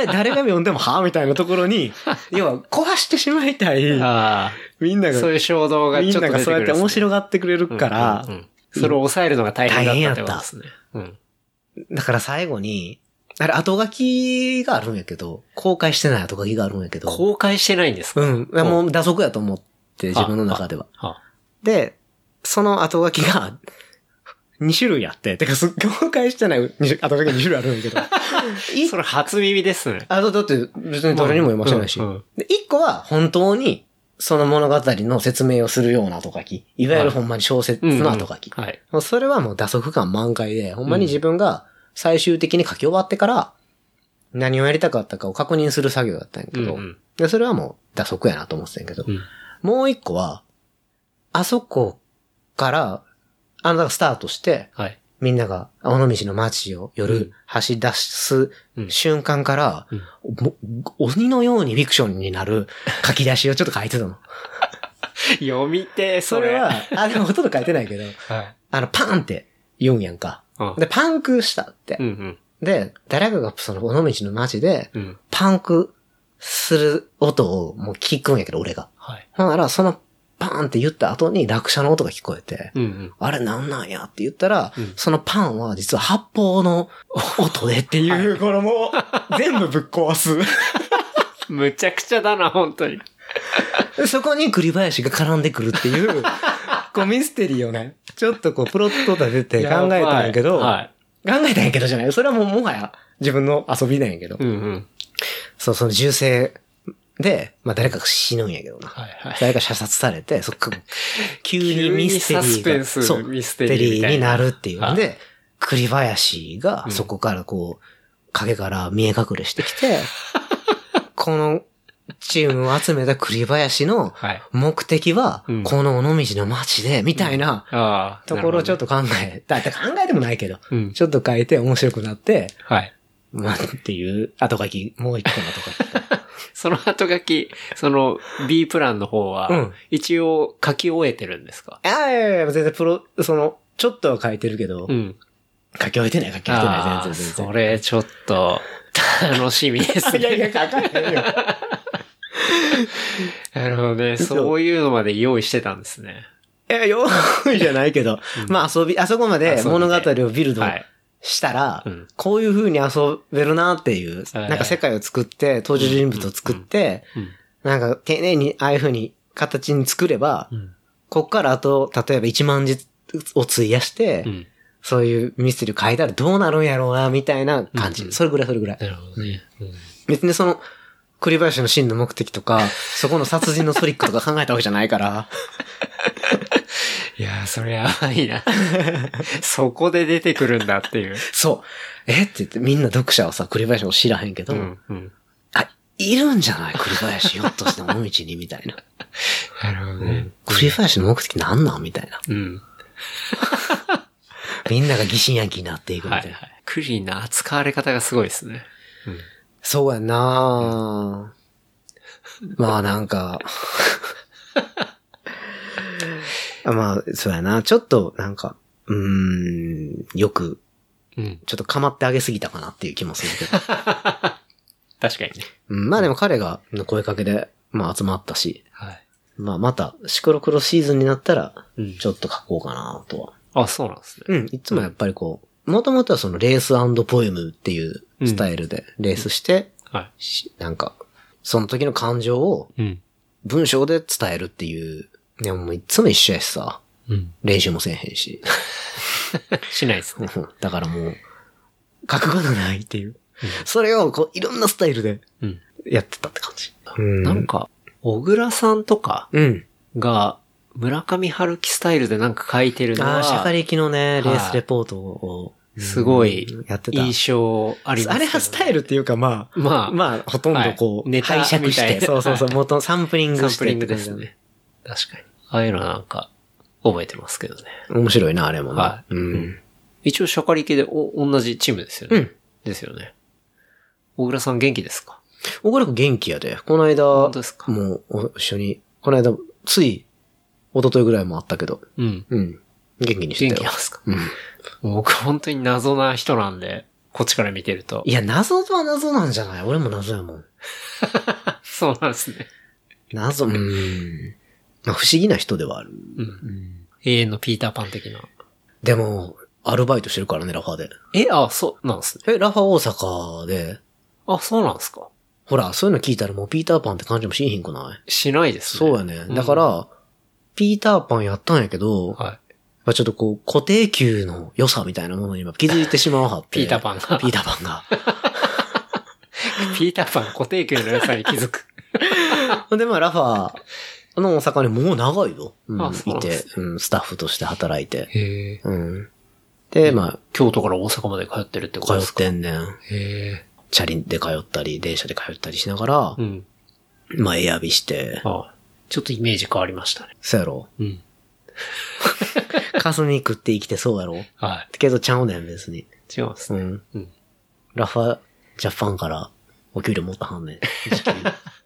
[SPEAKER 3] え、 誰が読んでもはぁみたいなとこ ろに、要は壊してしまいたい、
[SPEAKER 2] あ
[SPEAKER 3] みんな
[SPEAKER 2] あ、
[SPEAKER 3] が
[SPEAKER 2] そういう衝動がちょ
[SPEAKER 3] み
[SPEAKER 2] っと
[SPEAKER 3] ん
[SPEAKER 2] 出
[SPEAKER 3] な
[SPEAKER 2] てくる
[SPEAKER 3] がそうやって面
[SPEAKER 2] い
[SPEAKER 3] 白がってくれるから、
[SPEAKER 2] うんうんうんそれを抑えるのが大変だったってことですね。うん。
[SPEAKER 3] だから最後に、あれ後書きがあるんやけど、公開してない後書きがあるんやけど、
[SPEAKER 2] 公開してないんですか
[SPEAKER 3] うん、もう打足やと思って、
[SPEAKER 2] あ
[SPEAKER 3] 自分の中では。
[SPEAKER 2] は
[SPEAKER 3] で、その後書きが、2種類あって、てか、す公開してない2種後書き2種類ある んだけど。い
[SPEAKER 2] それ初耳ですね。
[SPEAKER 3] あと、だって別に誰にも読ませないし。
[SPEAKER 2] うんうん
[SPEAKER 3] で、1個は本当に、その物語の説明をするような後書き。いわゆるほんまに小説
[SPEAKER 2] うん
[SPEAKER 3] の後書き。
[SPEAKER 2] はい。
[SPEAKER 3] もうそれはもう打足感満開で、ほんまに自分が最終的に書き終わってから、何をやりたかったかを確認する作業だったんやけど、
[SPEAKER 2] うんうん
[SPEAKER 3] でそれはもう打足やなと思ってたんやけど、
[SPEAKER 2] うん
[SPEAKER 3] もう一個は、あそこから、あの、だからスタートして、
[SPEAKER 2] はい。
[SPEAKER 3] みんなが尾道の街を
[SPEAKER 2] う
[SPEAKER 3] 夜
[SPEAKER 2] ん
[SPEAKER 3] 走り出す
[SPEAKER 2] うん
[SPEAKER 3] 瞬間から、も鬼のようにフィクションに なる書き出しをちょっと書いてたの。
[SPEAKER 2] 読みてえ、
[SPEAKER 3] そ
[SPEAKER 2] それ
[SPEAKER 3] れは、あ、でもほとんど書いてないけど、
[SPEAKER 2] はい。
[SPEAKER 3] あの、パンって言うんやんか。
[SPEAKER 2] あ
[SPEAKER 3] で、パンクしたって
[SPEAKER 2] う。ん
[SPEAKER 3] で、誰かがその、尾道の街で、
[SPEAKER 2] うん。うん。
[SPEAKER 3] パンクする音をもう聞くんやけど、俺が。
[SPEAKER 2] はい。
[SPEAKER 3] だから、その、パンって言った後に落車の音が聞こえて、
[SPEAKER 2] うんうん。
[SPEAKER 3] あれなんなんやって言ったら、
[SPEAKER 2] うん
[SPEAKER 3] そのパンは実は発砲の音でっていう、このもう、全部ぶっ壊す。
[SPEAKER 2] むちゃくちゃだな、本当に。
[SPEAKER 3] でそこに栗林が絡んでくるって いう、こうミステリーをね、ちょっとこうプロット立てて考えたんやけど、
[SPEAKER 2] はい。
[SPEAKER 3] 考えたんやけどじゃない。それはもうもはや自分の遊びなんやけど、
[SPEAKER 2] うんうん。
[SPEAKER 3] そう、その銃声で、まあ誰かが死ぬんやけどな。
[SPEAKER 2] はいはい。
[SPEAKER 3] 誰か射殺されて、そっから急にミステリー
[SPEAKER 2] 急にサ
[SPEAKER 3] が。
[SPEAKER 2] スペンス
[SPEAKER 3] そう、
[SPEAKER 2] ミステリーみたいな
[SPEAKER 3] ミステになるっていうん
[SPEAKER 2] は
[SPEAKER 3] で、栗林が
[SPEAKER 2] うん
[SPEAKER 3] そこからこう、影から見え隠れしてきて、 このチームを集めた栗林の
[SPEAKER 2] はい。
[SPEAKER 3] 目的は
[SPEAKER 2] うん、
[SPEAKER 3] この尾道の街で、みたいな
[SPEAKER 2] ああ。
[SPEAKER 3] ところをちょっ
[SPEAKER 2] と。
[SPEAKER 3] と考え、だって考えてもないけど、
[SPEAKER 2] うん。
[SPEAKER 3] ちょっと変えて面白くなって、
[SPEAKER 2] はい。
[SPEAKER 3] まあっていう後書き、もう一個の後書 き。
[SPEAKER 2] その後書き、その B プランの方
[SPEAKER 3] う
[SPEAKER 2] は
[SPEAKER 3] ん、
[SPEAKER 2] 一応書き終えてるんですか
[SPEAKER 3] ああ、いやいやいや、全然プロ、その、ちょっとは書いてるけど、
[SPEAKER 2] うん。
[SPEAKER 3] 書き終えてない、書き終えて
[SPEAKER 2] あ
[SPEAKER 3] ない、
[SPEAKER 2] あ
[SPEAKER 3] 全然、全
[SPEAKER 2] そ
[SPEAKER 3] 然。
[SPEAKER 2] れちょっと、楽しみですね。
[SPEAKER 3] いやいや、書かないよ。
[SPEAKER 2] なるほどね。そういうのまで用意してたんですね。
[SPEAKER 3] いや、よいじゃないけど、まあ遊び、あそこま
[SPEAKER 2] 遊
[SPEAKER 3] で
[SPEAKER 2] びで
[SPEAKER 3] 物語をビルド
[SPEAKER 2] はい。
[SPEAKER 3] したら、
[SPEAKER 2] うん
[SPEAKER 3] こういう風に遊べるなっていう、
[SPEAKER 2] はい
[SPEAKER 3] なんか世界を作って、登場人物を作って、
[SPEAKER 2] うん
[SPEAKER 3] なんか丁寧にああいう風に形に作れば、
[SPEAKER 2] うん。
[SPEAKER 3] こっからあと、例えば1万字を費やして、
[SPEAKER 2] うん。
[SPEAKER 3] そういうミステリーを書いたらどうなるんやろうな、みたいな感じ。
[SPEAKER 2] うんうん
[SPEAKER 3] それぐらい、それぐらい。
[SPEAKER 2] なるほどね。うん
[SPEAKER 3] 別にその、栗林の真の目的とか、そこの殺人のトリックとか考えたわけじゃな いから。
[SPEAKER 2] いやー、それやばいな。 そこで出てくるんだっていう。
[SPEAKER 3] そう。えって言ってみんな読者はさ、栗林を知らへんけど、
[SPEAKER 2] うん、うん。
[SPEAKER 3] あ、いるんじゃない栗林、よっとしてもみちに、みたい な。
[SPEAKER 2] なるほどね。
[SPEAKER 3] 栗林の目的なんなんみたいな。
[SPEAKER 2] うん。
[SPEAKER 3] みんなが疑心暗鬼になっていくみた
[SPEAKER 2] はいい、
[SPEAKER 3] な。
[SPEAKER 2] はい。クリーンな扱われ方がすごいですね。
[SPEAKER 3] そうやんなまあなんか、 まあ、そうやなちょっとなんか、うーん、よく、
[SPEAKER 2] うん。
[SPEAKER 3] ちょっと構ってあげすぎたかなっていう気もする けど。
[SPEAKER 2] 確かにね。
[SPEAKER 3] うんまあでも彼がの声かけで、まあ集まったし、
[SPEAKER 2] はい。
[SPEAKER 3] まあまた、シクロクロシーズンになったら、
[SPEAKER 2] うん
[SPEAKER 3] ちょっと書こうかなとは。
[SPEAKER 2] あ、そうなんですね。
[SPEAKER 3] うん、いつもやっぱりこう、もともとはそのレースポエムっていうスタイルでレースして、
[SPEAKER 2] は
[SPEAKER 3] しなんか、その時の感情を
[SPEAKER 2] い。うん。
[SPEAKER 3] 文章で伝えるっていう。でももういつも一緒やしさ、
[SPEAKER 2] うん。
[SPEAKER 3] 練習もせえへんし。
[SPEAKER 2] しないですね。
[SPEAKER 3] だからもう、覚悟がないっていう。それをこう、いろんなスタイルで
[SPEAKER 2] うん。
[SPEAKER 3] やってたって感じ。うん
[SPEAKER 2] なんか、小倉さんとか
[SPEAKER 3] うん。
[SPEAKER 2] が、村上春樹スタイルでなんか書いてるの
[SPEAKER 3] あ
[SPEAKER 2] は、
[SPEAKER 3] あ、シャカリキのね、
[SPEAKER 2] い
[SPEAKER 3] レースレポートを。
[SPEAKER 2] すごい
[SPEAKER 3] うんやってた。
[SPEAKER 2] 印象あります、
[SPEAKER 3] あれはスタイルっていうかまあ、
[SPEAKER 2] まあ、
[SPEAKER 3] まあ、ほとんどこ
[SPEAKER 2] は
[SPEAKER 3] う、
[SPEAKER 2] いネタ
[SPEAKER 3] 拝借
[SPEAKER 2] み
[SPEAKER 3] した
[SPEAKER 2] い
[SPEAKER 3] て、
[SPEAKER 2] な
[SPEAKER 3] そうそうそう、
[SPEAKER 2] はい
[SPEAKER 3] 元サンプリン
[SPEAKER 2] サ
[SPEAKER 3] グ
[SPEAKER 2] ン
[SPEAKER 3] し
[SPEAKER 2] プ
[SPEAKER 3] て
[SPEAKER 2] リングです。ね。確かに。ああいうのなんか、覚えてますけどね。
[SPEAKER 3] 面白いな、あれもね。
[SPEAKER 2] はいううんん。一応、シャカリ系でお同じチームですよね。
[SPEAKER 3] うん。
[SPEAKER 2] ですよね。小倉さん元気ですか
[SPEAKER 3] おこらく元気やで。この間、
[SPEAKER 2] 本当ですか
[SPEAKER 3] もう、一緒に、この間、つい、一昨日ぐらいもあったけど、
[SPEAKER 2] うん。
[SPEAKER 3] うん。元気にして
[SPEAKER 2] 元
[SPEAKER 3] た
[SPEAKER 2] 気な
[SPEAKER 3] よ
[SPEAKER 2] ん。ですか
[SPEAKER 3] うん。
[SPEAKER 2] 僕本当に謎な人なんで、こっちから見てると
[SPEAKER 3] い。や、謎は謎なんじゃない俺も謎やもん。
[SPEAKER 2] そうなんですね。
[SPEAKER 3] 謎、うん。まあ、不思議な人ではある。
[SPEAKER 2] うん。永遠のピーターパン的な。
[SPEAKER 3] でも、アルバイトしてるからね、ラファで。
[SPEAKER 2] え、あ、そうなんですね。
[SPEAKER 3] え、ラファ大阪で、
[SPEAKER 2] あ、そうなんですか
[SPEAKER 3] ほら、そういうの聞いたらもうピーターパンって感じもしへんくない
[SPEAKER 2] しないですね。
[SPEAKER 3] そうやね。だから、ピーターパンやったんやけど、やっ
[SPEAKER 2] はい。
[SPEAKER 3] ぱちょっとこう、固定給の良さみたいなものに今気づいてしまうはって。
[SPEAKER 2] ピーターパンが
[SPEAKER 3] ピーターパンが。
[SPEAKER 2] ピーターパン固定給の良さに気づ く。
[SPEAKER 3] ほ んで、まあ、ラファーの大阪にもう長いよ。うん、
[SPEAKER 2] あそう
[SPEAKER 3] い
[SPEAKER 2] なんで
[SPEAKER 3] て、うん、スタッフとして働いて。
[SPEAKER 2] へえ。
[SPEAKER 3] うん。で、ま
[SPEAKER 2] 京都から大阪まで通ってるってこと
[SPEAKER 3] あ、
[SPEAKER 2] で
[SPEAKER 3] 通っ
[SPEAKER 2] すか
[SPEAKER 3] てんねん。
[SPEAKER 2] へ
[SPEAKER 3] チャリで通ったり、電車で通ったりしながら
[SPEAKER 2] え。う、ん。
[SPEAKER 3] まあ、エアビして、
[SPEAKER 2] ああちょっとイメージ変わりましたね。
[SPEAKER 3] そうやろ。
[SPEAKER 2] うん。
[SPEAKER 3] かすみ食って生きてそうやろ。
[SPEAKER 2] はい。
[SPEAKER 3] けどちゃうねん、別に。
[SPEAKER 2] 違います
[SPEAKER 3] う
[SPEAKER 2] ね。
[SPEAKER 3] ん。
[SPEAKER 2] うん。
[SPEAKER 3] ラファジャパンからお給料持ったはんねん。時 給。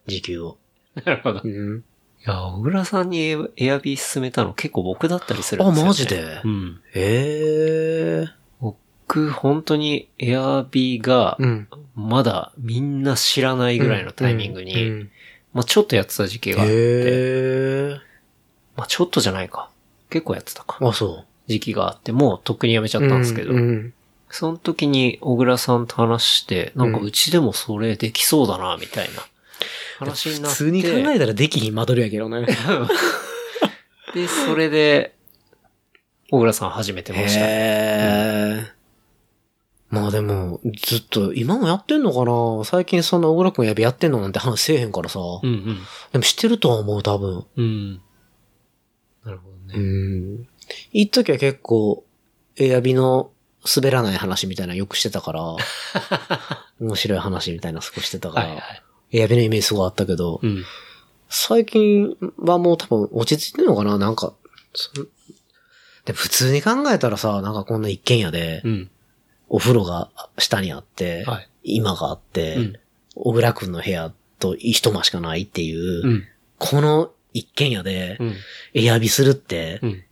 [SPEAKER 3] 時給を。
[SPEAKER 2] なるほど。
[SPEAKER 3] う
[SPEAKER 2] い
[SPEAKER 3] ん。
[SPEAKER 2] や、小倉さんにエアエアビー勧めたの結構僕だったりするん
[SPEAKER 3] あ、
[SPEAKER 2] ですよ、ね。
[SPEAKER 3] マジで
[SPEAKER 2] うん。
[SPEAKER 3] ええ。
[SPEAKER 2] 僕、本当にエアビーが、
[SPEAKER 3] ん。
[SPEAKER 2] まだみんな知らないぐらいのタイミングに、
[SPEAKER 3] うんうん
[SPEAKER 2] まあちょっとやってた時期があって、
[SPEAKER 3] へえ。
[SPEAKER 2] まあちょっとじゃないか。結構やってたか。
[SPEAKER 3] あ、そ
[SPEAKER 2] 時期があって、もうとっくにやめちゃ
[SPEAKER 3] う。
[SPEAKER 2] ったんですけど、
[SPEAKER 3] ううん
[SPEAKER 2] その時に小倉さんと話して、なんか
[SPEAKER 3] うん
[SPEAKER 2] うちでもそれできそうだな、みたいな話に
[SPEAKER 3] 普
[SPEAKER 2] なって。
[SPEAKER 3] 通に考えたらできひん間取りやけど ね。
[SPEAKER 2] で、それで、小倉さん始めてましたね。
[SPEAKER 3] へえ。まあでも、ずっと、今もやってんのかな最近そんな小倉くんやべやってんのなんて話せえへんからさ。
[SPEAKER 2] うん
[SPEAKER 3] でも知ってるとは思う、多分。
[SPEAKER 2] うん。うん。なるほど
[SPEAKER 3] う
[SPEAKER 2] ね。
[SPEAKER 3] ん。一時は結構、エアビの滑らない話みたいなのよくして たから、面白い話みたいなの少ししてたか
[SPEAKER 2] はい
[SPEAKER 3] ら、
[SPEAKER 2] はい。
[SPEAKER 3] エアビのイメージすごいあったけど、
[SPEAKER 2] うん。
[SPEAKER 3] 最近はもう多分落ち着いてんのかななんか、そんでも普通に考えたらさ、なんかこんな一軒家で
[SPEAKER 2] う、ん。
[SPEAKER 3] お風呂が下にあって、
[SPEAKER 2] はい
[SPEAKER 3] 今があって、
[SPEAKER 2] うん
[SPEAKER 3] 小倉くんの部屋と一間しかないっていう、
[SPEAKER 2] うん。
[SPEAKER 3] この一軒家で
[SPEAKER 2] う、ん。
[SPEAKER 3] エアビするって、
[SPEAKER 2] う
[SPEAKER 3] い
[SPEAKER 2] ん。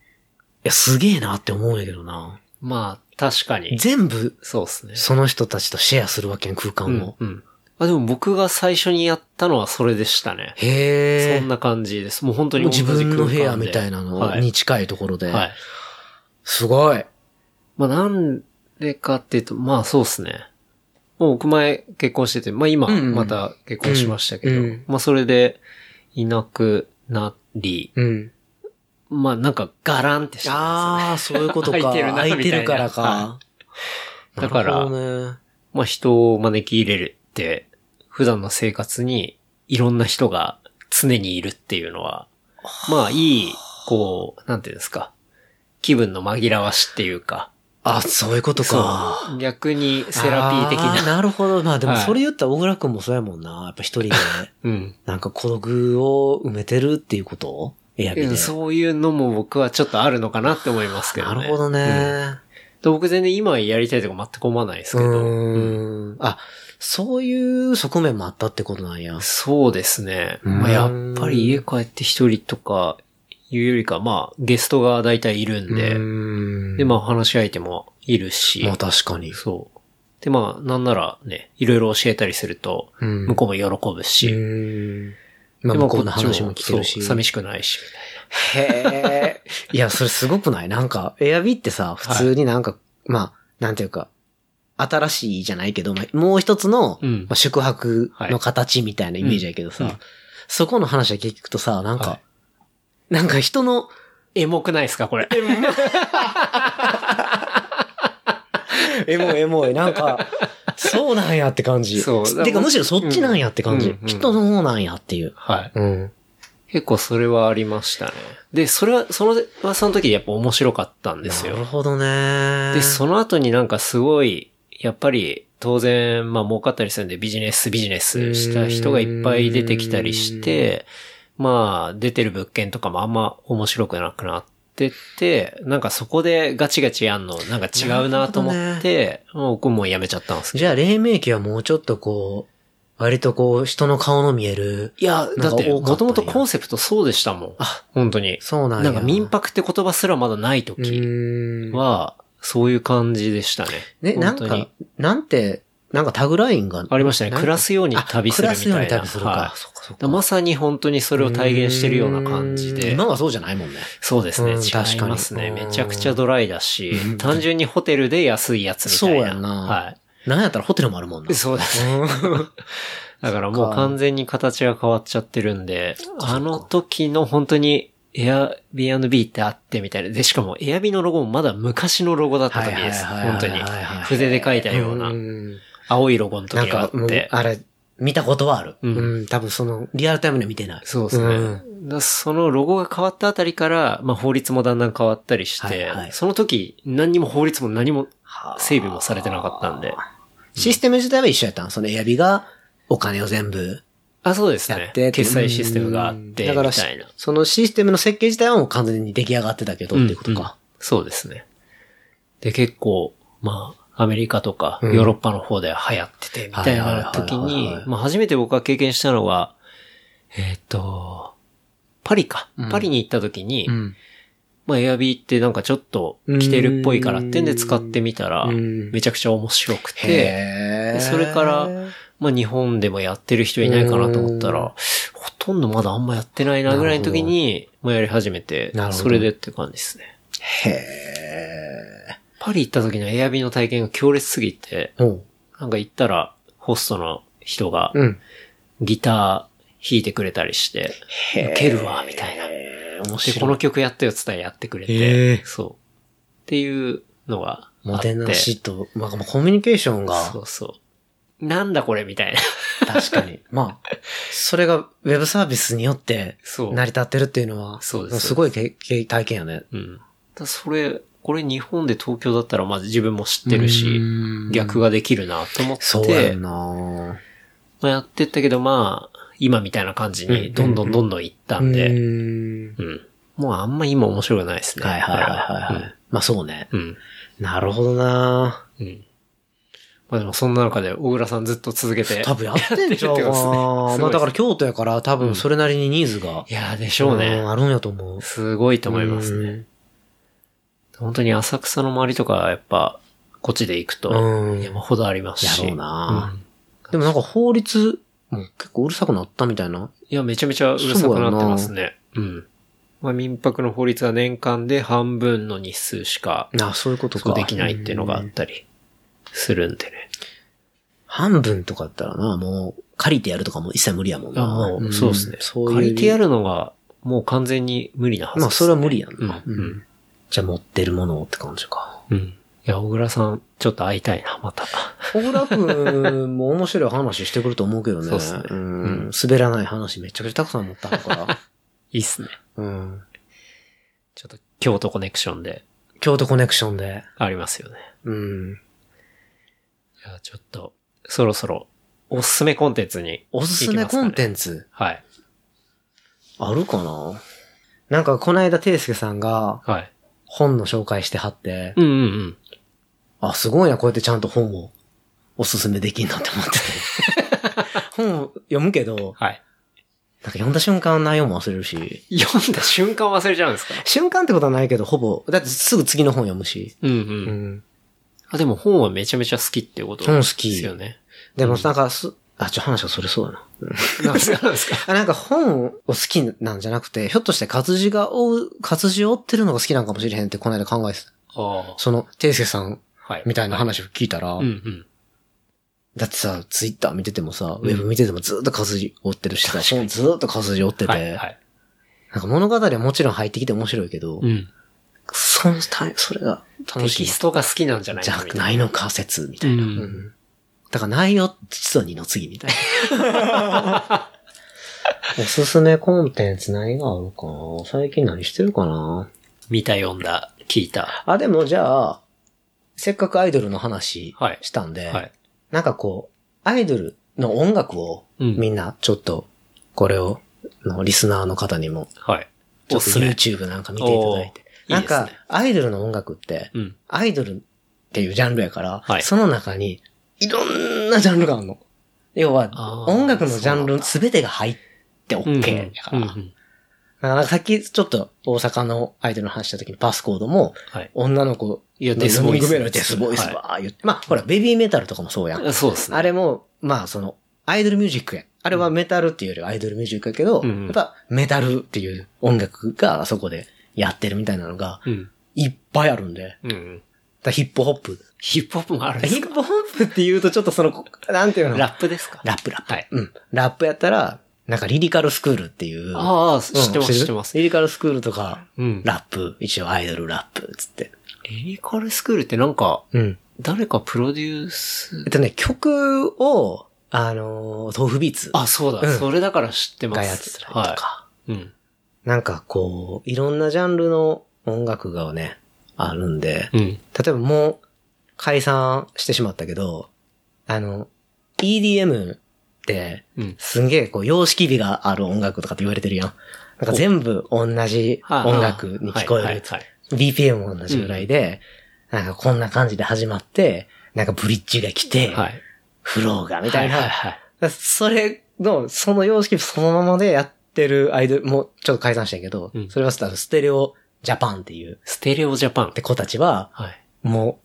[SPEAKER 3] や、すげえなって思うんやけどな。
[SPEAKER 2] まあ、確かに。
[SPEAKER 3] 全部、
[SPEAKER 2] そうですね。
[SPEAKER 3] その人たちとシェアするわけやん、空間を。
[SPEAKER 2] うんうん。あ、でも僕が最初にやったのはそれでしたね。
[SPEAKER 3] へえ。
[SPEAKER 2] そんな感じです。もう本当に
[SPEAKER 3] もう自分の部屋
[SPEAKER 2] 同じ
[SPEAKER 3] みたい
[SPEAKER 2] 空間で
[SPEAKER 3] な
[SPEAKER 2] は
[SPEAKER 3] の
[SPEAKER 2] い
[SPEAKER 3] に近いところで。
[SPEAKER 2] はい。
[SPEAKER 3] すごい。
[SPEAKER 2] まあなんでかっていうと、まあそうですね。もう僕前結婚してて、まあ今
[SPEAKER 3] うんうん
[SPEAKER 2] また結婚しましたけど、
[SPEAKER 3] うんうん
[SPEAKER 2] まあそれでいなくなり、
[SPEAKER 3] うん。
[SPEAKER 2] まあなんかガランってしてたんですよね。
[SPEAKER 3] ああ、そういうことか。
[SPEAKER 2] 空いてるなみたいな
[SPEAKER 3] 空いてるからか
[SPEAKER 2] は。いだから
[SPEAKER 3] なるほどね
[SPEAKER 2] まあ人を招き入れるって、普段の生活にいろんな人が常にいるっていうのは、まあいい、こう、なんていうんですか、気分の紛らわしっていうか、
[SPEAKER 3] あ、そういうことか。
[SPEAKER 2] そう逆にセラピー的
[SPEAKER 3] あー
[SPEAKER 2] な、
[SPEAKER 3] なるほど。まあでも
[SPEAKER 2] はい
[SPEAKER 3] それ言ったら小倉くんもそうやもんな。やっ ぱ一人で、
[SPEAKER 2] うん。
[SPEAKER 3] なんか孤独を埋めてるっていうことエアビ
[SPEAKER 2] う
[SPEAKER 3] で。
[SPEAKER 2] んそういうのも僕はちょっとあるのかなって思いますけど
[SPEAKER 3] な
[SPEAKER 2] ね。
[SPEAKER 3] るほど
[SPEAKER 2] うん。
[SPEAKER 3] ね。
[SPEAKER 2] で僕全然今やりたいとか全く思わないですけど、
[SPEAKER 3] うーん。あ、そういう側面もあったってことなんや。
[SPEAKER 2] そうですね。
[SPEAKER 3] うん
[SPEAKER 2] まあ、やっぱり家帰って一人とかいうよりか、まあゲストが大体いるんで、
[SPEAKER 3] で
[SPEAKER 2] で、まあ話し相手もいるし、
[SPEAKER 3] まあ確かに。
[SPEAKER 2] そう。で、まあ、なんならね、いろいろ教えたりすると、
[SPEAKER 3] うん
[SPEAKER 2] 向こうも喜ぶし、
[SPEAKER 3] うん。ま
[SPEAKER 2] で
[SPEAKER 3] あ
[SPEAKER 2] ま
[SPEAKER 3] 向
[SPEAKER 2] あ
[SPEAKER 3] こ
[SPEAKER 2] こっ
[SPEAKER 3] う
[SPEAKER 2] ち
[SPEAKER 3] の話も聞ける
[SPEAKER 2] そ
[SPEAKER 3] し。
[SPEAKER 2] う寂しくないし、みたい
[SPEAKER 3] へえ。いや、それすごくないなんか、エアビってさ、普通になんか、まあ、なんていうか、新しいじゃないけど、まあもう一つの、
[SPEAKER 2] うん
[SPEAKER 3] まあ、宿泊の形みたいなイメージやけどさ、
[SPEAKER 2] うんうん
[SPEAKER 3] そこの話だけ聞くとさ、なんか、
[SPEAKER 2] は
[SPEAKER 3] なんか人の、
[SPEAKER 2] な。エモくないですか、これ。
[SPEAKER 3] エモいエモい、なんか、そうなんやって感じ。
[SPEAKER 2] そう
[SPEAKER 3] てかむしろそっちなんやって感
[SPEAKER 2] う
[SPEAKER 3] じ。
[SPEAKER 2] んうんうん
[SPEAKER 3] 人の方なんやっていう。
[SPEAKER 2] はい。
[SPEAKER 3] うん。
[SPEAKER 2] 結構それはありましたね。で、それは、その噂の時でやっぱ面白かったんです
[SPEAKER 3] なる
[SPEAKER 2] よ。
[SPEAKER 3] ほどね。
[SPEAKER 2] で、その後になんかすごい、やっぱり当然、まあ儲かったりするんでビジネスビジネスした人がいっぱい出てきたりして、まあ出てる物件とかもあんま面白くなくなってって、なんかそこでガチガチやんのなんか違うなと思って、もう僕もうやめちゃったんですけど。
[SPEAKER 3] じゃあ、黎明期はもうちょっとこう、割とこう、人の顔の見える。
[SPEAKER 2] いや、だって、
[SPEAKER 3] なんか多か
[SPEAKER 2] も
[SPEAKER 3] った
[SPEAKER 2] と
[SPEAKER 3] ん
[SPEAKER 2] も
[SPEAKER 3] や
[SPEAKER 2] とコンセプトそうでしたもん。
[SPEAKER 3] あ、
[SPEAKER 2] 本当に。
[SPEAKER 3] そうなん
[SPEAKER 2] な
[SPEAKER 3] や。
[SPEAKER 2] んか民泊って言葉すらまだない時。
[SPEAKER 3] うーん
[SPEAKER 2] は、そういう感じでしたね。
[SPEAKER 3] ね、なん
[SPEAKER 2] 本当に
[SPEAKER 3] か、なんて、なんかタグラインが。
[SPEAKER 2] ありましたね。
[SPEAKER 3] なん
[SPEAKER 2] 暮らすように旅するみたいな。
[SPEAKER 3] あ暮らすように旅するか。
[SPEAKER 2] はい
[SPEAKER 3] そっかそっ
[SPEAKER 2] だまさに本当にそれを体現してるような感じ
[SPEAKER 3] うーん
[SPEAKER 2] で。
[SPEAKER 3] 今はそうじゃないもんね。
[SPEAKER 2] そうですね。
[SPEAKER 3] うん
[SPEAKER 2] 違
[SPEAKER 3] 確
[SPEAKER 2] い
[SPEAKER 3] かに
[SPEAKER 2] ますね。
[SPEAKER 3] うん
[SPEAKER 2] めちゃくちゃドライだし、単純にホテルで安いやつみたいな。
[SPEAKER 3] そうやんな
[SPEAKER 2] は
[SPEAKER 3] なんやったらホテルもあるもん
[SPEAKER 2] い。
[SPEAKER 3] な。
[SPEAKER 2] そうですね。だからもう完全に形が変わっちゃってるんで、あの時の本当にエア B&B ってあってみたいな。で、しかもエアビのロゴもまだ昔のロゴだった時です。
[SPEAKER 3] はいはい
[SPEAKER 2] 本
[SPEAKER 3] は
[SPEAKER 2] 当
[SPEAKER 3] い
[SPEAKER 2] に
[SPEAKER 3] はいはいはい。
[SPEAKER 2] 筆で書いたような、
[SPEAKER 3] ん
[SPEAKER 2] 青いロゴの時
[SPEAKER 3] なん
[SPEAKER 2] があ
[SPEAKER 3] か、う
[SPEAKER 2] っ
[SPEAKER 3] ん
[SPEAKER 2] て。
[SPEAKER 3] あれ、見たことはある。
[SPEAKER 2] うん
[SPEAKER 3] うん、多分その、リアルタイムでは見てない。
[SPEAKER 2] そうですね。
[SPEAKER 3] うん
[SPEAKER 2] だそのロゴが変わったあたりから、まあ法律もだんだん変わったりして、
[SPEAKER 3] はいはい
[SPEAKER 2] その時何にも法律も何も
[SPEAKER 3] はあ
[SPEAKER 2] 整備もされてなかったんで。
[SPEAKER 3] システム自体は一緒やったのそのエアビがお金を全部
[SPEAKER 2] あ、そうです
[SPEAKER 3] や
[SPEAKER 2] ね
[SPEAKER 3] っ。て。
[SPEAKER 2] 決済システムがあって、
[SPEAKER 3] うんだから
[SPEAKER 2] み
[SPEAKER 3] し
[SPEAKER 2] たいな。
[SPEAKER 3] そのシステムの設計自体はもう完全に出来上がってたけどっていうこと
[SPEAKER 2] うんうん
[SPEAKER 3] か。
[SPEAKER 2] そうですね。で、結構、まあ、アメリカとか、
[SPEAKER 3] う
[SPEAKER 2] ヨー
[SPEAKER 3] ん
[SPEAKER 2] ロッパの方で流行ってて、みたい
[SPEAKER 3] はいはいはい
[SPEAKER 2] な
[SPEAKER 3] はい
[SPEAKER 2] 時
[SPEAKER 3] はい
[SPEAKER 2] に
[SPEAKER 3] はい、
[SPEAKER 2] まあ、初めて僕が経験したのは、えっ、と、パリか
[SPEAKER 3] うん。
[SPEAKER 2] パリに行った時に、
[SPEAKER 3] ん。
[SPEAKER 2] まあ、エアビーってなんかちょっと着てるっぽいからってんで使ってみたら、
[SPEAKER 3] うん
[SPEAKER 2] めちゃくちゃ面白くて、
[SPEAKER 3] へ
[SPEAKER 2] で
[SPEAKER 3] ー
[SPEAKER 2] それからまあ、日本でもやってる人いないかなと思った
[SPEAKER 3] うん
[SPEAKER 2] ら、ほとんどまだあんまやってないなぐらいの時に、まあ、やり始めて
[SPEAKER 3] なる、ほど
[SPEAKER 2] それでって感じですね。
[SPEAKER 3] へ
[SPEAKER 2] パリ行った時のエアビーの体験が強烈すぎて、
[SPEAKER 3] ー。おう。
[SPEAKER 2] なんか行ったら、ホストの人が
[SPEAKER 3] うん。
[SPEAKER 2] ギター弾いてくれたりして、
[SPEAKER 3] へー
[SPEAKER 2] ウケるわ、みたいな。で、
[SPEAKER 3] えー、面白い。
[SPEAKER 2] この曲やったよ、つったらやってくれ
[SPEAKER 3] へ
[SPEAKER 2] て
[SPEAKER 3] ー、
[SPEAKER 2] そう。っていうのがあ
[SPEAKER 3] モ
[SPEAKER 2] っ
[SPEAKER 3] テ
[SPEAKER 2] て。
[SPEAKER 3] なしと、まあ、コミュニケーションが
[SPEAKER 2] そ、うそう。なんだこれ、みたい な。
[SPEAKER 3] 確か に。まあ、それがウェブサービスによって
[SPEAKER 2] そう
[SPEAKER 3] 成り立ってるっていうのは、
[SPEAKER 2] そうです
[SPEAKER 3] すごいけけ体験やね。
[SPEAKER 2] うん。だそれ、これ日本で東京だったら、まず自分も知ってるし、
[SPEAKER 3] うん
[SPEAKER 2] 逆ができるなと思って、
[SPEAKER 3] そうやんな
[SPEAKER 2] まあやってったけど、まあ、今みたいな感じに、どんどんどんどん行ったんで、
[SPEAKER 3] うん
[SPEAKER 2] うん。もうあんま今面白くないですね。
[SPEAKER 3] はいはいはいはい。まあそうね。
[SPEAKER 2] うん。
[SPEAKER 3] なるほどな
[SPEAKER 2] うん。うん。まあでもそんな中で、小倉さんずっと続けて。
[SPEAKER 3] 多分やってんちゃうか
[SPEAKER 2] やってるってことです
[SPEAKER 3] な
[SPEAKER 2] ね
[SPEAKER 3] まあだから京都やから多分それなりにニーズが、
[SPEAKER 2] いやーでしょう
[SPEAKER 3] うん
[SPEAKER 2] ね。
[SPEAKER 3] あるんやと思う。
[SPEAKER 2] すごいと思いますね。
[SPEAKER 3] ね。
[SPEAKER 2] 本当に浅草の周りとか、やっぱ、こっちで行くと、
[SPEAKER 3] うん。
[SPEAKER 2] 山ほどありますし。
[SPEAKER 3] やろうな
[SPEAKER 2] うん
[SPEAKER 3] でもなんか法律も結構うるさくなったみたいな。
[SPEAKER 2] いや、めちゃめちゃうるさくなってますね。うん。まあ民泊の法律は年間で半分の日数しか、
[SPEAKER 3] あそういうこと
[SPEAKER 2] そ
[SPEAKER 3] か。
[SPEAKER 2] うできないっていうのがあ
[SPEAKER 3] う
[SPEAKER 2] っ
[SPEAKER 3] ん
[SPEAKER 2] たりするんでね。
[SPEAKER 3] 半分とかだったらな、もう借りてやるとかも一切無理やもんな。
[SPEAKER 2] あもう、
[SPEAKER 3] ん
[SPEAKER 2] そうですね。
[SPEAKER 3] そういう。
[SPEAKER 2] 借りてやるのが、もう完全に無理なはず
[SPEAKER 3] まあ
[SPEAKER 2] です、
[SPEAKER 3] それは無理やんな。
[SPEAKER 2] うんうん
[SPEAKER 3] じゃあ持ってるものをって感じか。
[SPEAKER 2] うん。いや、小倉さん、ちょっと会いたいな、また。
[SPEAKER 3] 小倉くんも面白い話してくると思うけどね。
[SPEAKER 2] そうっすね
[SPEAKER 3] ん
[SPEAKER 2] うん
[SPEAKER 3] 滑らない話めちゃくちゃたくさん持ったから。
[SPEAKER 2] いいっすね。
[SPEAKER 3] うん。
[SPEAKER 2] ちょっと、京都コネクションで
[SPEAKER 3] 京都コネクションで。
[SPEAKER 2] ありますよね。
[SPEAKER 3] うん。
[SPEAKER 2] いや、ちょっと、そろそろ、おすすめコンテンツに、
[SPEAKER 3] おすすめコンテンツ、
[SPEAKER 2] はい。
[SPEAKER 3] あるかななんかこの間、ていすけさんが
[SPEAKER 2] はい。
[SPEAKER 3] 本の紹介してはって、
[SPEAKER 2] うんうんうん。
[SPEAKER 3] あ、すごいな、こうやってちゃんと本をおすすめできんなって思 ってて。本を読むけど、
[SPEAKER 2] はい。
[SPEAKER 3] なんか読んだ瞬間内容も忘れるし、
[SPEAKER 2] 読んだ瞬間忘れちゃうんですか
[SPEAKER 3] 瞬間ってことはないけど、ほぼ、だってすぐ次の本読むし。
[SPEAKER 2] うんう。
[SPEAKER 3] うんん。
[SPEAKER 2] あ、でも本はめちゃめちゃ好きっていうこと
[SPEAKER 3] 本
[SPEAKER 2] で
[SPEAKER 3] 好
[SPEAKER 2] す
[SPEAKER 3] き
[SPEAKER 2] よね。
[SPEAKER 3] でもなんかす、あ、ちょ、話がそれそうだな。
[SPEAKER 2] なんですかなんですか
[SPEAKER 3] あ、なんか本を好きなんじゃなくて、ひょっとして活字が追う、活字を追ってるのが好きなんかもしれへんってこの間考えてた。
[SPEAKER 2] ああ。
[SPEAKER 3] その、ていすけさん
[SPEAKER 2] はい。
[SPEAKER 3] みたいな話を聞いたら、
[SPEAKER 2] うんうん。
[SPEAKER 3] だってさ、ツイッター見ててもさ、
[SPEAKER 2] うん
[SPEAKER 3] ウェブ見ててもずーっと活字追ってるしさ、本ずーっと活字追ってて、
[SPEAKER 2] はい。はい。
[SPEAKER 3] なんか物語はもちろん入ってきて面白いけど、
[SPEAKER 2] うん。
[SPEAKER 3] そのタイそれが楽
[SPEAKER 2] テ
[SPEAKER 3] しい
[SPEAKER 2] キ。ストが好きなんじゃない
[SPEAKER 3] じ
[SPEAKER 2] か
[SPEAKER 3] ゃ
[SPEAKER 2] みた
[SPEAKER 3] ないのか説みたいな。
[SPEAKER 2] いな。う。
[SPEAKER 3] うんんだから内容、実は二の次みたい な。おすすめコンテンツ何があるかな最近何してるかな
[SPEAKER 2] 見た、読んだ、聞いた。
[SPEAKER 3] あ、でもじゃあ、せっかくアイドルの話
[SPEAKER 2] はい
[SPEAKER 3] したんで、
[SPEAKER 2] はい。
[SPEAKER 3] なんかこう、アイドルの音楽を、
[SPEAKER 2] うん
[SPEAKER 3] みんなちょっと、これを、のリスナーの方にも、
[SPEAKER 2] はい。
[SPEAKER 3] ちょ
[SPEAKER 2] お
[SPEAKER 3] っと
[SPEAKER 2] すすめ。
[SPEAKER 3] YouTube なんか見ていただいて。
[SPEAKER 2] おー
[SPEAKER 3] なん
[SPEAKER 2] いい
[SPEAKER 3] か
[SPEAKER 2] ですね、
[SPEAKER 3] アイドルの音楽って、
[SPEAKER 2] うん。
[SPEAKER 3] アイドルっていうジャンルやから、
[SPEAKER 2] はい
[SPEAKER 3] その中に、いろんなジャンルがあるの。要
[SPEAKER 2] あ
[SPEAKER 3] は、
[SPEAKER 2] ー
[SPEAKER 3] 音楽のジャ
[SPEAKER 2] そう
[SPEAKER 3] ン
[SPEAKER 2] なん
[SPEAKER 3] ル
[SPEAKER 2] だ
[SPEAKER 3] 全てが入って OK だから。
[SPEAKER 2] うんうん
[SPEAKER 3] なんかさっきちょっと大阪のアイドルの話した時にパスコードも、
[SPEAKER 2] はい。
[SPEAKER 3] 女の子、
[SPEAKER 2] いや
[SPEAKER 3] の
[SPEAKER 2] デスボイス
[SPEAKER 3] ロングメロディーデスボイス
[SPEAKER 2] はい
[SPEAKER 3] ばー言って、まあほら、ベビーメタルとかもそうやん。
[SPEAKER 2] あそうですね。
[SPEAKER 3] あれも、まあその、アイドルミュージックや。あれはメタルっていうよりはアイドルミュージックやけど、
[SPEAKER 2] うんうん
[SPEAKER 3] やっぱメタルっていう音楽があそこでやってるみたいなのが
[SPEAKER 2] うん。
[SPEAKER 3] いっぱいあるんで、だか
[SPEAKER 2] うん。
[SPEAKER 3] らヒップホップ。
[SPEAKER 2] ヒップホップもあるんです
[SPEAKER 3] ヒッ
[SPEAKER 2] か
[SPEAKER 3] プホップって言うとちょっとその、なんていうの
[SPEAKER 2] ラップですか
[SPEAKER 3] ラップラップ。
[SPEAKER 2] はい
[SPEAKER 3] うん。ラップやったら、なんかリリカルスクールっていう。
[SPEAKER 2] ああ、知
[SPEAKER 3] うん
[SPEAKER 2] ってます、知ってます。
[SPEAKER 3] リリカルスクールとか、
[SPEAKER 2] うん。
[SPEAKER 3] ラップ、一応アイドルラップ、つって。
[SPEAKER 2] リリカルスクールってなんか、
[SPEAKER 3] うん。
[SPEAKER 2] 誰かプロデュース
[SPEAKER 3] えっ、とね、曲を、あのー、豆腐ビーツ
[SPEAKER 2] あ、そうだ、
[SPEAKER 3] うん
[SPEAKER 2] それだから知ってます。
[SPEAKER 3] がやってたりとか、
[SPEAKER 2] はい。うん。
[SPEAKER 3] なんかこう、いろんなジャンルの音楽がね、あるんで、
[SPEAKER 2] うん。
[SPEAKER 3] 例えばもう解散してしまったけど、あの、EDM って、
[SPEAKER 2] うん。
[SPEAKER 3] すんげえこう、様式美がある音楽とかって言われてるやん。なんか全部同じ音楽に聞こ
[SPEAKER 2] は
[SPEAKER 3] え
[SPEAKER 2] い
[SPEAKER 3] る。
[SPEAKER 2] はいはい
[SPEAKER 3] BPM も同じぐらいで、なんかこんな感じで始まって、なんかブリッジが来て、
[SPEAKER 2] はい。
[SPEAKER 3] フローがみたいな、
[SPEAKER 2] はいはいはい
[SPEAKER 3] それの、その様式そのままでやってるアイドル、もうちょっと解散したんやけど、
[SPEAKER 2] うん
[SPEAKER 3] それはあのステレオジャパンっていう、
[SPEAKER 2] ステレオジャパン
[SPEAKER 3] で。子たちは、
[SPEAKER 2] はい。
[SPEAKER 3] も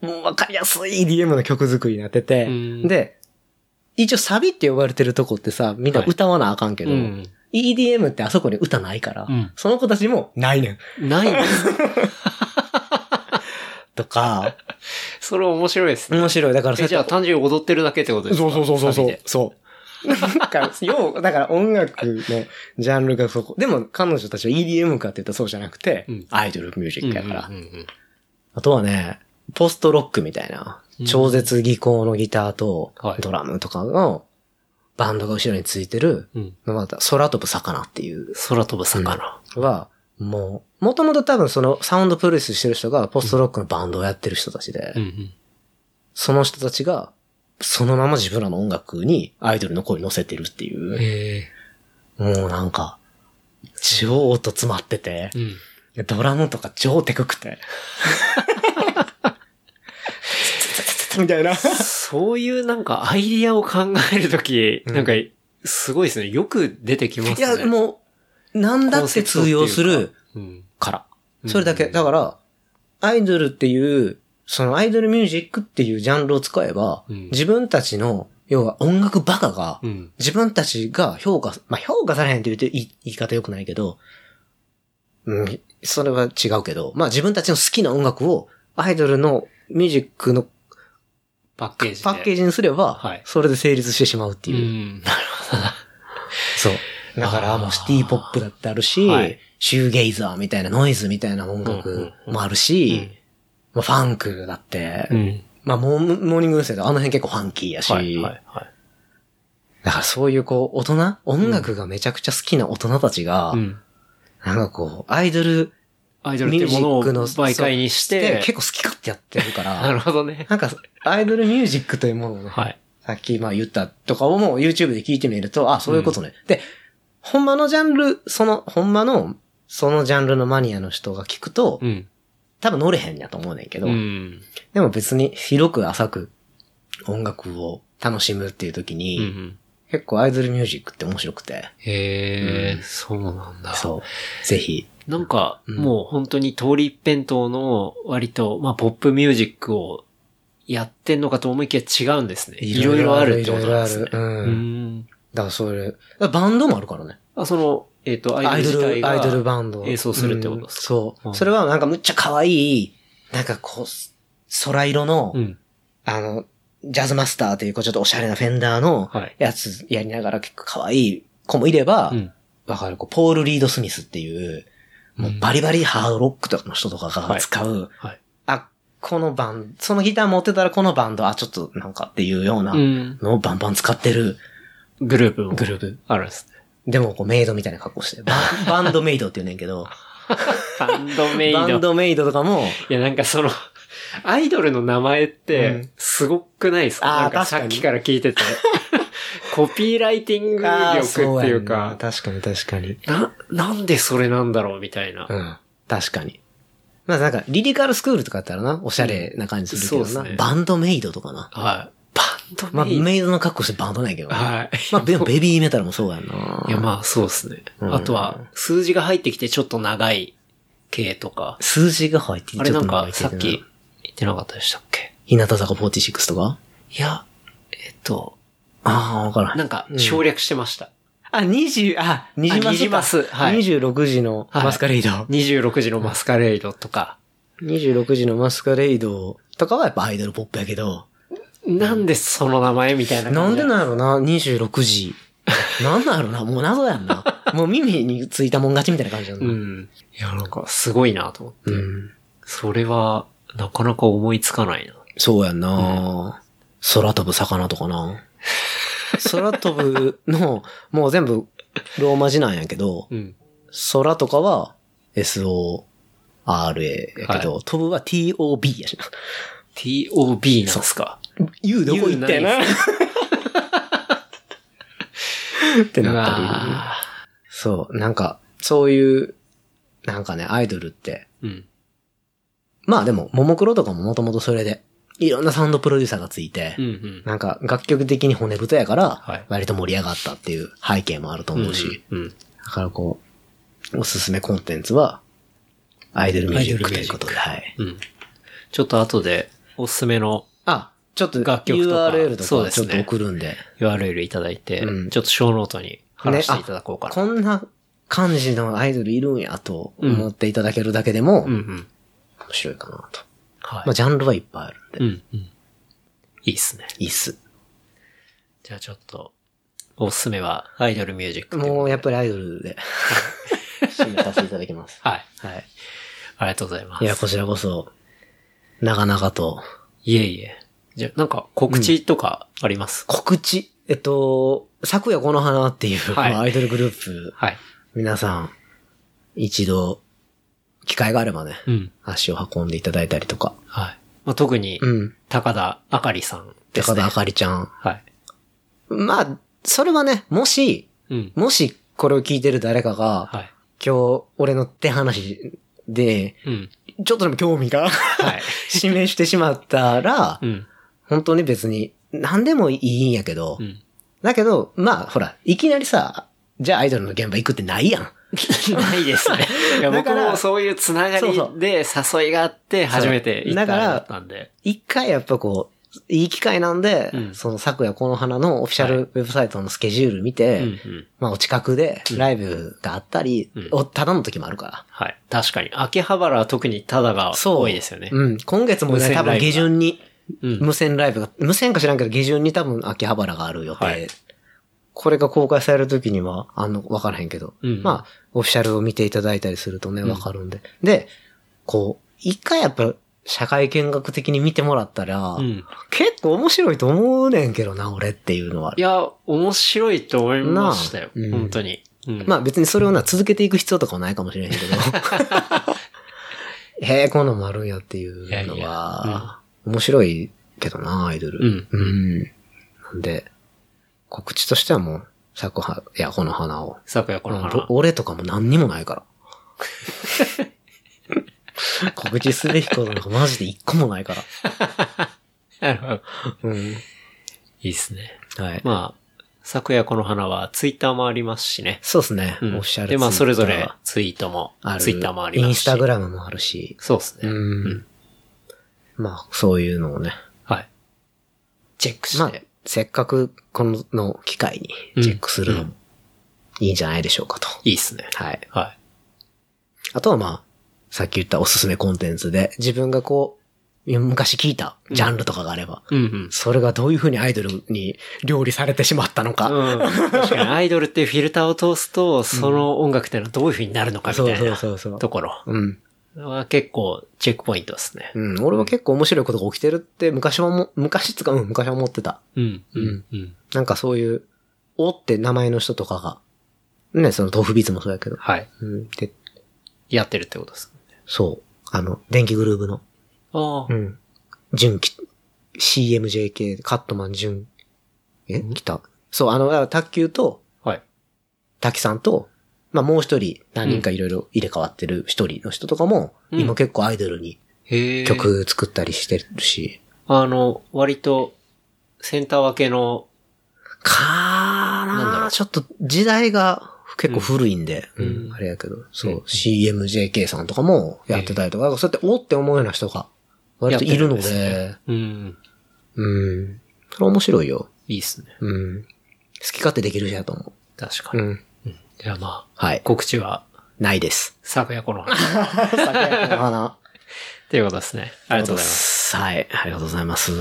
[SPEAKER 3] う、もうわかりやすい DM の曲作りになってて、
[SPEAKER 2] うん
[SPEAKER 3] で、一応サビって呼ばれてるとこってさ、みんな歌わなあかんけど、
[SPEAKER 2] うん。
[SPEAKER 3] EDM ってあそこに歌ないから、
[SPEAKER 2] うん
[SPEAKER 3] その子たちもないねん。
[SPEAKER 2] ない んです。
[SPEAKER 3] とか、
[SPEAKER 2] それ面白いですね。
[SPEAKER 3] 面白い。だから
[SPEAKER 2] えじゃあ単純に踊ってるだけってことですか
[SPEAKER 3] そうそうそうそう
[SPEAKER 2] サ
[SPEAKER 3] そ
[SPEAKER 2] ビ
[SPEAKER 3] う
[SPEAKER 2] で。
[SPEAKER 3] そう。なんか、よう、だから音楽のジャンルがそこ。でも彼女たちは EDM かって言ったらそうじゃなくて、
[SPEAKER 2] うん
[SPEAKER 3] アイドルミュージックやから。
[SPEAKER 2] うんうんうんうん
[SPEAKER 3] あとはね、ポストロックみたいな
[SPEAKER 2] うん、
[SPEAKER 3] 超絶技巧のギターと
[SPEAKER 2] はい
[SPEAKER 3] ドラムとかのバンドが後ろについてる、
[SPEAKER 2] うん。
[SPEAKER 3] まあ空飛ぶ魚っていう
[SPEAKER 2] 空飛ぶ魚。
[SPEAKER 3] は、もう、もともと多分そのサウンドプロデュースしてる人がポストロックのバンドをやってる人たちで、
[SPEAKER 2] うんうん。
[SPEAKER 3] その人たちが、そのまま自分らの音楽にアイドルの声に乗せてるっていう。
[SPEAKER 2] え
[SPEAKER 3] もうなんか、超音詰まってて
[SPEAKER 2] え、うん。
[SPEAKER 3] ドラムとか超テク くて。みたいな。
[SPEAKER 2] そういうなんかアイディアを考えるとき、
[SPEAKER 3] うん
[SPEAKER 2] なんか、すごいですね。よく出てきます
[SPEAKER 3] い
[SPEAKER 2] ね。
[SPEAKER 3] や、もう、なんだって通用する
[SPEAKER 2] うん。
[SPEAKER 3] から。
[SPEAKER 2] うん
[SPEAKER 3] それだけ。だから、アイドルっていう、そのアイドルミュージックっていうジャンルを使えば、
[SPEAKER 2] うん
[SPEAKER 3] 自分たちの、要は音楽バカが、
[SPEAKER 2] うん。
[SPEAKER 3] 自分たちが評価、まあ、評価されへんって言うと言い言い方良くないけど、うん、それは違うけど、まあ、自分たちの好きな音楽をアイドルのミュージックの
[SPEAKER 2] パッケージで。
[SPEAKER 3] パッケージにすれば、
[SPEAKER 2] はい
[SPEAKER 3] それで成立してしまうっていう。
[SPEAKER 2] うん。
[SPEAKER 3] そう。だから、もうシティポップだってあるし、
[SPEAKER 2] はい
[SPEAKER 3] シューゲイザーみたいなノイズみたいな音楽もあるし、まあ、ファンクだって、
[SPEAKER 2] うん。
[SPEAKER 3] まあモー、モーニング娘。とかあの辺結構ファンキーやし、
[SPEAKER 2] はい、はい、はい。
[SPEAKER 3] だからそういうこう、大人、音楽がめちゃくちゃ好きな大人たちが、
[SPEAKER 2] うん。
[SPEAKER 3] なんかこう、アイドル
[SPEAKER 2] アイドルっ
[SPEAKER 3] ミ
[SPEAKER 2] て
[SPEAKER 3] ュー
[SPEAKER 2] も
[SPEAKER 3] ジ
[SPEAKER 2] のを
[SPEAKER 3] ックの
[SPEAKER 2] 媒介にし
[SPEAKER 3] そう
[SPEAKER 2] て、
[SPEAKER 3] 結構好き勝手やってるか
[SPEAKER 2] な
[SPEAKER 3] ら、
[SPEAKER 2] るほどね。
[SPEAKER 3] なんか、アイドルミュージックというものをね、
[SPEAKER 2] はい。
[SPEAKER 3] さっきまあ言ったとかをもう YouTube で聞いてみると、あ、そういうことね。で、ほんまのジャンル、その、ほんまの、そのジャンルのマニアの人が聞くと、
[SPEAKER 2] うん。
[SPEAKER 3] 多分乗れへんやと思うねんけど、
[SPEAKER 2] うん。
[SPEAKER 3] でも別に広く浅く音楽を楽しむっていう時に、
[SPEAKER 2] うん。
[SPEAKER 3] 結構アイドルミュージックって面白くて、
[SPEAKER 2] へ
[SPEAKER 3] う
[SPEAKER 2] え、そうなんだ。
[SPEAKER 3] そう、ぜひ、
[SPEAKER 2] なんか、
[SPEAKER 3] うん
[SPEAKER 2] もう本当に通り一辺倒の割と、まあ、ポップミュージックをやってんのかと思いきや違うんですね。いろいろあるってことなんですね
[SPEAKER 3] い。ろいろ
[SPEAKER 2] う
[SPEAKER 3] あるうん
[SPEAKER 2] ん。
[SPEAKER 3] だからそれ、だからバンドもあるからね。
[SPEAKER 2] あ、その、えっと、ア
[SPEAKER 3] ア
[SPEAKER 2] イ
[SPEAKER 3] イ
[SPEAKER 2] ド
[SPEAKER 3] ド
[SPEAKER 2] ル自体
[SPEAKER 3] ル、
[SPEAKER 2] が
[SPEAKER 3] アイドルバンドを。
[SPEAKER 2] 演奏するってことですか
[SPEAKER 3] うんそうう。
[SPEAKER 2] ん
[SPEAKER 3] それはなんかむっちゃ可愛い、なんかこう、空色の、
[SPEAKER 2] うん。
[SPEAKER 3] あの、ジャズマスターっていう、こうちょっとおしゃれなフェンダーの
[SPEAKER 2] はい。
[SPEAKER 3] やつやりながら結構可愛い子もいれば、わ、
[SPEAKER 2] うん
[SPEAKER 3] かる、こう、ポール・リード・スミスっていう、もうバリバリハードロックとかの人とか
[SPEAKER 2] は
[SPEAKER 3] が
[SPEAKER 2] い
[SPEAKER 3] 使う、
[SPEAKER 2] はい。
[SPEAKER 3] あ、このバンそのギター持ってたらこのバンド、あ、ちょっとなんかっていうような
[SPEAKER 2] うん。
[SPEAKER 3] のをバンバン使ってる
[SPEAKER 2] グループも
[SPEAKER 3] グループ。
[SPEAKER 2] あるんですね。
[SPEAKER 3] でもこうメイドみたいな格好してる。バ ンバンドメイドって言うねんけど、
[SPEAKER 2] バンドメイ
[SPEAKER 3] バン
[SPEAKER 2] ド。
[SPEAKER 3] ドメイドとかも、
[SPEAKER 2] いや、なんかその、アイドルの名前っ
[SPEAKER 3] う
[SPEAKER 2] て
[SPEAKER 3] ん、
[SPEAKER 2] すごくないですか、
[SPEAKER 3] あー
[SPEAKER 2] なんか
[SPEAKER 3] 確か
[SPEAKER 2] さ
[SPEAKER 3] に
[SPEAKER 2] っきから聞いて て。コピーライティング
[SPEAKER 3] あー
[SPEAKER 2] 力っていう
[SPEAKER 3] やん
[SPEAKER 2] か、
[SPEAKER 3] な確かに確かに。
[SPEAKER 2] な、なんでそれなんだろうみたいな。
[SPEAKER 3] うん。確かに。まあなんか、リリカルスクールとかだったらな、おしゃれな感じする
[SPEAKER 2] うん
[SPEAKER 3] け
[SPEAKER 2] そ
[SPEAKER 3] ど
[SPEAKER 2] うですね
[SPEAKER 3] な。バンドメイドとかな。
[SPEAKER 2] はい。バンド
[SPEAKER 3] まあ、
[SPEAKER 2] メイド。
[SPEAKER 3] メイドの格好してバンドなんやけどな。
[SPEAKER 2] はい。
[SPEAKER 3] まあ、でもベビーメタルもそうやんな。
[SPEAKER 2] いや、まあ、そうですね。
[SPEAKER 3] うん
[SPEAKER 2] あとは、数字が入ってきてちょっと長い系とか。
[SPEAKER 3] 数字が入ってて
[SPEAKER 2] あれなん
[SPEAKER 3] ちょ
[SPEAKER 2] か、
[SPEAKER 3] と
[SPEAKER 2] さ
[SPEAKER 3] 長
[SPEAKER 2] っ
[SPEAKER 3] いけど
[SPEAKER 2] き
[SPEAKER 3] な
[SPEAKER 2] 言ってなかったでしたっけ
[SPEAKER 3] 日向坂46とか
[SPEAKER 2] いや、えっと、
[SPEAKER 3] ああ、わからん。
[SPEAKER 2] なんか、省略してました。
[SPEAKER 3] あ、20、あ、ニ
[SPEAKER 2] ジマスかはい
[SPEAKER 3] 26時の
[SPEAKER 2] はい
[SPEAKER 3] マスカレイド。
[SPEAKER 2] 26時のマスカレードとか。
[SPEAKER 3] 26時のマスカレイドとかはやっぱアイドルポップやけど、
[SPEAKER 2] なんでその名前みたいな感
[SPEAKER 3] な
[SPEAKER 2] じ
[SPEAKER 3] ん でなんやろな、26時。なんだろうな、もう謎やんな。もう耳についたもん勝ちみたいな感じなんだ。
[SPEAKER 2] うん。いや、なんかすごいなと思って。
[SPEAKER 3] うん
[SPEAKER 2] それは、なかなか思いつかないな。
[SPEAKER 3] そうやんな、空飛ぶ魚とかな 空飛ぶの、もう全部ローマ字なんやけど、
[SPEAKER 2] うん。
[SPEAKER 3] 空とかは SORA やけど、飛ぶは TOB やしな。
[SPEAKER 2] TOB なんすか。
[SPEAKER 3] U どこ行ってな。
[SPEAKER 2] U ない
[SPEAKER 3] って
[SPEAKER 2] う
[SPEAKER 3] なった
[SPEAKER 2] わ
[SPEAKER 3] り。そう、なんか、そういう、なんかね、アイドルって。
[SPEAKER 2] ーうん。
[SPEAKER 3] まあでも、ももクロとかももともとそれで、いろんなサウンドプロデューサーがついて、
[SPEAKER 2] うんうん。
[SPEAKER 3] なんか楽曲的に骨太やか
[SPEAKER 2] はい
[SPEAKER 3] ら、割と盛り上がったっていう背景もあると思うし、
[SPEAKER 2] うん。
[SPEAKER 3] だからこう、おすすめコンテンツは、アイドルミュージックということで、はい。
[SPEAKER 2] うん。ちょっと後で、おすすめの
[SPEAKER 3] あ、ちょっと
[SPEAKER 2] 楽曲とか
[SPEAKER 3] URL と
[SPEAKER 2] そう
[SPEAKER 3] か
[SPEAKER 2] で
[SPEAKER 3] ち
[SPEAKER 2] す
[SPEAKER 3] ょ
[SPEAKER 2] ね
[SPEAKER 3] っと送るんで、
[SPEAKER 2] URL いただいて、
[SPEAKER 3] うん
[SPEAKER 2] ちょっと小ノートに貼らせていただこうかな。
[SPEAKER 3] こんな感じのアイドルいるんやと思っていただけるだけでも、
[SPEAKER 2] うんうん。
[SPEAKER 3] 面白いかなと。
[SPEAKER 2] はい。
[SPEAKER 3] まあ、ジャンルはいっぱいあるんで、
[SPEAKER 2] うんうん。いいっすね。
[SPEAKER 3] いいっす。
[SPEAKER 2] じゃあちょっと、おすすめはアイドルミュージックということで
[SPEAKER 3] もうやっぱりアイドル で、締めさせていただきます。
[SPEAKER 2] はい。
[SPEAKER 3] はい。
[SPEAKER 2] ありがとうございます。
[SPEAKER 3] いや、こちらこそ、長々と、
[SPEAKER 2] いえいえ。じゃあ、なんか告知とかあります、
[SPEAKER 3] 告知、えっと、昨夜この花っていう、
[SPEAKER 2] はい
[SPEAKER 3] まあアイドルグループ、
[SPEAKER 2] はい。
[SPEAKER 3] 皆さん、一度、機会があればね、
[SPEAKER 2] うん。
[SPEAKER 3] 足を運んでいただいたりとか。
[SPEAKER 2] はい。まあ、特に、
[SPEAKER 3] うん。
[SPEAKER 2] 高田あかりさんです
[SPEAKER 3] 高
[SPEAKER 2] ね。
[SPEAKER 3] 田あかりちゃん。
[SPEAKER 2] はい。
[SPEAKER 3] まあ、それはね、もし、
[SPEAKER 2] うん。
[SPEAKER 3] もしこれを聞いてる誰かが、
[SPEAKER 2] はい。
[SPEAKER 3] 今日、俺の手話で、
[SPEAKER 2] うん。
[SPEAKER 3] ちょっとでも興味が、
[SPEAKER 2] はい。
[SPEAKER 3] 示してしまったら
[SPEAKER 2] う、ん。
[SPEAKER 3] 本当に別に、何でもいいんやけど、
[SPEAKER 2] うん。
[SPEAKER 3] だけど、まあ、ほら、いきなりさ、じゃあアイドルの現場行くってないやん。
[SPEAKER 2] ないですね。いや
[SPEAKER 3] だ
[SPEAKER 2] 僕
[SPEAKER 3] から
[SPEAKER 2] もそういうつながりで誘いがあって初めて行った
[SPEAKER 3] そうだから
[SPEAKER 2] だったんで。
[SPEAKER 3] 一回やっぱこう、いい機会なんで、
[SPEAKER 2] うん
[SPEAKER 3] その昨夜この花のオフィシャルウェブサイトのスケジュール見て、
[SPEAKER 2] うんうん。
[SPEAKER 3] まあお近くでライブがあったり、
[SPEAKER 2] うん
[SPEAKER 3] おただの時もあるか
[SPEAKER 2] はい。確かに。秋葉原は特にタダが
[SPEAKER 3] ら。そう。
[SPEAKER 2] 多いですよね。
[SPEAKER 3] うん。今月も
[SPEAKER 2] 無
[SPEAKER 3] ね、
[SPEAKER 2] 線ライ
[SPEAKER 3] 多
[SPEAKER 2] ブが
[SPEAKER 3] 分下旬に、
[SPEAKER 2] うん。
[SPEAKER 3] 無線ライブが、無線か知らんけど下旬に多分秋葉原がある予定。
[SPEAKER 2] はい
[SPEAKER 3] これが公開される時には、あの、わからへんけど、
[SPEAKER 2] うん
[SPEAKER 3] まあ、オフィシャルを見ていただいたりするとね、
[SPEAKER 2] うん
[SPEAKER 3] わかるんで。で、こう、一回やっぱ、社会見学的に見てもらったら、
[SPEAKER 2] うん。
[SPEAKER 3] 結構面白いと思うねんけどな、俺っていうのは。
[SPEAKER 2] いや、面白いと思いましたよ。
[SPEAKER 3] なあうん
[SPEAKER 2] 本当に。うん
[SPEAKER 3] まあ別にそれをな、続けていく必要とかはないかもしれへんけ ど。へえ、こんなんもあるんやっていうの
[SPEAKER 2] いやいや
[SPEAKER 3] は、面白いけどな、アイド
[SPEAKER 2] う
[SPEAKER 3] ル。
[SPEAKER 2] ん。
[SPEAKER 3] うん。なんで、告知としてはもう、さこはいや、この花を。
[SPEAKER 2] 昨夜この
[SPEAKER 3] うん
[SPEAKER 2] 花
[SPEAKER 3] ぼ。俺とかも何にもない から。告知すべきことなんかマジで一個もないから。
[SPEAKER 2] なるほど
[SPEAKER 3] うん。
[SPEAKER 2] いいですね。
[SPEAKER 3] はい。
[SPEAKER 2] まあ、昨夜この花はツイッターもありますしね。
[SPEAKER 3] そうですね。
[SPEAKER 2] う
[SPEAKER 3] オ
[SPEAKER 2] ん
[SPEAKER 3] フィシャル
[SPEAKER 2] で、まあ、それぞ
[SPEAKER 3] Twitter
[SPEAKER 2] れツイートも
[SPEAKER 3] あ、る。
[SPEAKER 2] ツイッターもありますし。
[SPEAKER 3] インスタグラムもあるし。
[SPEAKER 2] そうです
[SPEAKER 3] う
[SPEAKER 2] ね。
[SPEAKER 3] ん。まあ、そういうのをね。
[SPEAKER 2] はい。チェックして。
[SPEAKER 3] まあ、せっかくこのの機会にチェックするのもいいんじゃないでしょうかと。
[SPEAKER 2] いいっすね。
[SPEAKER 3] はい。
[SPEAKER 2] は
[SPEAKER 3] あとはまあ、さっき言ったおすすめコンテンツで、自分がこう、昔聞いたジャンルとかがあれば、
[SPEAKER 2] い。うん
[SPEAKER 3] それがどういう風にアイドルに料理されてしまったの
[SPEAKER 2] う
[SPEAKER 3] か。
[SPEAKER 2] ん。うん。確 かにアイドルっていうフィルターを通すと、その音楽っていうのはどういう風になるのかみ
[SPEAKER 3] そう
[SPEAKER 2] たい
[SPEAKER 3] そう
[SPEAKER 2] な
[SPEAKER 3] そうそう。
[SPEAKER 2] ところ
[SPEAKER 3] うん。
[SPEAKER 2] は結構チェックポイントですね。
[SPEAKER 3] うん。俺は結構面白いことが起きてるって昔はも、昔っつうか、うん、昔は思ってた。
[SPEAKER 2] うん。う
[SPEAKER 3] うんん。
[SPEAKER 2] うん。
[SPEAKER 3] なんかそういう、おって名前の人とかが、ね、その豆腐ビーツもそうやけど。
[SPEAKER 2] はい。
[SPEAKER 3] うん。で、
[SPEAKER 2] やってるってことです。
[SPEAKER 3] そう。あの、電気グルーヴの、
[SPEAKER 2] ああ
[SPEAKER 3] う。ん。純き、CMJK、カットマン純、え来た。そう、あの、だから卓球と、
[SPEAKER 2] はい。
[SPEAKER 3] 滝さんと、まあもう一人、何人かいろいろ入れ替わってる一人の人とかも、
[SPEAKER 2] うん
[SPEAKER 3] 今結構アイドルに
[SPEAKER 2] へえ。。
[SPEAKER 3] 曲作ったりしてるし、
[SPEAKER 2] あの、割と、センター分けの、
[SPEAKER 3] かー
[SPEAKER 2] なんだろ
[SPEAKER 3] な
[SPEAKER 2] う
[SPEAKER 3] ーちょっと時代が結構古いんで、
[SPEAKER 2] うん
[SPEAKER 3] うん
[SPEAKER 2] うん
[SPEAKER 3] あれやけど、そう、
[SPEAKER 2] うん
[SPEAKER 3] CMJK さんとかもやってたりとか、そうやっておって思うような人が割といるの
[SPEAKER 2] や
[SPEAKER 3] で、
[SPEAKER 2] ってるんですうん。
[SPEAKER 3] うん。それ面白いよ。
[SPEAKER 2] いいっすね。
[SPEAKER 3] うん。好き勝手できる人やと思
[SPEAKER 2] 確か
[SPEAKER 3] う。
[SPEAKER 2] に。
[SPEAKER 3] うん。
[SPEAKER 2] じゃあま
[SPEAKER 3] は
[SPEAKER 2] あ、
[SPEAKER 3] い。
[SPEAKER 2] 告知は、
[SPEAKER 3] ないです。
[SPEAKER 2] 昨夜この話。
[SPEAKER 3] あ
[SPEAKER 2] っていうことですね。 ありがとうございます。
[SPEAKER 3] す。はい。ありがとうございます。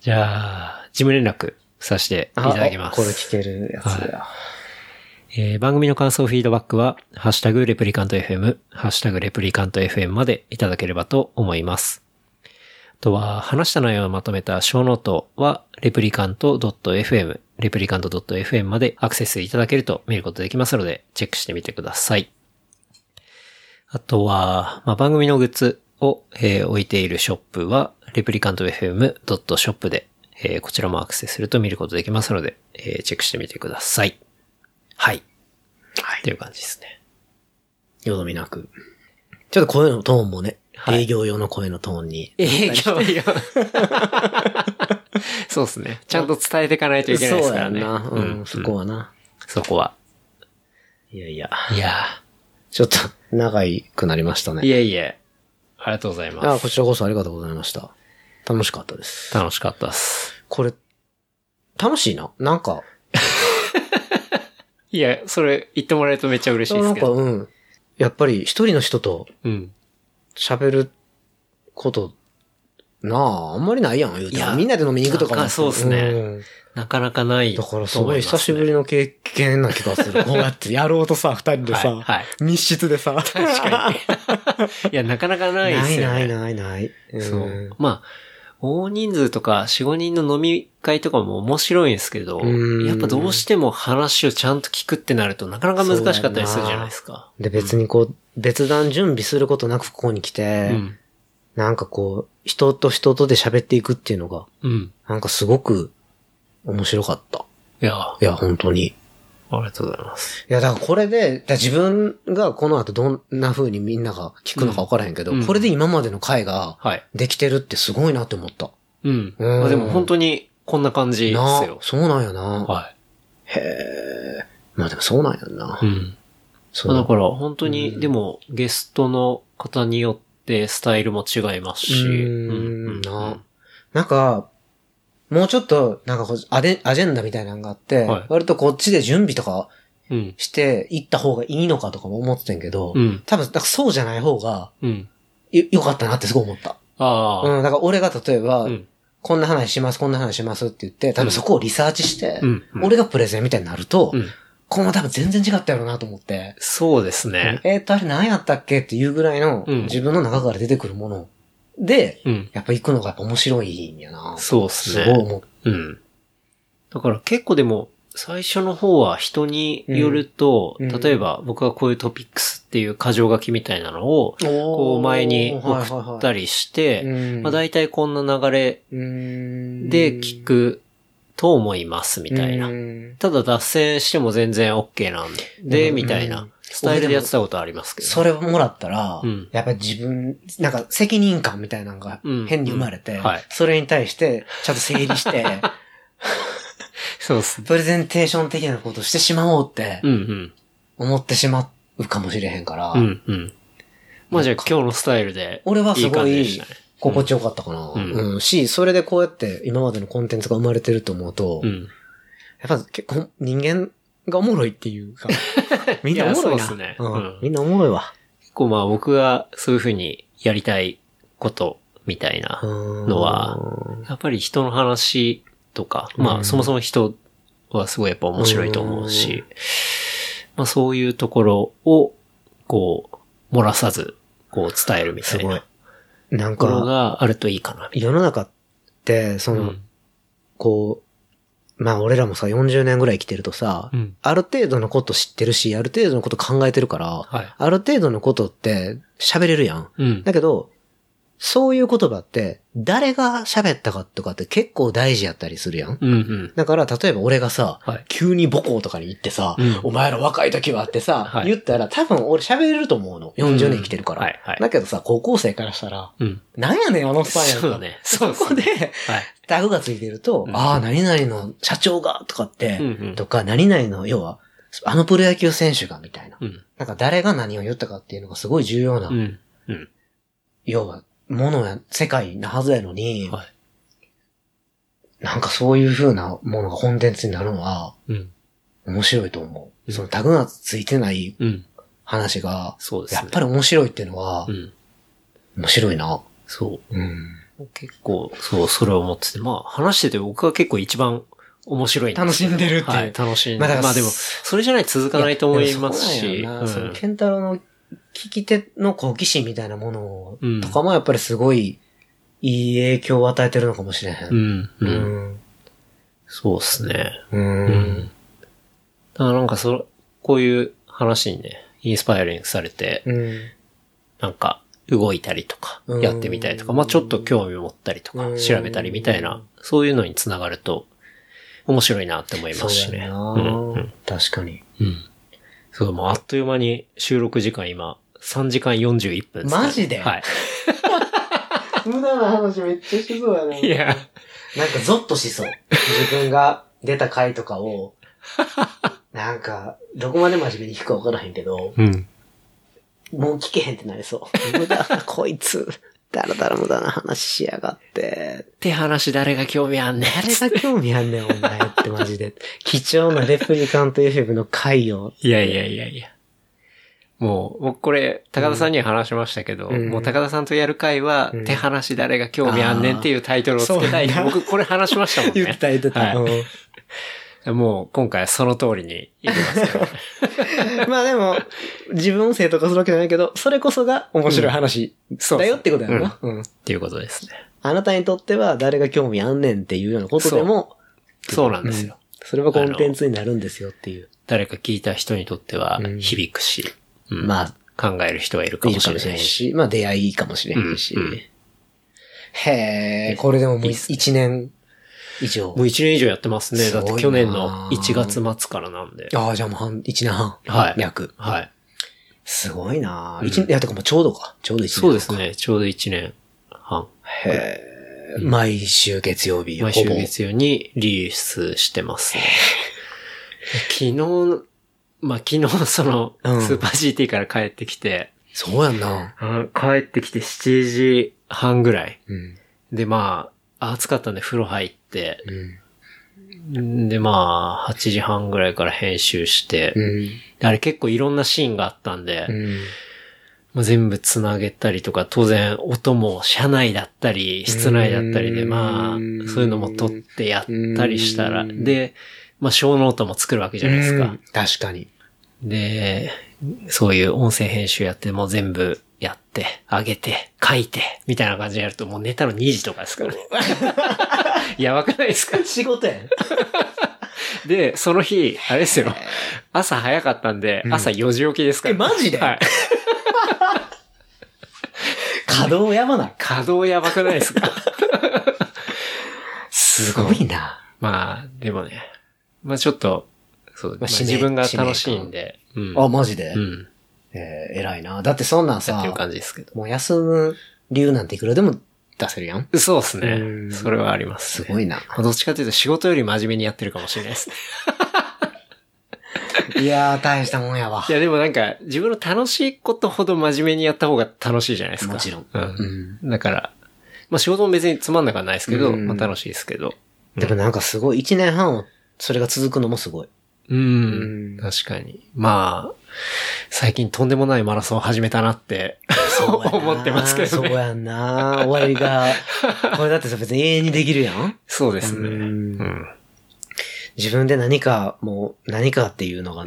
[SPEAKER 2] じゃあ、事務連絡、させてい
[SPEAKER 3] あ
[SPEAKER 2] ただきます。
[SPEAKER 3] これ聞けるやつだ。
[SPEAKER 2] えー番組の感想フィードバックは、ハッシュタグレプリカント FM、ハッシュタグレプリカント FM までいただければと思います。あとは、話した内容をまとめた小ノートは、レプリカント .fm、レプリカント .fm までアクセスいただけると見ることできますので、チェックしてみてください。あとは、まあ、番組のグッズを、えー置いているショップは、レプリカント FM.shop で、えーこちらもアクセスすると見ることできますので、えーチェックしてみてください。はい。
[SPEAKER 3] は
[SPEAKER 2] っていう感じですね。
[SPEAKER 3] い。よどみなく。ちょっと声のトーンもね、
[SPEAKER 2] はい
[SPEAKER 3] 営業用の声のトーンに。
[SPEAKER 2] 営業よ。 そうですね。ちゃんと伝えていかないといけないですからね。
[SPEAKER 3] そうやんな。うん、
[SPEAKER 2] そ
[SPEAKER 3] そ
[SPEAKER 2] こ
[SPEAKER 3] こ
[SPEAKER 2] は。
[SPEAKER 3] はな。
[SPEAKER 2] そこは。
[SPEAKER 3] いやいや。
[SPEAKER 2] いや
[SPEAKER 3] ちょっと、長くなりました
[SPEAKER 2] ーい
[SPEAKER 3] ね。
[SPEAKER 2] えいえ。ありがとうございま
[SPEAKER 3] あ、こちらこそありがとうございました。楽しかったです。
[SPEAKER 2] す。楽しかったっす。
[SPEAKER 3] これ、楽しいな。なんか、
[SPEAKER 2] いや、それ言ってもらえるとめっちゃ嬉しいで
[SPEAKER 3] な
[SPEAKER 2] す
[SPEAKER 3] ん
[SPEAKER 2] け
[SPEAKER 3] か、
[SPEAKER 2] ど。
[SPEAKER 3] うん。やっぱり一人の人と
[SPEAKER 2] うん。
[SPEAKER 3] 喋ること、なあ、あんまりないやん、言うて
[SPEAKER 2] いや
[SPEAKER 3] も。みんなで飲みに行くとか
[SPEAKER 2] なん
[SPEAKER 3] も。
[SPEAKER 2] かそうっすね
[SPEAKER 3] うん
[SPEAKER 2] なかなかないと
[SPEAKER 3] だ
[SPEAKER 2] 思いま
[SPEAKER 3] から
[SPEAKER 2] す
[SPEAKER 3] す
[SPEAKER 2] ね、
[SPEAKER 3] ごい久しぶりの経験な気がする。こうやってやろうとさ、二人で
[SPEAKER 2] はい
[SPEAKER 3] さ、
[SPEAKER 2] はい
[SPEAKER 3] 密室でさ。
[SPEAKER 2] 確かに。 いや、なかなかないで
[SPEAKER 3] な
[SPEAKER 2] す
[SPEAKER 3] い
[SPEAKER 2] よね。
[SPEAKER 3] ないないない。
[SPEAKER 2] そ
[SPEAKER 3] うん
[SPEAKER 2] う。まあ、大人数とか4、5人の飲み会とかも面白いんですけど、
[SPEAKER 3] うん
[SPEAKER 2] やっぱどうしても話をちゃんと聞くってなるとなかなか難しかったりするじゃないですか。
[SPEAKER 3] で、別にこう、別段準備することなくここに来
[SPEAKER 2] う
[SPEAKER 3] て、
[SPEAKER 2] ん。
[SPEAKER 3] なんかこう、人と人とで喋っていくっていうのが、
[SPEAKER 2] うん。
[SPEAKER 3] なんかすごく面白かった。
[SPEAKER 2] いや、あ
[SPEAKER 3] いや、本当に。い
[SPEAKER 2] りがとうございます。
[SPEAKER 3] や、だからこれで、だから自分がこの後どんな風にみんなが聞くのか分からへんけど、
[SPEAKER 2] うん
[SPEAKER 3] これで今までの回が
[SPEAKER 2] はい。
[SPEAKER 3] できてるってすごいなって思った。
[SPEAKER 2] うん。
[SPEAKER 3] うん
[SPEAKER 2] まあでも本当にこんな感じです
[SPEAKER 3] なあ
[SPEAKER 2] よ。
[SPEAKER 3] そうなんやな。
[SPEAKER 2] は
[SPEAKER 3] まあでもそうなんやんな。
[SPEAKER 2] い。うん。
[SPEAKER 3] そう
[SPEAKER 2] まあだ
[SPEAKER 3] だ
[SPEAKER 2] から本当に、
[SPEAKER 3] うん
[SPEAKER 2] でもゲストの方によってスタイルも違いますし。
[SPEAKER 3] うーんななんか、もうちょっと、なんかこうアデ、アジェンダみたいなのがあって、
[SPEAKER 2] はい
[SPEAKER 3] 割とこっちで準備とか
[SPEAKER 2] うん。
[SPEAKER 3] して行った方がいいのかとかも思ってたんやけど、
[SPEAKER 2] うん。
[SPEAKER 3] 多分、なんかそうじゃない方が
[SPEAKER 2] うん。
[SPEAKER 3] よ良かったなってすごい思った。
[SPEAKER 2] ああ。
[SPEAKER 3] うん、だから俺が例えば、
[SPEAKER 2] うん。
[SPEAKER 3] こんな話します、こんな話しますって言って、多分そこをリサーチして、
[SPEAKER 2] うんうん
[SPEAKER 3] 俺がプレゼンみたいになると、
[SPEAKER 2] うん。
[SPEAKER 3] この多分全然違ったやろうなと思って、
[SPEAKER 2] そうですね。
[SPEAKER 3] えーっと、あれ何やったっけっていうぐらいの、
[SPEAKER 2] うん
[SPEAKER 3] 自分の中から出てくるもので、
[SPEAKER 2] うん。
[SPEAKER 3] やっぱ行くのがやっぱ面白いんやな。
[SPEAKER 2] そうです
[SPEAKER 3] す
[SPEAKER 2] ね。
[SPEAKER 3] ごい思っ
[SPEAKER 2] うん。だから結構でも、最初の方は人によると、
[SPEAKER 3] うんうん
[SPEAKER 2] 例えば僕がこういうトピックスっていう箇条書きみたいなのを、
[SPEAKER 3] た。
[SPEAKER 2] こ
[SPEAKER 3] こ
[SPEAKER 2] う前に送った
[SPEAKER 3] り
[SPEAKER 2] りして、まあ
[SPEAKER 3] だい
[SPEAKER 2] 大体こんな流れで聞くと思いますみたいな。ただ脱線しても全然 OK なんで、
[SPEAKER 3] うん
[SPEAKER 2] みたいな
[SPEAKER 3] うん
[SPEAKER 2] スタイルでやってたことありますけど。
[SPEAKER 3] それをもらったら、
[SPEAKER 2] うん
[SPEAKER 3] やっぱり自分、なんか責任感みたいなのが
[SPEAKER 2] うん
[SPEAKER 3] 変に生まれて、
[SPEAKER 2] うんはい
[SPEAKER 3] それに対してちゃんと整理して、
[SPEAKER 2] そうですね。
[SPEAKER 3] プレゼンテーション的なことしてしまおうって
[SPEAKER 2] うんうん。
[SPEAKER 3] 思ってしまうかもしれへんから、
[SPEAKER 2] うんうん。まあじゃあ今日のスタイルで。
[SPEAKER 3] 俺はすご
[SPEAKER 2] 感じで
[SPEAKER 3] い
[SPEAKER 2] したね
[SPEAKER 3] 心地よかったかな、
[SPEAKER 2] う
[SPEAKER 3] うんんし、それでこうやって今までのコンテンツが生まれてると思うと、
[SPEAKER 2] う
[SPEAKER 3] や
[SPEAKER 2] ん。
[SPEAKER 3] っぱ結構人間がおもろいってい うか、みんなおもろい
[SPEAKER 2] いや
[SPEAKER 3] な。
[SPEAKER 2] そうっすね
[SPEAKER 3] うん
[SPEAKER 2] うん
[SPEAKER 3] みんなおもろいわ。
[SPEAKER 2] 結構まあ僕がそういうふうにやりたいことみたいな。
[SPEAKER 3] の
[SPEAKER 2] はやっぱり人の話とか、ま
[SPEAKER 3] う
[SPEAKER 2] あ
[SPEAKER 3] ん
[SPEAKER 2] そもそも人はすごいやっぱ面白いと思うし、まあそういうところをこう漏らさずこう伝えるみた
[SPEAKER 3] す
[SPEAKER 2] い
[SPEAKER 3] ご
[SPEAKER 2] ないと。
[SPEAKER 3] なん
[SPEAKER 2] ころ
[SPEAKER 3] か、
[SPEAKER 2] があるといいかな。
[SPEAKER 3] 世の中って、そうの、
[SPEAKER 2] ん。
[SPEAKER 3] こう、まあ俺らもさ、40年ぐらい生きてるとさ、
[SPEAKER 2] うん。
[SPEAKER 3] ある程度のこと知ってるし、ある程度のこと考えてるから、
[SPEAKER 2] はい。
[SPEAKER 3] ある程度のことって喋れるやん。
[SPEAKER 2] うん。
[SPEAKER 3] だけど、そういう言葉って、誰が喋ったかとかって結構大事やったりするやん。
[SPEAKER 2] うんうん。
[SPEAKER 3] だから、例えば俺がさ、
[SPEAKER 2] はい
[SPEAKER 3] 急に母校とかに行ってさ、
[SPEAKER 2] うん
[SPEAKER 3] お前ら若い時はってさ、
[SPEAKER 2] はい
[SPEAKER 3] 言ったら多分俺喋れると思うの。40年生きてるから。
[SPEAKER 2] はいはい。
[SPEAKER 3] だけどさ、高校生からしたら、
[SPEAKER 2] うん。
[SPEAKER 3] なんやねん、あのスパンやん
[SPEAKER 2] そう
[SPEAKER 3] か。
[SPEAKER 2] だね。そう
[SPEAKER 3] そこ
[SPEAKER 2] で
[SPEAKER 3] です
[SPEAKER 2] ね。、はい。
[SPEAKER 3] タグがついてると、
[SPEAKER 2] うん
[SPEAKER 3] ああ、何々の社長が、とかって、
[SPEAKER 2] うんうん
[SPEAKER 3] とか、何々の、要は、あのプロ野球選手が、みたいな。
[SPEAKER 2] うん。
[SPEAKER 3] なんか誰が何を言ったかっていうのがすごい重要な、
[SPEAKER 2] うん。うん。
[SPEAKER 3] 要は、ものや、世界なはずやのに、
[SPEAKER 2] はい
[SPEAKER 3] なんかそういう風なものがコンテンツになるのは、
[SPEAKER 2] うん。
[SPEAKER 3] 面白いと思
[SPEAKER 2] う
[SPEAKER 3] う。
[SPEAKER 2] ん
[SPEAKER 3] そのタグがついてない
[SPEAKER 2] うん。
[SPEAKER 3] 話が、
[SPEAKER 2] そうです
[SPEAKER 3] や
[SPEAKER 2] ね。
[SPEAKER 3] っぱり面白いっていうのは
[SPEAKER 2] う、ん。
[SPEAKER 3] 面白いな。
[SPEAKER 2] そう。
[SPEAKER 3] うん。
[SPEAKER 2] 結構、そう、それを思ってて、まあ、話してて僕が結構一番面白いです
[SPEAKER 3] 楽しんでるっていう
[SPEAKER 2] はい、楽しんでる。
[SPEAKER 3] まあだから
[SPEAKER 2] まあでも、それじゃないと続かないと思いますし。
[SPEAKER 3] でもそうなんやろ
[SPEAKER 2] うん
[SPEAKER 3] なそのケンタロウの聞き手の好奇心みたいなものを
[SPEAKER 2] うん
[SPEAKER 3] とかもやっぱりすごいいい影響を与えてるのかもしれへん。
[SPEAKER 2] うん、
[SPEAKER 3] う
[SPEAKER 2] うん。
[SPEAKER 3] ん。
[SPEAKER 2] そうですね。
[SPEAKER 3] う。
[SPEAKER 2] うんん。だからなんかそ、こういう話にね、インスパイアリングされて、
[SPEAKER 3] うん。
[SPEAKER 2] なんか、動いたりとか
[SPEAKER 3] う、ん
[SPEAKER 2] やってみたりとか、まあちょっと興味を持ったりと
[SPEAKER 3] う
[SPEAKER 2] か、
[SPEAKER 3] ん
[SPEAKER 2] 調べたりみたいな、そういうのにつながると、面白いなって思いま
[SPEAKER 3] そう
[SPEAKER 2] すし
[SPEAKER 3] だ
[SPEAKER 2] ね。
[SPEAKER 3] よ
[SPEAKER 2] うんう
[SPEAKER 3] なん確かに。
[SPEAKER 2] うん。そう、もうあっという間に収録時間今、3時間41分ですから
[SPEAKER 3] マジで
[SPEAKER 2] はい。
[SPEAKER 3] 無駄な話めっちゃしそうや
[SPEAKER 2] いや、
[SPEAKER 3] なんかゾッとしそう。自分が出た回とかを、 なんか、どこまで真面目に弾くかわからへんけど、
[SPEAKER 2] うん。
[SPEAKER 3] もう聞けへんってなりそう。 無駄な、こいつ。だらだら無駄な話しやがって。
[SPEAKER 2] って話誰が興味あんねん。
[SPEAKER 3] 誰が興味あんねん、お前ってマ ジで。貴重なレプリカント FM の回を。
[SPEAKER 2] いやいやいやいや。もう、僕これ、高田さんには話しましたけど、
[SPEAKER 3] うん
[SPEAKER 2] もう高田さんとやる会は、
[SPEAKER 3] うん
[SPEAKER 2] 手話し誰が興味あんねんっていうタイトルをつけたい。
[SPEAKER 3] あーそうなんだ
[SPEAKER 2] 僕これ話しましたもんね。
[SPEAKER 3] た言って
[SPEAKER 2] た
[SPEAKER 3] うん
[SPEAKER 2] もう今回はその通りに言いますけど。
[SPEAKER 3] まあでも、自分音声とかするわけじゃないけど、それこそが面白い話
[SPEAKER 2] そう
[SPEAKER 3] だよってことやろ
[SPEAKER 2] うんっ
[SPEAKER 3] な。うん。
[SPEAKER 2] ていうことですね。
[SPEAKER 3] あなたにとっては誰が興味あんねんっていうようなことでも、
[SPEAKER 2] そうなんですよ。
[SPEAKER 3] それはコンテンツになるんですよっていう。
[SPEAKER 2] 誰か聞いた人にとっては
[SPEAKER 3] うん
[SPEAKER 2] 響くし、うん
[SPEAKER 3] まあ、
[SPEAKER 2] 考える人はいるか
[SPEAKER 3] いい
[SPEAKER 2] も
[SPEAKER 3] か
[SPEAKER 2] し
[SPEAKER 3] も
[SPEAKER 2] れ
[SPEAKER 3] しれ
[SPEAKER 2] な
[SPEAKER 3] へ
[SPEAKER 2] い
[SPEAKER 3] ん
[SPEAKER 2] し。
[SPEAKER 3] し、まあ出会いかもしれへんし。
[SPEAKER 2] うんうん
[SPEAKER 3] へえ、これでももう1年以上
[SPEAKER 2] も。う一年以上やってますね。
[SPEAKER 3] すご
[SPEAKER 2] だっ
[SPEAKER 3] いな
[SPEAKER 2] て去年の1月末からなんで。
[SPEAKER 3] ああ、じゃあもう半、1年半。
[SPEAKER 2] はい
[SPEAKER 3] 約。
[SPEAKER 2] はい。
[SPEAKER 3] すごいなあ
[SPEAKER 2] うん
[SPEAKER 3] 一年いや、てかもうちょうどか。ちょうど1年。
[SPEAKER 2] そうです。ね。ちょうど1年半。
[SPEAKER 3] へえ。毎週月曜日。
[SPEAKER 2] 毎週
[SPEAKER 3] ほぼ
[SPEAKER 2] 月曜にリリースしてますね、 昨日、まあ、昨日その、
[SPEAKER 3] うん
[SPEAKER 2] スーパー GT から帰ってきて、
[SPEAKER 3] そうやんな。
[SPEAKER 2] あ帰ってきて7時半ぐらい。
[SPEAKER 3] うん。
[SPEAKER 2] で、まあ、暑かったんで風呂入って、
[SPEAKER 3] うん。
[SPEAKER 2] で、まあ、8時半ぐらいから編集して、
[SPEAKER 3] うん。
[SPEAKER 2] あれ結構いろんなシーンがあったんで、
[SPEAKER 3] うん。
[SPEAKER 2] まあ、全部つなげたりとか、当然音も車内だったり、室内だったり
[SPEAKER 3] う
[SPEAKER 2] で、
[SPEAKER 3] ーん
[SPEAKER 2] まあ、そういうのも撮ってやったりしたら、
[SPEAKER 3] うーん
[SPEAKER 2] で、まあ、小ノートも作るわけじゃないです
[SPEAKER 3] う
[SPEAKER 2] か
[SPEAKER 3] ん。。確かに。
[SPEAKER 2] で、そういう音声編集やって、もう全部やって、上げて、書いて、みたいな感じでやると、もう寝たの2時とかです からね。やばくないですか
[SPEAKER 3] 仕事やん。
[SPEAKER 2] で、その日、あれですよ。朝早かったんで、
[SPEAKER 3] うん
[SPEAKER 2] 朝4時起きですから。
[SPEAKER 3] えマジで
[SPEAKER 2] はい。
[SPEAKER 3] 稼働やばな。
[SPEAKER 2] 稼働やばくないです か
[SPEAKER 3] すごいな。
[SPEAKER 2] まあ、でもね。まあちょっと、そう、まあ
[SPEAKER 3] 使命
[SPEAKER 2] 自分が楽しいんで。うん。
[SPEAKER 3] あ、マジで、
[SPEAKER 2] うん。
[SPEAKER 3] えー偉いな。だってそんなん
[SPEAKER 2] やっ
[SPEAKER 3] さ
[SPEAKER 2] てる、感じですけど。
[SPEAKER 3] もう休む理由なんていくらでも出せるやん。
[SPEAKER 2] そうです
[SPEAKER 3] うん
[SPEAKER 2] ね。それはあります、
[SPEAKER 3] す
[SPEAKER 2] ね。
[SPEAKER 3] ごいな。
[SPEAKER 2] まあどっちかというと仕事より真面目にやってるかもしれないですね。
[SPEAKER 3] いやー、大したもんやわ
[SPEAKER 2] い。やでもなんか自分の楽しいことほど真面目にやった方が楽しいじゃないですか。
[SPEAKER 3] もちろん。
[SPEAKER 2] うん。
[SPEAKER 3] うん。
[SPEAKER 2] だから、まあ仕事も別につまんなくはないですけど、
[SPEAKER 3] うん
[SPEAKER 2] まあ楽しいですけど。
[SPEAKER 3] でもなんかすごい、一年半を、それが続くのもすごい。
[SPEAKER 2] うん。
[SPEAKER 3] ん
[SPEAKER 2] 確かに。まあ、最近とんでもないマラソンを始めたなって
[SPEAKER 3] そうやな
[SPEAKER 2] 思ってますけど
[SPEAKER 3] そう
[SPEAKER 2] ね。
[SPEAKER 3] やんな。終わり が、これだってさ、別に永遠にできるやん。
[SPEAKER 2] そうですね。
[SPEAKER 3] う
[SPEAKER 2] うんん。
[SPEAKER 3] 自分で何か、もう、何かっていうのが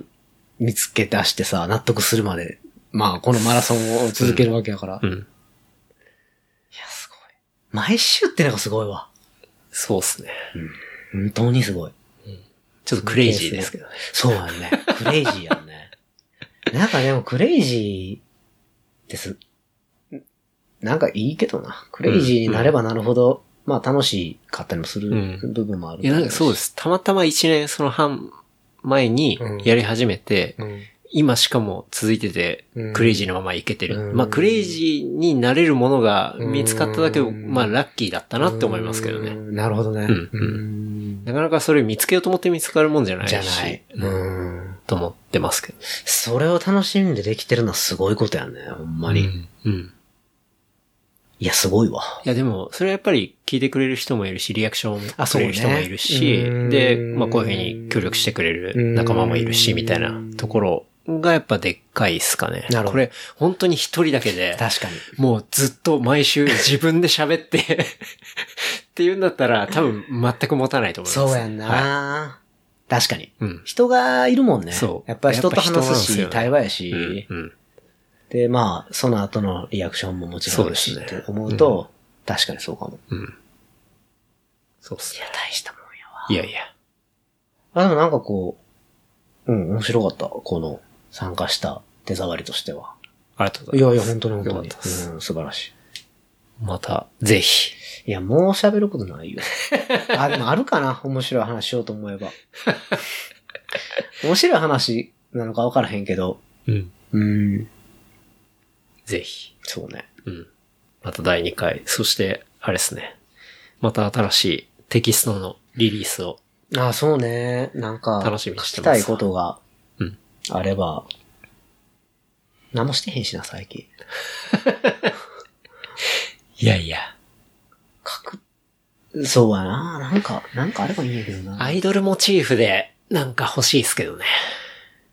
[SPEAKER 3] 見つけ出してさ、納得するまで、まあ、このマラソンを続けるわけだから。
[SPEAKER 2] う
[SPEAKER 3] い
[SPEAKER 2] ん。
[SPEAKER 3] や、すごい。毎週ってのがすごいわ。
[SPEAKER 2] そうですね。
[SPEAKER 3] 本当にすごい。
[SPEAKER 2] ちょっとクレイジーですけどね。
[SPEAKER 3] そうやんね。クレイジーやん ね。なんかでもクレイジーです。なんかいいけどな。クレイジーになればなるほど、まあ楽しかったりもする
[SPEAKER 2] うん
[SPEAKER 3] 部分もある。。
[SPEAKER 2] いや、なんかそうですす。たまたま1年その半前にやり始めて、
[SPEAKER 3] うん。
[SPEAKER 2] 今しかも続いてて
[SPEAKER 3] うん、
[SPEAKER 2] クレイジーのままいけてる。
[SPEAKER 3] うん
[SPEAKER 2] まあ、クレイジーになれるものが見つかっただけで、
[SPEAKER 3] うん
[SPEAKER 2] まあ、ラッキーだったなって思いますけど
[SPEAKER 3] う
[SPEAKER 2] ね。
[SPEAKER 3] ん。なるほどね。
[SPEAKER 2] うん
[SPEAKER 3] うん
[SPEAKER 2] なかなかそれ見つけようと思って見つかるもんじゃないし。
[SPEAKER 3] じゃない。うん。
[SPEAKER 2] と思ってますけど。
[SPEAKER 3] それを楽しんでできてるのはすごいことやね。ほんまに。
[SPEAKER 2] うんうん。
[SPEAKER 3] いや、すごいわ。
[SPEAKER 2] いや、でも、それはやっぱり聞いてくれる人もいるし、リアクション
[SPEAKER 3] あ
[SPEAKER 2] を
[SPEAKER 3] そ
[SPEAKER 2] くれ
[SPEAKER 3] うね
[SPEAKER 2] る人もいるし、
[SPEAKER 3] うん
[SPEAKER 2] で、まあ、こういうふうに協力してくれる仲間もいるし、
[SPEAKER 3] うん
[SPEAKER 2] みたいなところがやっぱでっかいっすかね。
[SPEAKER 3] なるほど
[SPEAKER 2] これ、本当に一人だけで、
[SPEAKER 3] 確かに。
[SPEAKER 2] もうずっと毎週自分で喋って、って言うんだったら、多分全く持たないと思います。
[SPEAKER 3] そうやんな、
[SPEAKER 2] はい
[SPEAKER 3] 確かに。
[SPEAKER 2] うん。
[SPEAKER 3] 人がいるもんね。
[SPEAKER 2] そう
[SPEAKER 3] やっぱ人と話す
[SPEAKER 2] やっ
[SPEAKER 3] し、
[SPEAKER 2] ぱ人なんですよね
[SPEAKER 3] 対話やし、
[SPEAKER 2] うん。うん。
[SPEAKER 3] で、まあ、その後のリアクションももちろんあるし、
[SPEAKER 2] そうです
[SPEAKER 3] っ
[SPEAKER 2] ね
[SPEAKER 3] て思うと、確かにそうかも。
[SPEAKER 2] うん。そうっす
[SPEAKER 3] いや、大したもんやわ。
[SPEAKER 2] いやいや。
[SPEAKER 3] あ、でもなんかこう、うん、面白かった。この、参加した手触りとしては。
[SPEAKER 2] ありがとうござ
[SPEAKER 3] い
[SPEAKER 2] いま
[SPEAKER 3] や
[SPEAKER 2] す。
[SPEAKER 3] いや、本当に本当に。
[SPEAKER 2] よかったです
[SPEAKER 3] うん、素晴らし
[SPEAKER 2] また、ぜひ。
[SPEAKER 3] い。いや、もう喋ることないよ。 あ、でもあるかな面白い話しようと思え ば。面白い話なのか分からへんけど、
[SPEAKER 2] うん。
[SPEAKER 3] うん、
[SPEAKER 2] ぜひ。
[SPEAKER 3] そうね。
[SPEAKER 2] うん。また第2回。そして、あれですね。また新しいテキストのリリースを。
[SPEAKER 3] あ、そうね。なんか、
[SPEAKER 2] 楽しみにして
[SPEAKER 3] 聞き
[SPEAKER 2] ま
[SPEAKER 3] た
[SPEAKER 2] す
[SPEAKER 3] いことが
[SPEAKER 2] うん。
[SPEAKER 3] あれば、何もしてへんしな、最近。
[SPEAKER 2] いやいや。
[SPEAKER 3] 書く。そうやな。なんか、なんかあればいいんやけどな。
[SPEAKER 2] アイドルモチーフで、なんか欲しいですけどね。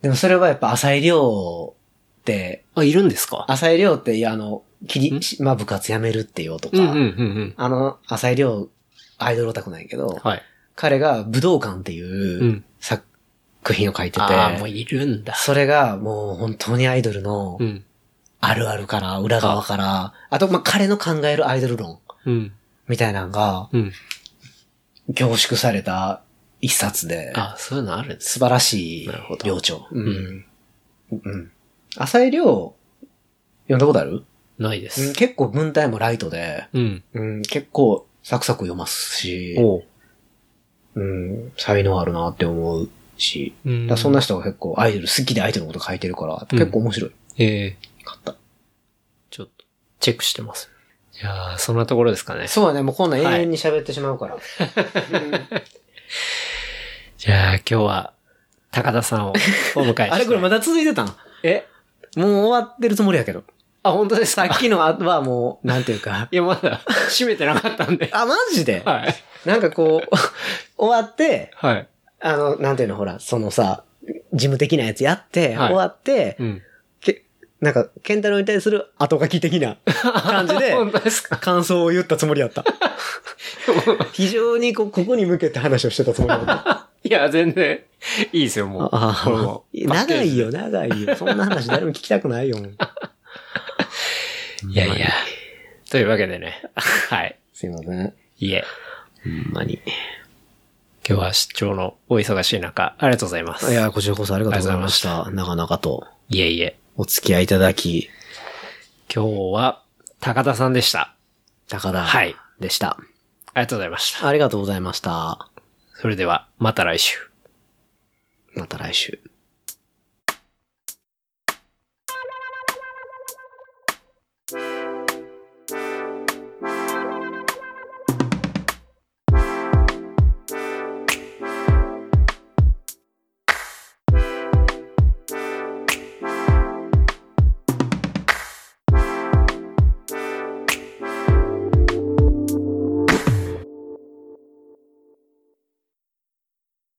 [SPEAKER 3] でもそれはやっぱ浅井亮って、
[SPEAKER 2] あ、いるんですか
[SPEAKER 3] 浅井亮って、いや、あの、きり
[SPEAKER 2] ん、
[SPEAKER 3] まあ部活辞めるってよとか、
[SPEAKER 2] うんうんうん
[SPEAKER 3] あの、浅井亮、アイドルオタクなんやけど、
[SPEAKER 2] うん。はい。
[SPEAKER 3] 彼が武道館って
[SPEAKER 2] う
[SPEAKER 3] いうん作品を書いてて、
[SPEAKER 2] ああ、もういるんだ。
[SPEAKER 3] それがもう本当にアイドルの
[SPEAKER 2] うん。
[SPEAKER 3] あるあるから、裏側から、あと、まあ、彼の考えるアイドル論
[SPEAKER 2] うん。
[SPEAKER 3] みたいなのが
[SPEAKER 2] うん。
[SPEAKER 3] 凝縮された一冊で、
[SPEAKER 2] あそういうのあるんです。
[SPEAKER 3] 素晴らしい
[SPEAKER 2] なるほど
[SPEAKER 3] 領長。うんん。うん。浅井亮、読んだことある、
[SPEAKER 2] ないで
[SPEAKER 3] うん、
[SPEAKER 2] す。
[SPEAKER 3] 結構文体もライトで、
[SPEAKER 2] うん。
[SPEAKER 3] うん、結構サクサク読ますし、
[SPEAKER 2] おう。
[SPEAKER 3] うん、才能あるなって思うし、
[SPEAKER 2] うん
[SPEAKER 3] だからそんな人が結構アイドル、好きでアイドルのこと書いてるから、
[SPEAKER 2] うん
[SPEAKER 3] 結構面白い。
[SPEAKER 2] ええ
[SPEAKER 3] 買った。
[SPEAKER 2] ちょっと、チェックしてます。じゃあ、そんなところですかね。
[SPEAKER 3] そうだね、もうこんなん
[SPEAKER 2] はい
[SPEAKER 3] 永遠に喋ってしまうから。
[SPEAKER 2] じゃあ、今日は、高田さんをお迎え して。
[SPEAKER 3] あれこれまだ続いてたん
[SPEAKER 2] え
[SPEAKER 3] もう終わってるつもりやけど。
[SPEAKER 2] あ、本当です
[SPEAKER 3] さ
[SPEAKER 2] か
[SPEAKER 3] っきの後はもう、なんていうか。
[SPEAKER 2] いや、まだ、閉めてなかったんで。
[SPEAKER 3] あ、マジで
[SPEAKER 2] はい。
[SPEAKER 3] なんかこう、 終わって、
[SPEAKER 2] はい。
[SPEAKER 3] あの、なんていうの、ほら、そのさ、事務的なやつやって、
[SPEAKER 2] はい
[SPEAKER 3] 終わって、
[SPEAKER 2] うん。
[SPEAKER 3] けなんか、ケンタロウに対する後書き的な感じで、
[SPEAKER 2] 本当ですか
[SPEAKER 3] 感想を言ったつもりやった。非常にこうここに向けて話をしてたつもりだった。
[SPEAKER 2] いや、全然、いいですよ、もう。これも
[SPEAKER 3] いや長いよ、長いよ。そんな話誰も聞きたくないよ。
[SPEAKER 2] いやいや。というわけでね。はい。
[SPEAKER 3] すいません。
[SPEAKER 2] いえ。
[SPEAKER 3] ほんまに。い
[SPEAKER 2] 今日は出張のお忙しい中、ありがとうございます。
[SPEAKER 3] や、こちらこそありがとうございました。なかなかと
[SPEAKER 2] いえいえ。
[SPEAKER 3] お付き合いいただき、
[SPEAKER 2] 今日は、高田さんでした。
[SPEAKER 3] 高田
[SPEAKER 2] はい
[SPEAKER 3] でした。
[SPEAKER 2] ありがとうございました。
[SPEAKER 3] ありがとうございました。
[SPEAKER 2] それでは、また来週。
[SPEAKER 3] また来週。